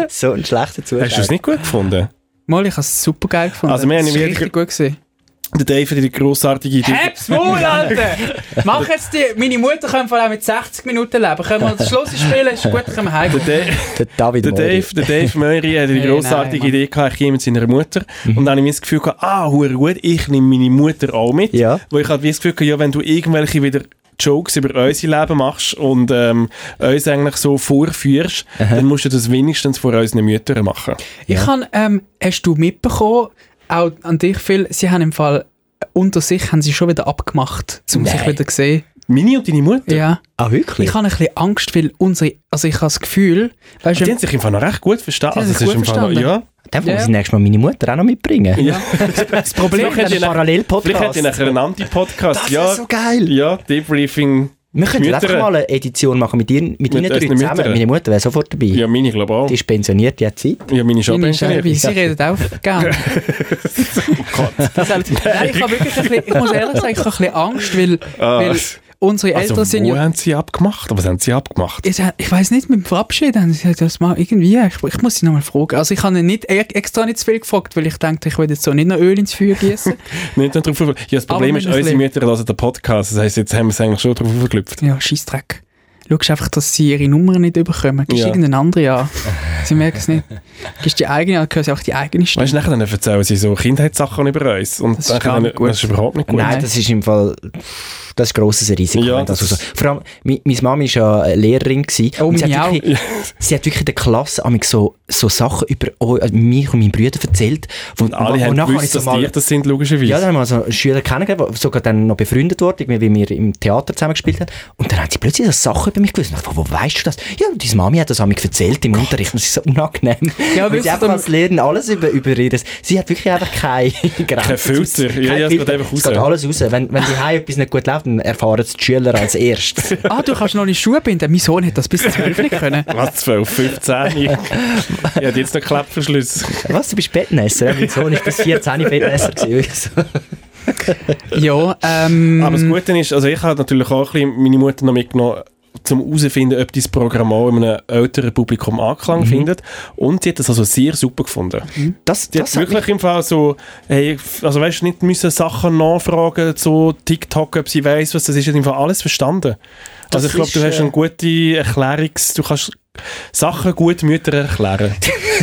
Speaker 2: So ein schlechter Zustand.
Speaker 1: Hast du es nicht gut gefunden?
Speaker 3: Mal, ich habe es super geil gefunden.
Speaker 1: Also wir haben
Speaker 3: Das ist
Speaker 1: wieder-
Speaker 3: richtig gut gewesen.
Speaker 1: Der Dave hat die grossartige Idee.
Speaker 3: Hab's Maul, Alter! Mach jetzt die... Meine Mutter kann vor allem mit 60 Minuten leben. Können wir das Schluss spielen? Ist gut, können wir heim.
Speaker 1: Der Dave-
Speaker 2: Der David
Speaker 1: Der
Speaker 2: Mori.
Speaker 1: Dave, der Dave
Speaker 3: [laughs]
Speaker 1: Meury hatte die
Speaker 3: Hey,
Speaker 1: grossartige
Speaker 3: nein,
Speaker 1: Idee, gehabt, ich gehe mit seiner Mutter.
Speaker 2: Mhm.
Speaker 1: Und dann habe ich das Gefühl, gehabt, ah, hure gut, ich nehme meine Mutter auch mit.
Speaker 2: Ja.
Speaker 1: Weil ich halt wie das Gefühl hatte, ja, wenn du irgendwelche wieder Jokes über unser Leben machst und ähm, uns eigentlich so vorführst, dann musst du das wenigstens vor unseren Müttern machen.
Speaker 3: Ich habe... Ähm, hast du mitbekommen, auch an dich, Phil, sie haben im Fall... äh, Unter sich haben sie schon wieder abgemacht, um sich
Speaker 2: Nein.
Speaker 3: wieder zu sehen.
Speaker 1: Meine und deine Mutter?
Speaker 3: Ja.
Speaker 2: Ah, wirklich?
Speaker 3: Ich habe ein bisschen Angst, weil unsere... Also ich habe das Gefühl... Weißt
Speaker 1: Die
Speaker 3: du,
Speaker 1: haben sich im Fall noch recht gut verstanden.
Speaker 3: Die haben
Speaker 1: Also,
Speaker 3: sich
Speaker 1: es ist
Speaker 3: gut
Speaker 1: im Fall noch, ja.
Speaker 3: verstanden.
Speaker 2: Dann muss
Speaker 3: Ja.
Speaker 2: ich nächstes Mal meine Mutter auch noch mitbringen.
Speaker 1: ja. das Problem
Speaker 2: Vielleicht einen Parallelpodcast.
Speaker 1: Vielleicht hätte ich nachher einen Anti-Podcast.
Speaker 2: Das
Speaker 1: ja,
Speaker 2: ist so geil.
Speaker 1: ja, Debriefing.
Speaker 2: Wir könnten
Speaker 1: Mütter. also
Speaker 2: einfach mal eine Edition machen mit Ihnen, mit
Speaker 1: Mit
Speaker 2: Ihnen drei
Speaker 1: unseren
Speaker 2: zusammen.
Speaker 1: Müttern.
Speaker 2: Meine Mutter wäre sofort dabei.
Speaker 1: Ja, meine, glaube ich auch.
Speaker 2: Die ist pensioniert, die hat Zeit.
Speaker 1: Ja, meine ist auch
Speaker 3: Meine
Speaker 1: pensioniert.
Speaker 3: Scheibe,
Speaker 1: [laughs]
Speaker 3: sie redet auch gerne.
Speaker 1: Oh
Speaker 3: Das hat- Nein, ich habe wirklich ein bisschen, ich muss ehrlich sagen, ich habe ein bisschen Angst, weil, weil unsere Eltern
Speaker 1: Ah. Also,
Speaker 3: sind
Speaker 1: wo
Speaker 3: ja
Speaker 1: haben sie abgemacht? Was haben sie abgemacht?
Speaker 3: Ich, ich weiß nicht, mit dem Verabschied haben sie gesagt, das mal irgendwie. Ich, ich muss sie nochmal fragen. Also ich habe ihnen nicht e- extra nicht zu viel gefragt, weil ich dachte, ich will jetzt so nicht noch Öl ins Feuer gießen.
Speaker 1: Nicht drauf ja, das Problem
Speaker 3: Aber
Speaker 1: ist,
Speaker 3: mindestens-
Speaker 1: unsere Mütter hören den Podcast. Das heisst, jetzt haben wir es eigentlich schon drauf aufgeklüpft.
Speaker 3: ja, Scheissdreck. Schaust einfach, dass sie ihre Nummern nicht überkommen. Gibst
Speaker 1: Ja.
Speaker 3: irgendeine andere an. Sie merken
Speaker 1: [laughs]
Speaker 3: es nicht. Gibst die eigene an, dann hören sie auch die eigene Stimme.
Speaker 1: Weißt du, nachher dann erzählen sie so Kindheitssachen über uns. Und
Speaker 3: Das
Speaker 1: dann
Speaker 3: ist gar
Speaker 1: können-
Speaker 3: nicht gut.
Speaker 1: Das ist überhaupt nicht gut.
Speaker 2: Nein,
Speaker 3: Nein.
Speaker 2: das ist im Fall, das ist grosses Risiko.
Speaker 1: Ja,
Speaker 2: wenn das
Speaker 1: das-
Speaker 2: raus- Vor allem, mi- meine Mama war ja äh, Lehrerin. Gewesen,
Speaker 3: Oh,
Speaker 2: und sie,
Speaker 3: meine
Speaker 2: hat
Speaker 3: auch.
Speaker 2: wirklich, sie hat wirklich der Klasse amig so, so Sachen über eu- äh, mich und meinen Brüder erzählt. Wo,
Speaker 1: Alle
Speaker 2: wo-
Speaker 1: haben
Speaker 2: nachher habe ich
Speaker 1: gewusst,
Speaker 2: so
Speaker 1: dass
Speaker 2: mal-
Speaker 1: die das sind, logischerweise.
Speaker 2: Ja, dann haben wir so einen Schüler kennengelernt, der sogar dann noch befreundet wurde, irgendwie, wie wir im Theater zusammen gespielt haben. Und dann haben sie plötzlich so Sachen über mich gewusst. Und ich dachte, wo, wo weißt du das? Ja, deine Mami hat das an mich erzählt im Unterricht. Und Das ist so unangenehm.
Speaker 3: Ja,
Speaker 2: Ja, weil
Speaker 3: wirklich,
Speaker 2: sie einfach
Speaker 3: dann-
Speaker 2: als Lehrerin alles über, über ihr... Sie hat wirklich einfach keine [laughs] Grenzen.
Speaker 1: Filter. Ja, ja, es geht einfach
Speaker 2: Es
Speaker 1: raus.
Speaker 2: geht alles raus. Wenn, wenn die Hause etwas nicht gut läuft, dann erfahren es die Schüler
Speaker 1: [laughs]
Speaker 2: als erstes.
Speaker 3: Ah, du kannst noch nicht Schuhe binden. Mein Sohn hätte das bis zwölf nicht können.
Speaker 1: Was, 12,
Speaker 3: [laughs]
Speaker 1: 15? ich hätte jetzt den Klappverschluss.
Speaker 2: Was, du bist Bettnässer? Mein Sohn war bis 14 Bettnässer. gewesen.
Speaker 3: Ja,
Speaker 1: [laughs]
Speaker 3: ähm...
Speaker 1: Aber das Gute ist, also ich habe natürlich auch ein bisschen meine Mutter noch mitgenommen, zum herauszufinden, ob dieses Programm auch in einem älteren Publikum Anklang
Speaker 3: Mhm.
Speaker 1: findet. Und sie hat das also sehr super gefunden.
Speaker 2: Das,
Speaker 1: Die hat
Speaker 2: das hat mich
Speaker 1: wirklich im Fall so, hey, also weißt du, nicht müssen Sachen nachfragen, so TikTok, ob sie weiss, was das ist, hat im Fall alles verstanden.
Speaker 2: Das
Speaker 1: also ich glaube,
Speaker 2: ist,
Speaker 1: du hast
Speaker 2: äh,
Speaker 1: eine gute Erklärungs-, du kannst Sachen gut Mütter erklären.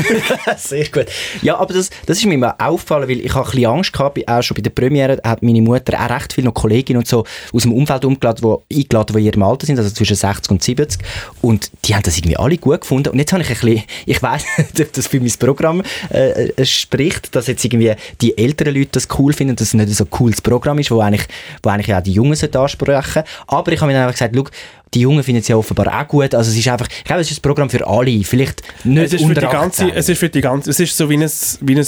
Speaker 2: [laughs] Sehr gut. Ja, aber das, das ist mir immer auffallen, weil ich habe ein bisschen Angst gehabt, bei- auch schon bei der Premiere hat meine Mutter auch recht viel noch Kolleginnen und so aus dem Umfeld umgeladen, wo, eingeladen, die in ihrem Alter sind, also zwischen 60 und 70 und die haben das irgendwie alle gut gefunden und jetzt habe ich ein bisschen, ich weiss [laughs] nicht, ob das für mein Programm äh, äh, spricht, dass jetzt irgendwie die älteren Leute das cool finden, dass es nicht so ein cooles Programm ist, wo eigentlich, wo eigentlich ja auch die Jungen sollten ansprechen aber ich habe mir dann einfach gesagt, schau, die Jungen finden es ja offenbar auch gut, also es ist einfach, ich glaube, es ist ein Programm für alle, vielleicht nicht
Speaker 1: Es ist, für
Speaker 2: unter
Speaker 1: die ganze,
Speaker 2: 18.
Speaker 1: es ist für die ganze, es ist so wie ein, wie ein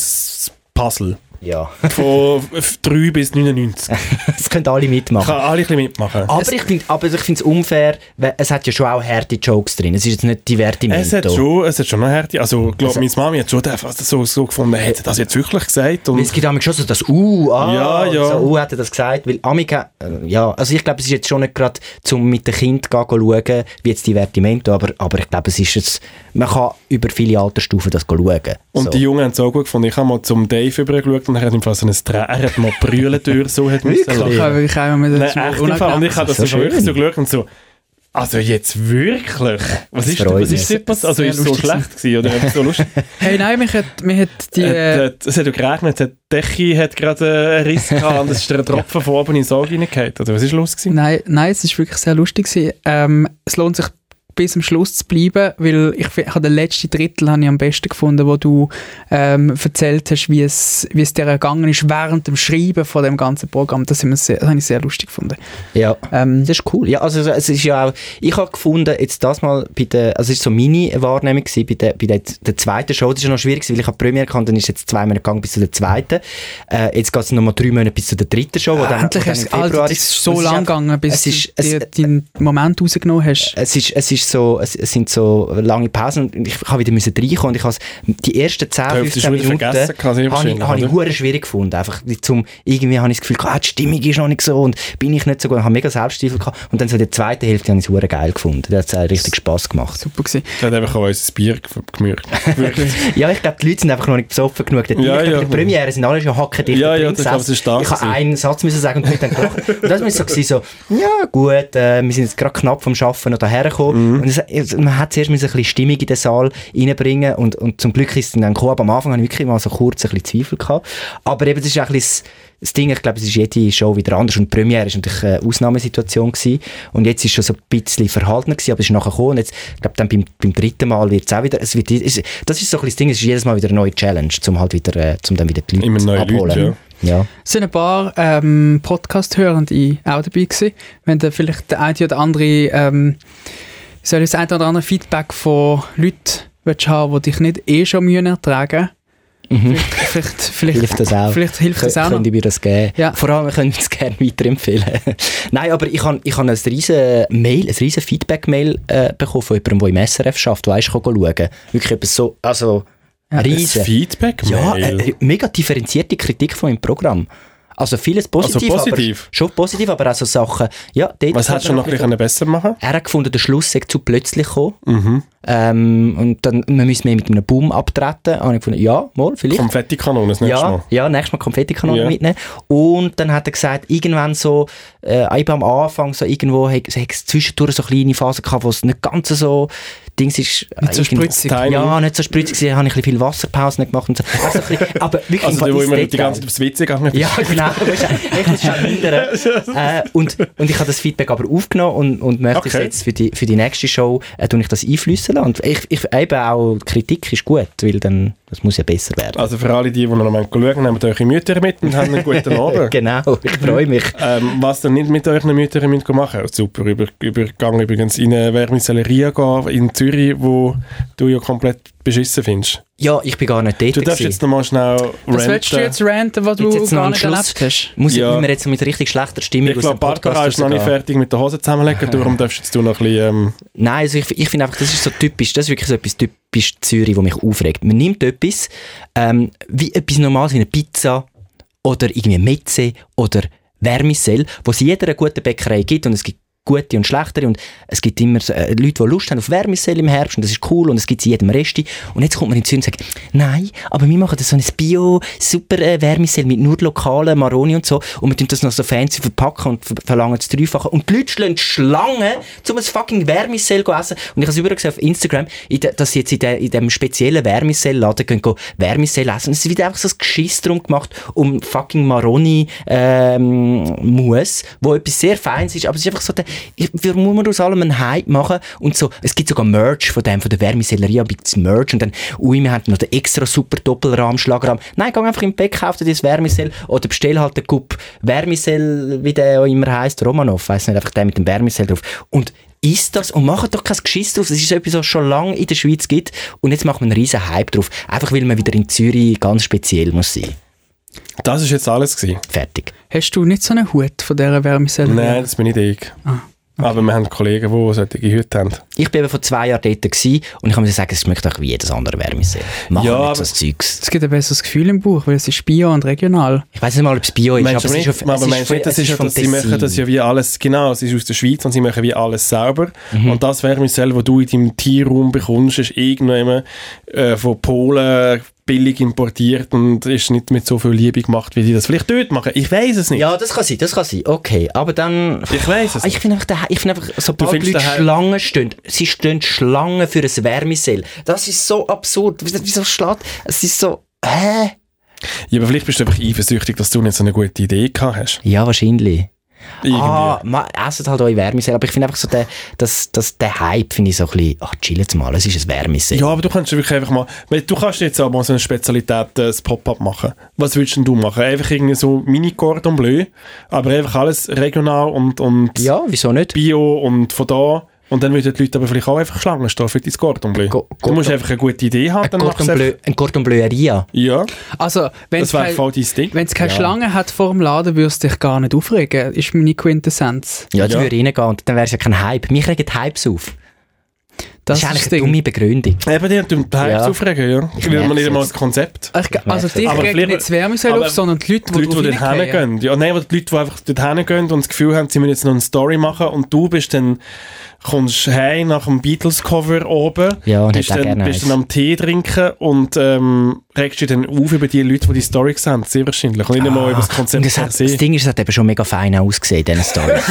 Speaker 1: Puzzle.
Speaker 2: Ja, [laughs]
Speaker 1: Von f- 3 bis [laughs] 99.
Speaker 2: das können alle mitmachen.
Speaker 1: Kann alle ein bisschen mitmachen.
Speaker 2: aber ich finde aber ich finde es unfair, weil es hat ja schon auch harte Jokes drin. Es ist jetzt nicht Divertimento.
Speaker 1: Es hat schon, es hat schon noch Härte. Also, ich glaube, meine Mami hat schon den- fast so, so gefunden, hätte das jetzt wirklich gesagt.
Speaker 2: Weil
Speaker 1: Und
Speaker 2: es gibt auch schon so das «Uh», «Ah»,
Speaker 1: Ja,
Speaker 2: und
Speaker 1: ja.
Speaker 2: so «Uh» hat er das gesagt, weil Amiga, äh, ja, also ich glaube, es ist jetzt schon nicht gerade zum mit den Kindern gehen schauen, wie jetzt Divertimento, aber, aber ich glaube, es ist jetzt, man kann über viele Altersstufen das schauen.
Speaker 1: Und
Speaker 2: so.
Speaker 1: die Jungen haben es auch gut gefunden. Ich habe mal zum Dave übergeschaut und er hat ihm fast so ein Trä- Er hat mal brüllen durch, so hat müssen
Speaker 3: Ich
Speaker 1: lachen.
Speaker 3: habe wirklich einmal mit
Speaker 1: Nein, echt
Speaker 3: das
Speaker 1: im Fall. Und
Speaker 3: unangenehm.
Speaker 1: ich habe das
Speaker 2: Das ist
Speaker 1: so
Speaker 2: ja
Speaker 1: wirklich so
Speaker 2: schön.
Speaker 1: geschaut und so, also jetzt wirklich? Was ist,
Speaker 2: freut
Speaker 1: was
Speaker 2: mich.
Speaker 1: ist denn passiert? Also
Speaker 3: Sehr
Speaker 1: ist es so
Speaker 3: lustig
Speaker 1: schlecht gewesen oder hat es so lustig?
Speaker 3: Hey, nein, mich hat, mich hat die...
Speaker 1: Äh,
Speaker 3: Äh,
Speaker 1: äh, Es hat ja geregnet, es hat- die Decke hat gerade äh, einen Riss gehabt und es ist der Tropfen von oben ins Auge reingehauen. Oder was ist los gewesen?
Speaker 3: nein, nein, es war wirklich sehr lustig. gewesen. Ähm, es lohnt sich bis zum Schluss zu bleiben, weil ich, fi- ich habe den letzten Drittel habe ich am besten gefunden, wo du ähm, erzählt hast, wie es, wie es dir ergangen ist während dem Schreiben von dem ganzen Programm. Das, haben wir sehr, das habe ich sehr lustig gefunden.
Speaker 2: ja.
Speaker 3: Ähm,
Speaker 2: Das ist cool. Ja, also es ist ja auch, ich habe gefunden, jetzt das mal bei der, also es ist so meine Wahrnehmung gewesen, bei der, bei der, der zweiten Show, das ist ja noch schwierig gewesen, weil ich habe die Premiere gehabt, dann ist jetzt zwei Monate gegangen bis zu der zweiten. Äh, jetzt geht es nochmal drei Monate bis zu der dritten Show, wo dann,
Speaker 3: Ah, endlich
Speaker 2: wo dann
Speaker 3: hast
Speaker 2: im
Speaker 3: du Alter,
Speaker 2: Februar
Speaker 3: das ist so
Speaker 2: Und es
Speaker 3: lang
Speaker 2: einfach-
Speaker 3: gegangen, bis
Speaker 2: es ist- Äh,
Speaker 3: du
Speaker 2: es-
Speaker 3: dir deinen Moment rausgenommen hast.
Speaker 2: es ist, es ist so, es, es sind so lange Pausen und ich habe wieder müssen reinkommen und ich habe die ersten 10,
Speaker 1: Hälfte
Speaker 2: 15
Speaker 1: ist wieder
Speaker 2: Minuten
Speaker 1: vergessen, kann
Speaker 2: habe
Speaker 1: ich
Speaker 2: ich,
Speaker 1: wahrscheinlich,
Speaker 2: habe ich
Speaker 1: oder?
Speaker 2: hure schwierig gefunden. Einfach zum, irgendwie habe ich das Gefühl, gehabt, ah, die Stimmung ist noch nicht so und bin ich nicht so gut. Ich habe mega Selbstzweifel gehabt und dann so die zweite Hälfte habe ich es hure geil gefunden. Das hat äh, richtig Spass gemacht.
Speaker 3: Super gewesen.
Speaker 1: Es hat einfach auch unser Bier gemürkt.
Speaker 2: Ja, ich glaube, die Leute sind einfach noch nicht besoffen genug. Dort
Speaker 1: Ja,
Speaker 2: ich
Speaker 1: ja.
Speaker 2: glaube, die Premiere sind alle schon hacken
Speaker 1: Ja, ja, das- aber es ist stark
Speaker 2: Ich habe
Speaker 1: gewesen.
Speaker 2: einen Satz müssen sagen und die Leute haben gelacht. Und das war so, gewesen, so, ja gut, äh, wir sind jetzt gerade knapp vom Schaffen noch daher gekommen.
Speaker 1: Mhm.
Speaker 2: Und es, es, man hat zuerst müssen ein bisschen Stimmung in den Saal reinbringen und, und zum Glück ist es dann gekommen. Aber am Anfang hatte ich wirklich mal so kurz ein bisschen Zweifel gehabt. Aber eben, das ist auch ein bisschen das- das Ding, ich glaube, es ist jede Show wieder anders und die Premiere war natürlich eine Ausnahmesituation gewesen. und jetzt ist es schon so ein bisschen verhaltener gewesen, aber es ist nachher gekommen und jetzt, ich glaube, dann beim, beim dritten Mal wird es auch wieder, es wird, es, das ist so ein bisschen das Ding, es ist jedes Mal wieder eine neue Challenge, um halt wieder, äh, zum dann wieder die Leute
Speaker 1: Immer neue Leute,
Speaker 2: abholen. ja.
Speaker 3: Es sind ein paar ähm, Podcast-Hörende auch dabei gewesen. Wenn da vielleicht der eine oder andere, ähm, soll ich das eine oder andere Feedback von Leuten willst haben, die dich nicht eh schon mühen ertragen.
Speaker 2: Mhm.
Speaker 3: Vielleicht, vielleicht,
Speaker 2: Hilft das auch.
Speaker 3: vielleicht hilft das
Speaker 2: Kö-
Speaker 3: auch noch.
Speaker 2: Könnt ihr mir das geben?
Speaker 3: Ja.
Speaker 2: Vor allem könnt ihr es gerne weiterempfehlen. [laughs] Nein, aber ich habe ich han ein riesen Mail, ein riesen Feedback-Mail äh, bekommen von jemandem, der im SRF schafft, der ist gekommen schauen. Wirklich etwas so, also, riesen.
Speaker 1: Feedback?
Speaker 2: Ja, äh, mega differenzierte Kritik von meinem Programm. Also vieles positiv,
Speaker 1: positiv?
Speaker 2: aber schon positiv, aber auch so Sachen. Ja, dort
Speaker 1: Was hättest du noch ein bisschen besser machen
Speaker 2: Er hat gefunden, der Schluss sei zu plötzlich gekommen.
Speaker 1: Mhm.
Speaker 2: Ähm, und dann, man müsste mehr mit einem Boom abtreten. Und ich gefunden, ja, mal, vielleicht.
Speaker 1: Konfettikanone das nächste
Speaker 2: ja,
Speaker 1: Mal.
Speaker 2: ja, nächstes Mal Konfettikanone
Speaker 1: Ja.
Speaker 2: mitnehmen. Und dann hat er gesagt, irgendwann so, äh, eben am Anfang, so irgendwo, hat hat es zwischendurch so kleine Phasen gehabt, wo es nicht ganz so, Dings ist,
Speaker 3: Nicht so
Speaker 2: irgendwie-
Speaker 3: spritzig.
Speaker 1: Timing.
Speaker 2: Ja, nicht so spritzig, gewesen, habe ich ein bisschen viel Wasserpausen gemacht und so. Also, ein
Speaker 1: [laughs]
Speaker 2: bisschen- aber wirklich
Speaker 1: Also,
Speaker 2: im
Speaker 1: der, wo
Speaker 2: Fall
Speaker 1: immer
Speaker 2: ins
Speaker 1: die ganze
Speaker 2: Detail.
Speaker 1: Zeit aufs Witz gegangen bist.
Speaker 2: Ja,
Speaker 1: [laughs]
Speaker 2: genau. weisst du, Ich muss schon hindern. äh, und, und ich habe das Feedback aber aufgenommen und, und möchte es
Speaker 1: Okay.
Speaker 2: jetzt für die, für die nächste Show, äh, tue ich das einflüssen lassen. Und ich, ich, eben auch, die Kritik ist gut, weil dann, das muss ja besser werden.
Speaker 1: Also, für alle, die, die noch einen Moment schauen, nehmt eure Mütter mit und habt einen
Speaker 2: [laughs]
Speaker 1: guten [laughs] Abend.
Speaker 2: Genau, ich freue mich.
Speaker 1: Ähm, was ihr nicht mit euren Müttern müsst machen müsst. Super über, Übergang übrigens in eine Wärmisellerie gehen in Zürich, wo du ja komplett beschissen findest.
Speaker 2: Ja, ich bin gar nicht dort.
Speaker 1: Du darfst
Speaker 2: gewesen.
Speaker 1: jetzt nochmal schnell
Speaker 3: Das willst du jetzt ranten, was du
Speaker 2: Jetzt- jetzt noch
Speaker 3: gar
Speaker 2: ein
Speaker 3: nicht
Speaker 2: Schluss.
Speaker 3: erlebt hast.
Speaker 2: Muss
Speaker 1: Ja.
Speaker 2: ich immer jetzt mit richtig schlechter Stimmung
Speaker 1: Ich glaube,
Speaker 2: dem Podcast
Speaker 1: Barbara ist noch nicht
Speaker 2: rausgehen.
Speaker 1: fertig mit der Hose zusammenlegen, darum darfst jetzt du noch ein bisschen... Ähm,
Speaker 2: Nein, also ich, ich finde einfach, das ist so typisch, das ist wirklich so etwas typisch Zürich, was mich aufregt. Man nimmt etwas, ähm, wie etwas Normales wie eine Pizza oder irgendwie Metze oder Vermicell, was es in jeder guten Bäckerei gibt und es gibt gute und schlechtere und es gibt immer so, äh, Leute, die Lust haben auf Wärmesel im Herbst und das ist cool und es gibt in jedem Resti und jetzt kommt man in Zürich und sagt, nein, aber wir machen das so ein Bio, super äh, Wärmesel mit nur lokalen Maroni und so und wir tun das noch so fancy verpacken und ver verlangen das Dreifache und die Leute schlagen Schlangen, um ein fucking Wärmesel zu essen und ich habe es überall gesehen auf Instagram, in de- dass sie jetzt in, de, in dem speziellen Wärmesel-Laden gehen, gehen Wärmesel essen und es wird einfach so ein Geschiss drum gemacht um fucking Maroni ähm, Mousse, wo etwas sehr feines ist, aber es ist einfach so, der, ich, wir muss man aus allem einen Hype machen und so, es gibt sogar Merch von dem, von der Wärmesellerie, aber gibt's Merch und dann, ui, wir haben noch den extra super Doppelrahm, Schlagrahm, nein, geh einfach im Bäck, kauf dir das Wärmesell oder bestell halt den Cup Wärmesell, wie der auch immer heisst, Romanov, weiss nicht, einfach der mit dem Wärmesell drauf und ist das und machen doch kein Geschiss drauf. Das ist etwas, was es schon lange in der Schweiz gibt und jetzt macht man einen riesen Hype drauf. Einfach weil man wieder in Zürich ganz speziell muss sein.
Speaker 1: Das ist jetzt alles gewesen.
Speaker 2: Fertig.
Speaker 3: Hast du nicht so einen Hut von dieser Wärmeselle?
Speaker 1: Nein, das bin nicht ich.
Speaker 2: Ah,
Speaker 1: Aber wir haben Kollegen, die solche Hüte haben.
Speaker 2: Ich bin eben vor zwei Jahren dort gewesen, und ich kann mir sagen, es schmeckt auch wie jedes andere Wärmesee. Machen
Speaker 1: Ja,
Speaker 2: ja,
Speaker 1: aber-
Speaker 2: nicht so das Zeugs.
Speaker 3: Es gibt ein besseres Gefühl im Buch, weil es ist bio und regional.
Speaker 2: Ich weiß nicht mal, ob es Bio ist,
Speaker 1: Meinst du
Speaker 2: aber es
Speaker 1: nicht?
Speaker 2: ist auf,
Speaker 1: aber
Speaker 2: es
Speaker 1: meinst du
Speaker 2: von-
Speaker 1: nicht, das
Speaker 2: es
Speaker 1: ist ja,
Speaker 2: vom
Speaker 1: dass sie machen
Speaker 2: Tessin.
Speaker 1: das ja wie alles, genau, es ist aus der Schweiz und sie machen wie alles selber. Und das Wärmesell, das du in deinem Tierraum bekommst, ist irgendjemand äh, von Polen billig importiert und ist nicht mit so viel Liebe gemacht, wie die das vielleicht dort machen. Ich weiß es nicht.
Speaker 2: Ja, das kann sein, das kann sein. Okay, aber dann...
Speaker 1: Ich weiß es
Speaker 2: Ah, Ich finde einfach, dahe- ich finde einfach, sobald
Speaker 1: findest
Speaker 2: Leute
Speaker 1: daheim-
Speaker 2: Schlangen stehen, sie stehen Schlangen für ein Wärmesell. Das ist so absurd. Wieso- Wieso schlägt... Es ist so... Hä?
Speaker 1: Ja, aber vielleicht bist du einfach eifersüchtig, dass du nicht so eine gute Idee gehabt hast.
Speaker 2: Ja, wahrscheinlich.
Speaker 1: Irgendwie.
Speaker 2: Ah, ma, esset halt eure Wärmesee. Aber ich finde einfach so, der, das, das, der Hype finde ich so ein bisschen, ach, chillt mal, es ist ein Wärmesee.
Speaker 1: Ja, aber du kannst wirklich einfach mal, weil du kannst jetzt auch mal so eine Spezialität, äh, ein Pop-up machen. Was würdest denn du machen? Einfach irgendwie so Mini-Cordon Bleu, aber einfach alles regional und, und
Speaker 2: Ja, wieso nicht?
Speaker 1: Bio und von da. Und dann würden die Leute aber vielleicht auch einfach Schlangen stehen für dein Cordon Bleu.
Speaker 2: Go-
Speaker 1: du musst
Speaker 2: Cordon-
Speaker 1: einfach eine gute Idee haben,
Speaker 2: Ein
Speaker 1: dann machst
Speaker 2: Cordon,
Speaker 1: du es
Speaker 2: Bleu,
Speaker 1: einfach-
Speaker 2: ein Cordon Bleueria.
Speaker 1: Ja,
Speaker 3: Also, wenn es
Speaker 1: das wäre
Speaker 3: keine,
Speaker 1: voll dein Ding.
Speaker 3: wenn's keine
Speaker 2: Ja.
Speaker 3: Schlange hat vor dem Laden, würde es dich gar nicht aufregen. Ist meine Quintessenz.
Speaker 2: Ja, da
Speaker 1: Ja.
Speaker 2: würde ich reingehen und dann wäre es ja kein Hype. Wir regen Hypes auf. Das, ist eigentlich
Speaker 3: das
Speaker 2: eine
Speaker 3: Ding.
Speaker 2: dumme Begründung.
Speaker 1: Eben, die haben die Hypes
Speaker 2: Ja.
Speaker 1: aufregen, ja. Ich will
Speaker 2: merk's
Speaker 1: man nicht einmal
Speaker 2: jetzt.
Speaker 1: das Konzept.
Speaker 3: Ich, also
Speaker 2: merk's.
Speaker 3: dich
Speaker 1: Aber
Speaker 3: regt
Speaker 1: vielleicht-
Speaker 3: nicht das Wärmesell
Speaker 1: aber
Speaker 3: auf, sondern die Leute,
Speaker 1: Die Leute, die
Speaker 3: drauf
Speaker 1: dort
Speaker 3: reingehen.
Speaker 1: hingehen. Ja, nein, aber die Leute, die einfach dort hingehen und das Gefühl haben, sie müssen jetzt noch eine Story machen und du bist dann, kommst heim nach dem Beatles-Cover oben,
Speaker 2: Ja, und
Speaker 1: bist,
Speaker 2: hätte auch
Speaker 1: dann,
Speaker 2: gerne
Speaker 1: bist
Speaker 2: eins.
Speaker 1: dann am Tee trinken und ähm, regst dich dann auf über die Leute, die die Story sehen, sehr wahrscheinlich. Und nicht mal über das
Speaker 2: Ah. Und
Speaker 1: Konzept
Speaker 2: es
Speaker 1: per
Speaker 2: hat,
Speaker 1: se.
Speaker 2: das Ding ist, es hat eben schon mega fein ausgesehen, in
Speaker 1: [laughs]
Speaker 2: diesen Stories.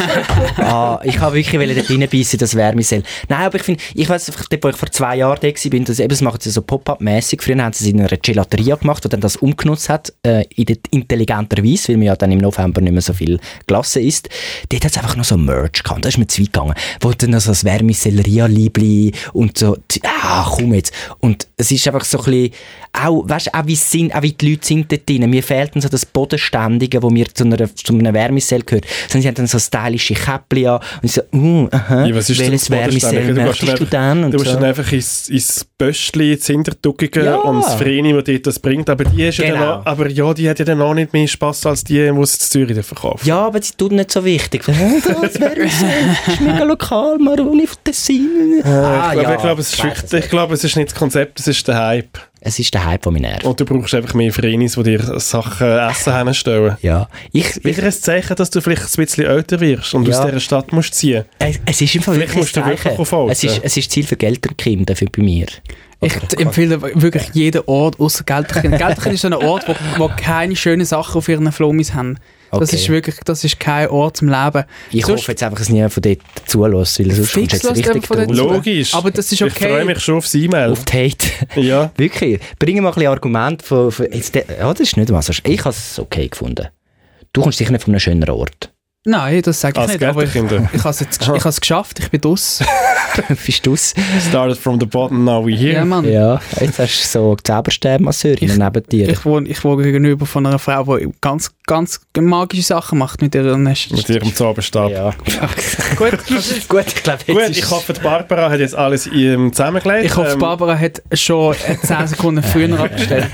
Speaker 2: ah, ich habe wirklich wollen dort reinbeissen, das Wärmesell. Nein, aber ich finde, ich weiss, dort, wo ich vor zwei Jahren da war, bin, das, eben, das machen sie so Pop-Up-mässig. Früher haben sie es in einer Gelateria gemacht, die dann das umgenutzt hat, äh, in der intelligenter Weise, weil man ja dann im November nicht mehr so viel Glasse isst. Dort hat es einfach noch so Merch gehabt. Da ist mir zu weit gegangen. Wo dann noch so das Wärmeselleria-Liebli und so, die- ah, komm jetzt. Und es ist einfach so ein bisschen, auch, weißt, auch wie es sind, auch wie die Leute sind dort drin. Mir fehlt dann so das Bodenständige, wo mir zu einer, zu einer Wärmeselle gehört. Sondern sie haben dann so stylische Käppli an und ich so, uh, aha,
Speaker 1: Ja, was ist
Speaker 2: welches
Speaker 1: denn das
Speaker 2: Wärmesell
Speaker 1: Bodenständige? Du gehst
Speaker 2: möchtest du denn?
Speaker 1: Du
Speaker 2: Und
Speaker 1: musst
Speaker 2: so.
Speaker 1: dann einfach ins, ins Böschli, ins Hintertuckige
Speaker 2: Ja.
Speaker 1: und das Vreni, das dir das bringt. Aber die, ist ja
Speaker 2: Genau.
Speaker 1: dann auch, aber ja, die hat ja dann auch nicht mehr Spass als die, die es in Zürich verkaufen.
Speaker 2: Ja, aber sie tut nicht so wichtig. [laughs] Oh, Das Wärmesell ist mega lokal, Maroni von Tessin.
Speaker 1: Äh,
Speaker 3: Ah,
Speaker 1: ich, glaube, ich, glaube, es ist, wirklich- ich glaube, es ist nicht das Konzept, es ist der Hype.
Speaker 2: Es ist der Hype, der mich nervt.
Speaker 1: Und du brauchst einfach mehr Frenis, die dir Sachen äh, Essen hinstellen.
Speaker 2: Ja. Ich, ich,
Speaker 1: Wieder ein Zeichen, dass du vielleicht ein bisschen älter wirst und
Speaker 2: Ja.
Speaker 1: aus dieser Stadt musst ziehen.
Speaker 2: es, es ist im Fall
Speaker 1: Vielleicht
Speaker 2: wirklich ein
Speaker 1: musst du wirklich
Speaker 2: Zeichen.
Speaker 1: aufhalten.
Speaker 2: es, ist, es ist Ziel für Gelderkinder für bei mir.
Speaker 3: Ich
Speaker 2: Oder-
Speaker 3: empfehle wirklich jeden Ort, außer Geldchen.
Speaker 1: [laughs]
Speaker 3: Geldchen ist so ein Ort, wo, wo keine schönen Sachen auf ihren Flomis haben. Das
Speaker 2: Okay.
Speaker 3: ist wirklich, das ist kein Ort zum Leben.
Speaker 2: Ich
Speaker 3: Sonst-
Speaker 2: hoffe jetzt einfach, dass niemand von dort zulässt, weil sonst kommt
Speaker 3: Fix
Speaker 2: jetzt
Speaker 3: lässt
Speaker 2: richtig
Speaker 3: jemand von dort
Speaker 2: drauf.
Speaker 3: zu.
Speaker 1: Logisch.
Speaker 3: Aber das ist
Speaker 1: Ich
Speaker 3: okay.
Speaker 1: freue mich schon aufs E-Mail.
Speaker 2: auf die Hate. [laughs]
Speaker 1: Ja.
Speaker 3: [laughs]
Speaker 2: Wirklich, bring mal ein bisschen Argumente von... von jetzt, der- ja, das ist nicht mal so sch- Ich habe es okay gefunden. Du kommst sicher nicht von einem schöneren Ort. [laughs]
Speaker 3: Nein, das sage ich
Speaker 1: Als
Speaker 3: nicht. Aber ich,
Speaker 1: Geldkinder.
Speaker 3: ich habe es geschafft, ich
Speaker 1: [laughs]
Speaker 3: bin draus.
Speaker 2: Bist du es?
Speaker 1: Started from the bottom, now we here.
Speaker 3: Ja, Mann.
Speaker 2: Ja, jetzt hast du so Zauberstäbe-Masseurin neben dir.
Speaker 3: Ich wohne, ich wohne gegenüber von einer Frau, die ganz, ganz magische Sachen macht mit ihren Nest.
Speaker 1: Mit ihrem Zauberstab. [laughs]
Speaker 2: ja.
Speaker 3: Gut.
Speaker 2: Gut, ich glaube, jetzt
Speaker 1: Gut,
Speaker 2: ist...
Speaker 1: ich hoffe, die Barbara hat jetzt alles ähm, zusammengelegt.
Speaker 3: Ich hoffe,
Speaker 1: Ähm,
Speaker 3: Barbara hat schon äh, 10
Speaker 1: [laughs]
Speaker 3: Sekunden früher abgestellt.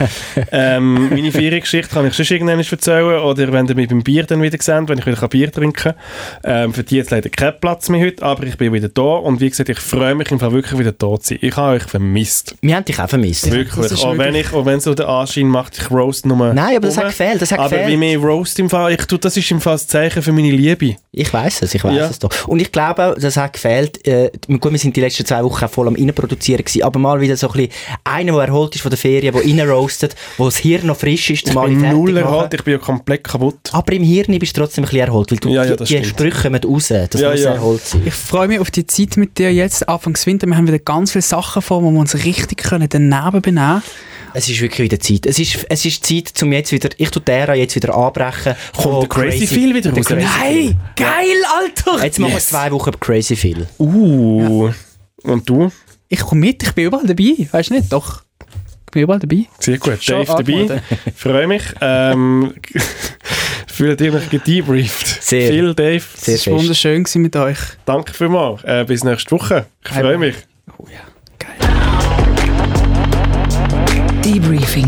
Speaker 1: ähm, meine Feriengeschichte kann ich sonst irgendwann erzählen. Oder wenn ihr mich beim Bier dann wieder seht, wenn ich wieder Bier trinken kann. Ähm, für die jetzt leider keinen Platz mehr heute, aber ich bin wieder da. Und wie gesagt, ich freue mich im Fall wirklich wieder da zu sein. Ich habe euch vermisst.
Speaker 2: Wir haben dich auch vermisst.
Speaker 1: Wirklich.
Speaker 3: das ist
Speaker 1: Auch wenn ich, auch wenn es so den Anschein macht, ich roast nur
Speaker 2: Nein, aber das
Speaker 1: rum.
Speaker 2: hat gefehlt, das hat
Speaker 1: Aber
Speaker 2: gefehlt.
Speaker 1: wie mehr Roast im Fall. Ich tue, das ist im Fall das Zeichen für meine Liebe.
Speaker 2: Ich weiß es, ich weiß
Speaker 1: Ja.
Speaker 2: es doch. Und ich glaube, auch, das hat gefehlt. Äh, gut, wir sind die letzten zwei Wochen auch voll am Innenproduzieren gewesen, aber mal wieder so ein bisschen einer, der erholt ist von der Ferien, der innenroastet, wo das Hirn noch frisch
Speaker 1: Ich
Speaker 2: ist, zumal
Speaker 1: bin
Speaker 2: ich fertig
Speaker 1: null
Speaker 2: mache.
Speaker 1: erholt, ich bin ja komplett kaputt.
Speaker 2: Aber im Hirn bist du trotzdem ein bisschen erholt, weil du,
Speaker 1: Ja, ja,
Speaker 2: die,
Speaker 1: das
Speaker 2: die
Speaker 1: stimmt.
Speaker 2: Sprüche kommen raus. Das
Speaker 1: Ja,
Speaker 2: muss
Speaker 1: ja.
Speaker 2: erholt sein.
Speaker 3: Ich freue mich auf die Zeit mit dir jetzt, Anfangs Winter. Wir haben wieder ganz viele Sachen vor, wo wir uns richtig können daneben benehmen
Speaker 2: Es ist wirklich wieder Zeit. Es ist, es ist Zeit, zum jetzt wieder, ich tu Terra jetzt wieder anbrechen.
Speaker 1: Kommt der Crazy Phil wieder
Speaker 2: der
Speaker 1: raus?
Speaker 2: Crazy Phil.
Speaker 3: Nein! Geil, Alter!
Speaker 2: Jetzt machen wir zwei Wochen Crazy Phil.
Speaker 1: Uh. Und du?
Speaker 3: Ich komme mit, ich bin überall dabei. Weißt du nicht? Doch. Ich bin überall dabei.
Speaker 1: Sehr gut.
Speaker 3: Schon
Speaker 1: Dave dabei.
Speaker 3: angemeldet.
Speaker 1: Freue mich. Ähm, [laughs] fühlt ihr euch gedebrieft?
Speaker 2: Sehr.
Speaker 1: Phil, Dave,
Speaker 2: Sehr
Speaker 3: Es
Speaker 2: fest.
Speaker 3: war wunderschön gewesen mit euch.
Speaker 1: danke vielmals. Äh, bis nächste Woche. Ich
Speaker 3: Bye,
Speaker 1: freue
Speaker 3: bye.
Speaker 1: mich.
Speaker 5: Debriefing.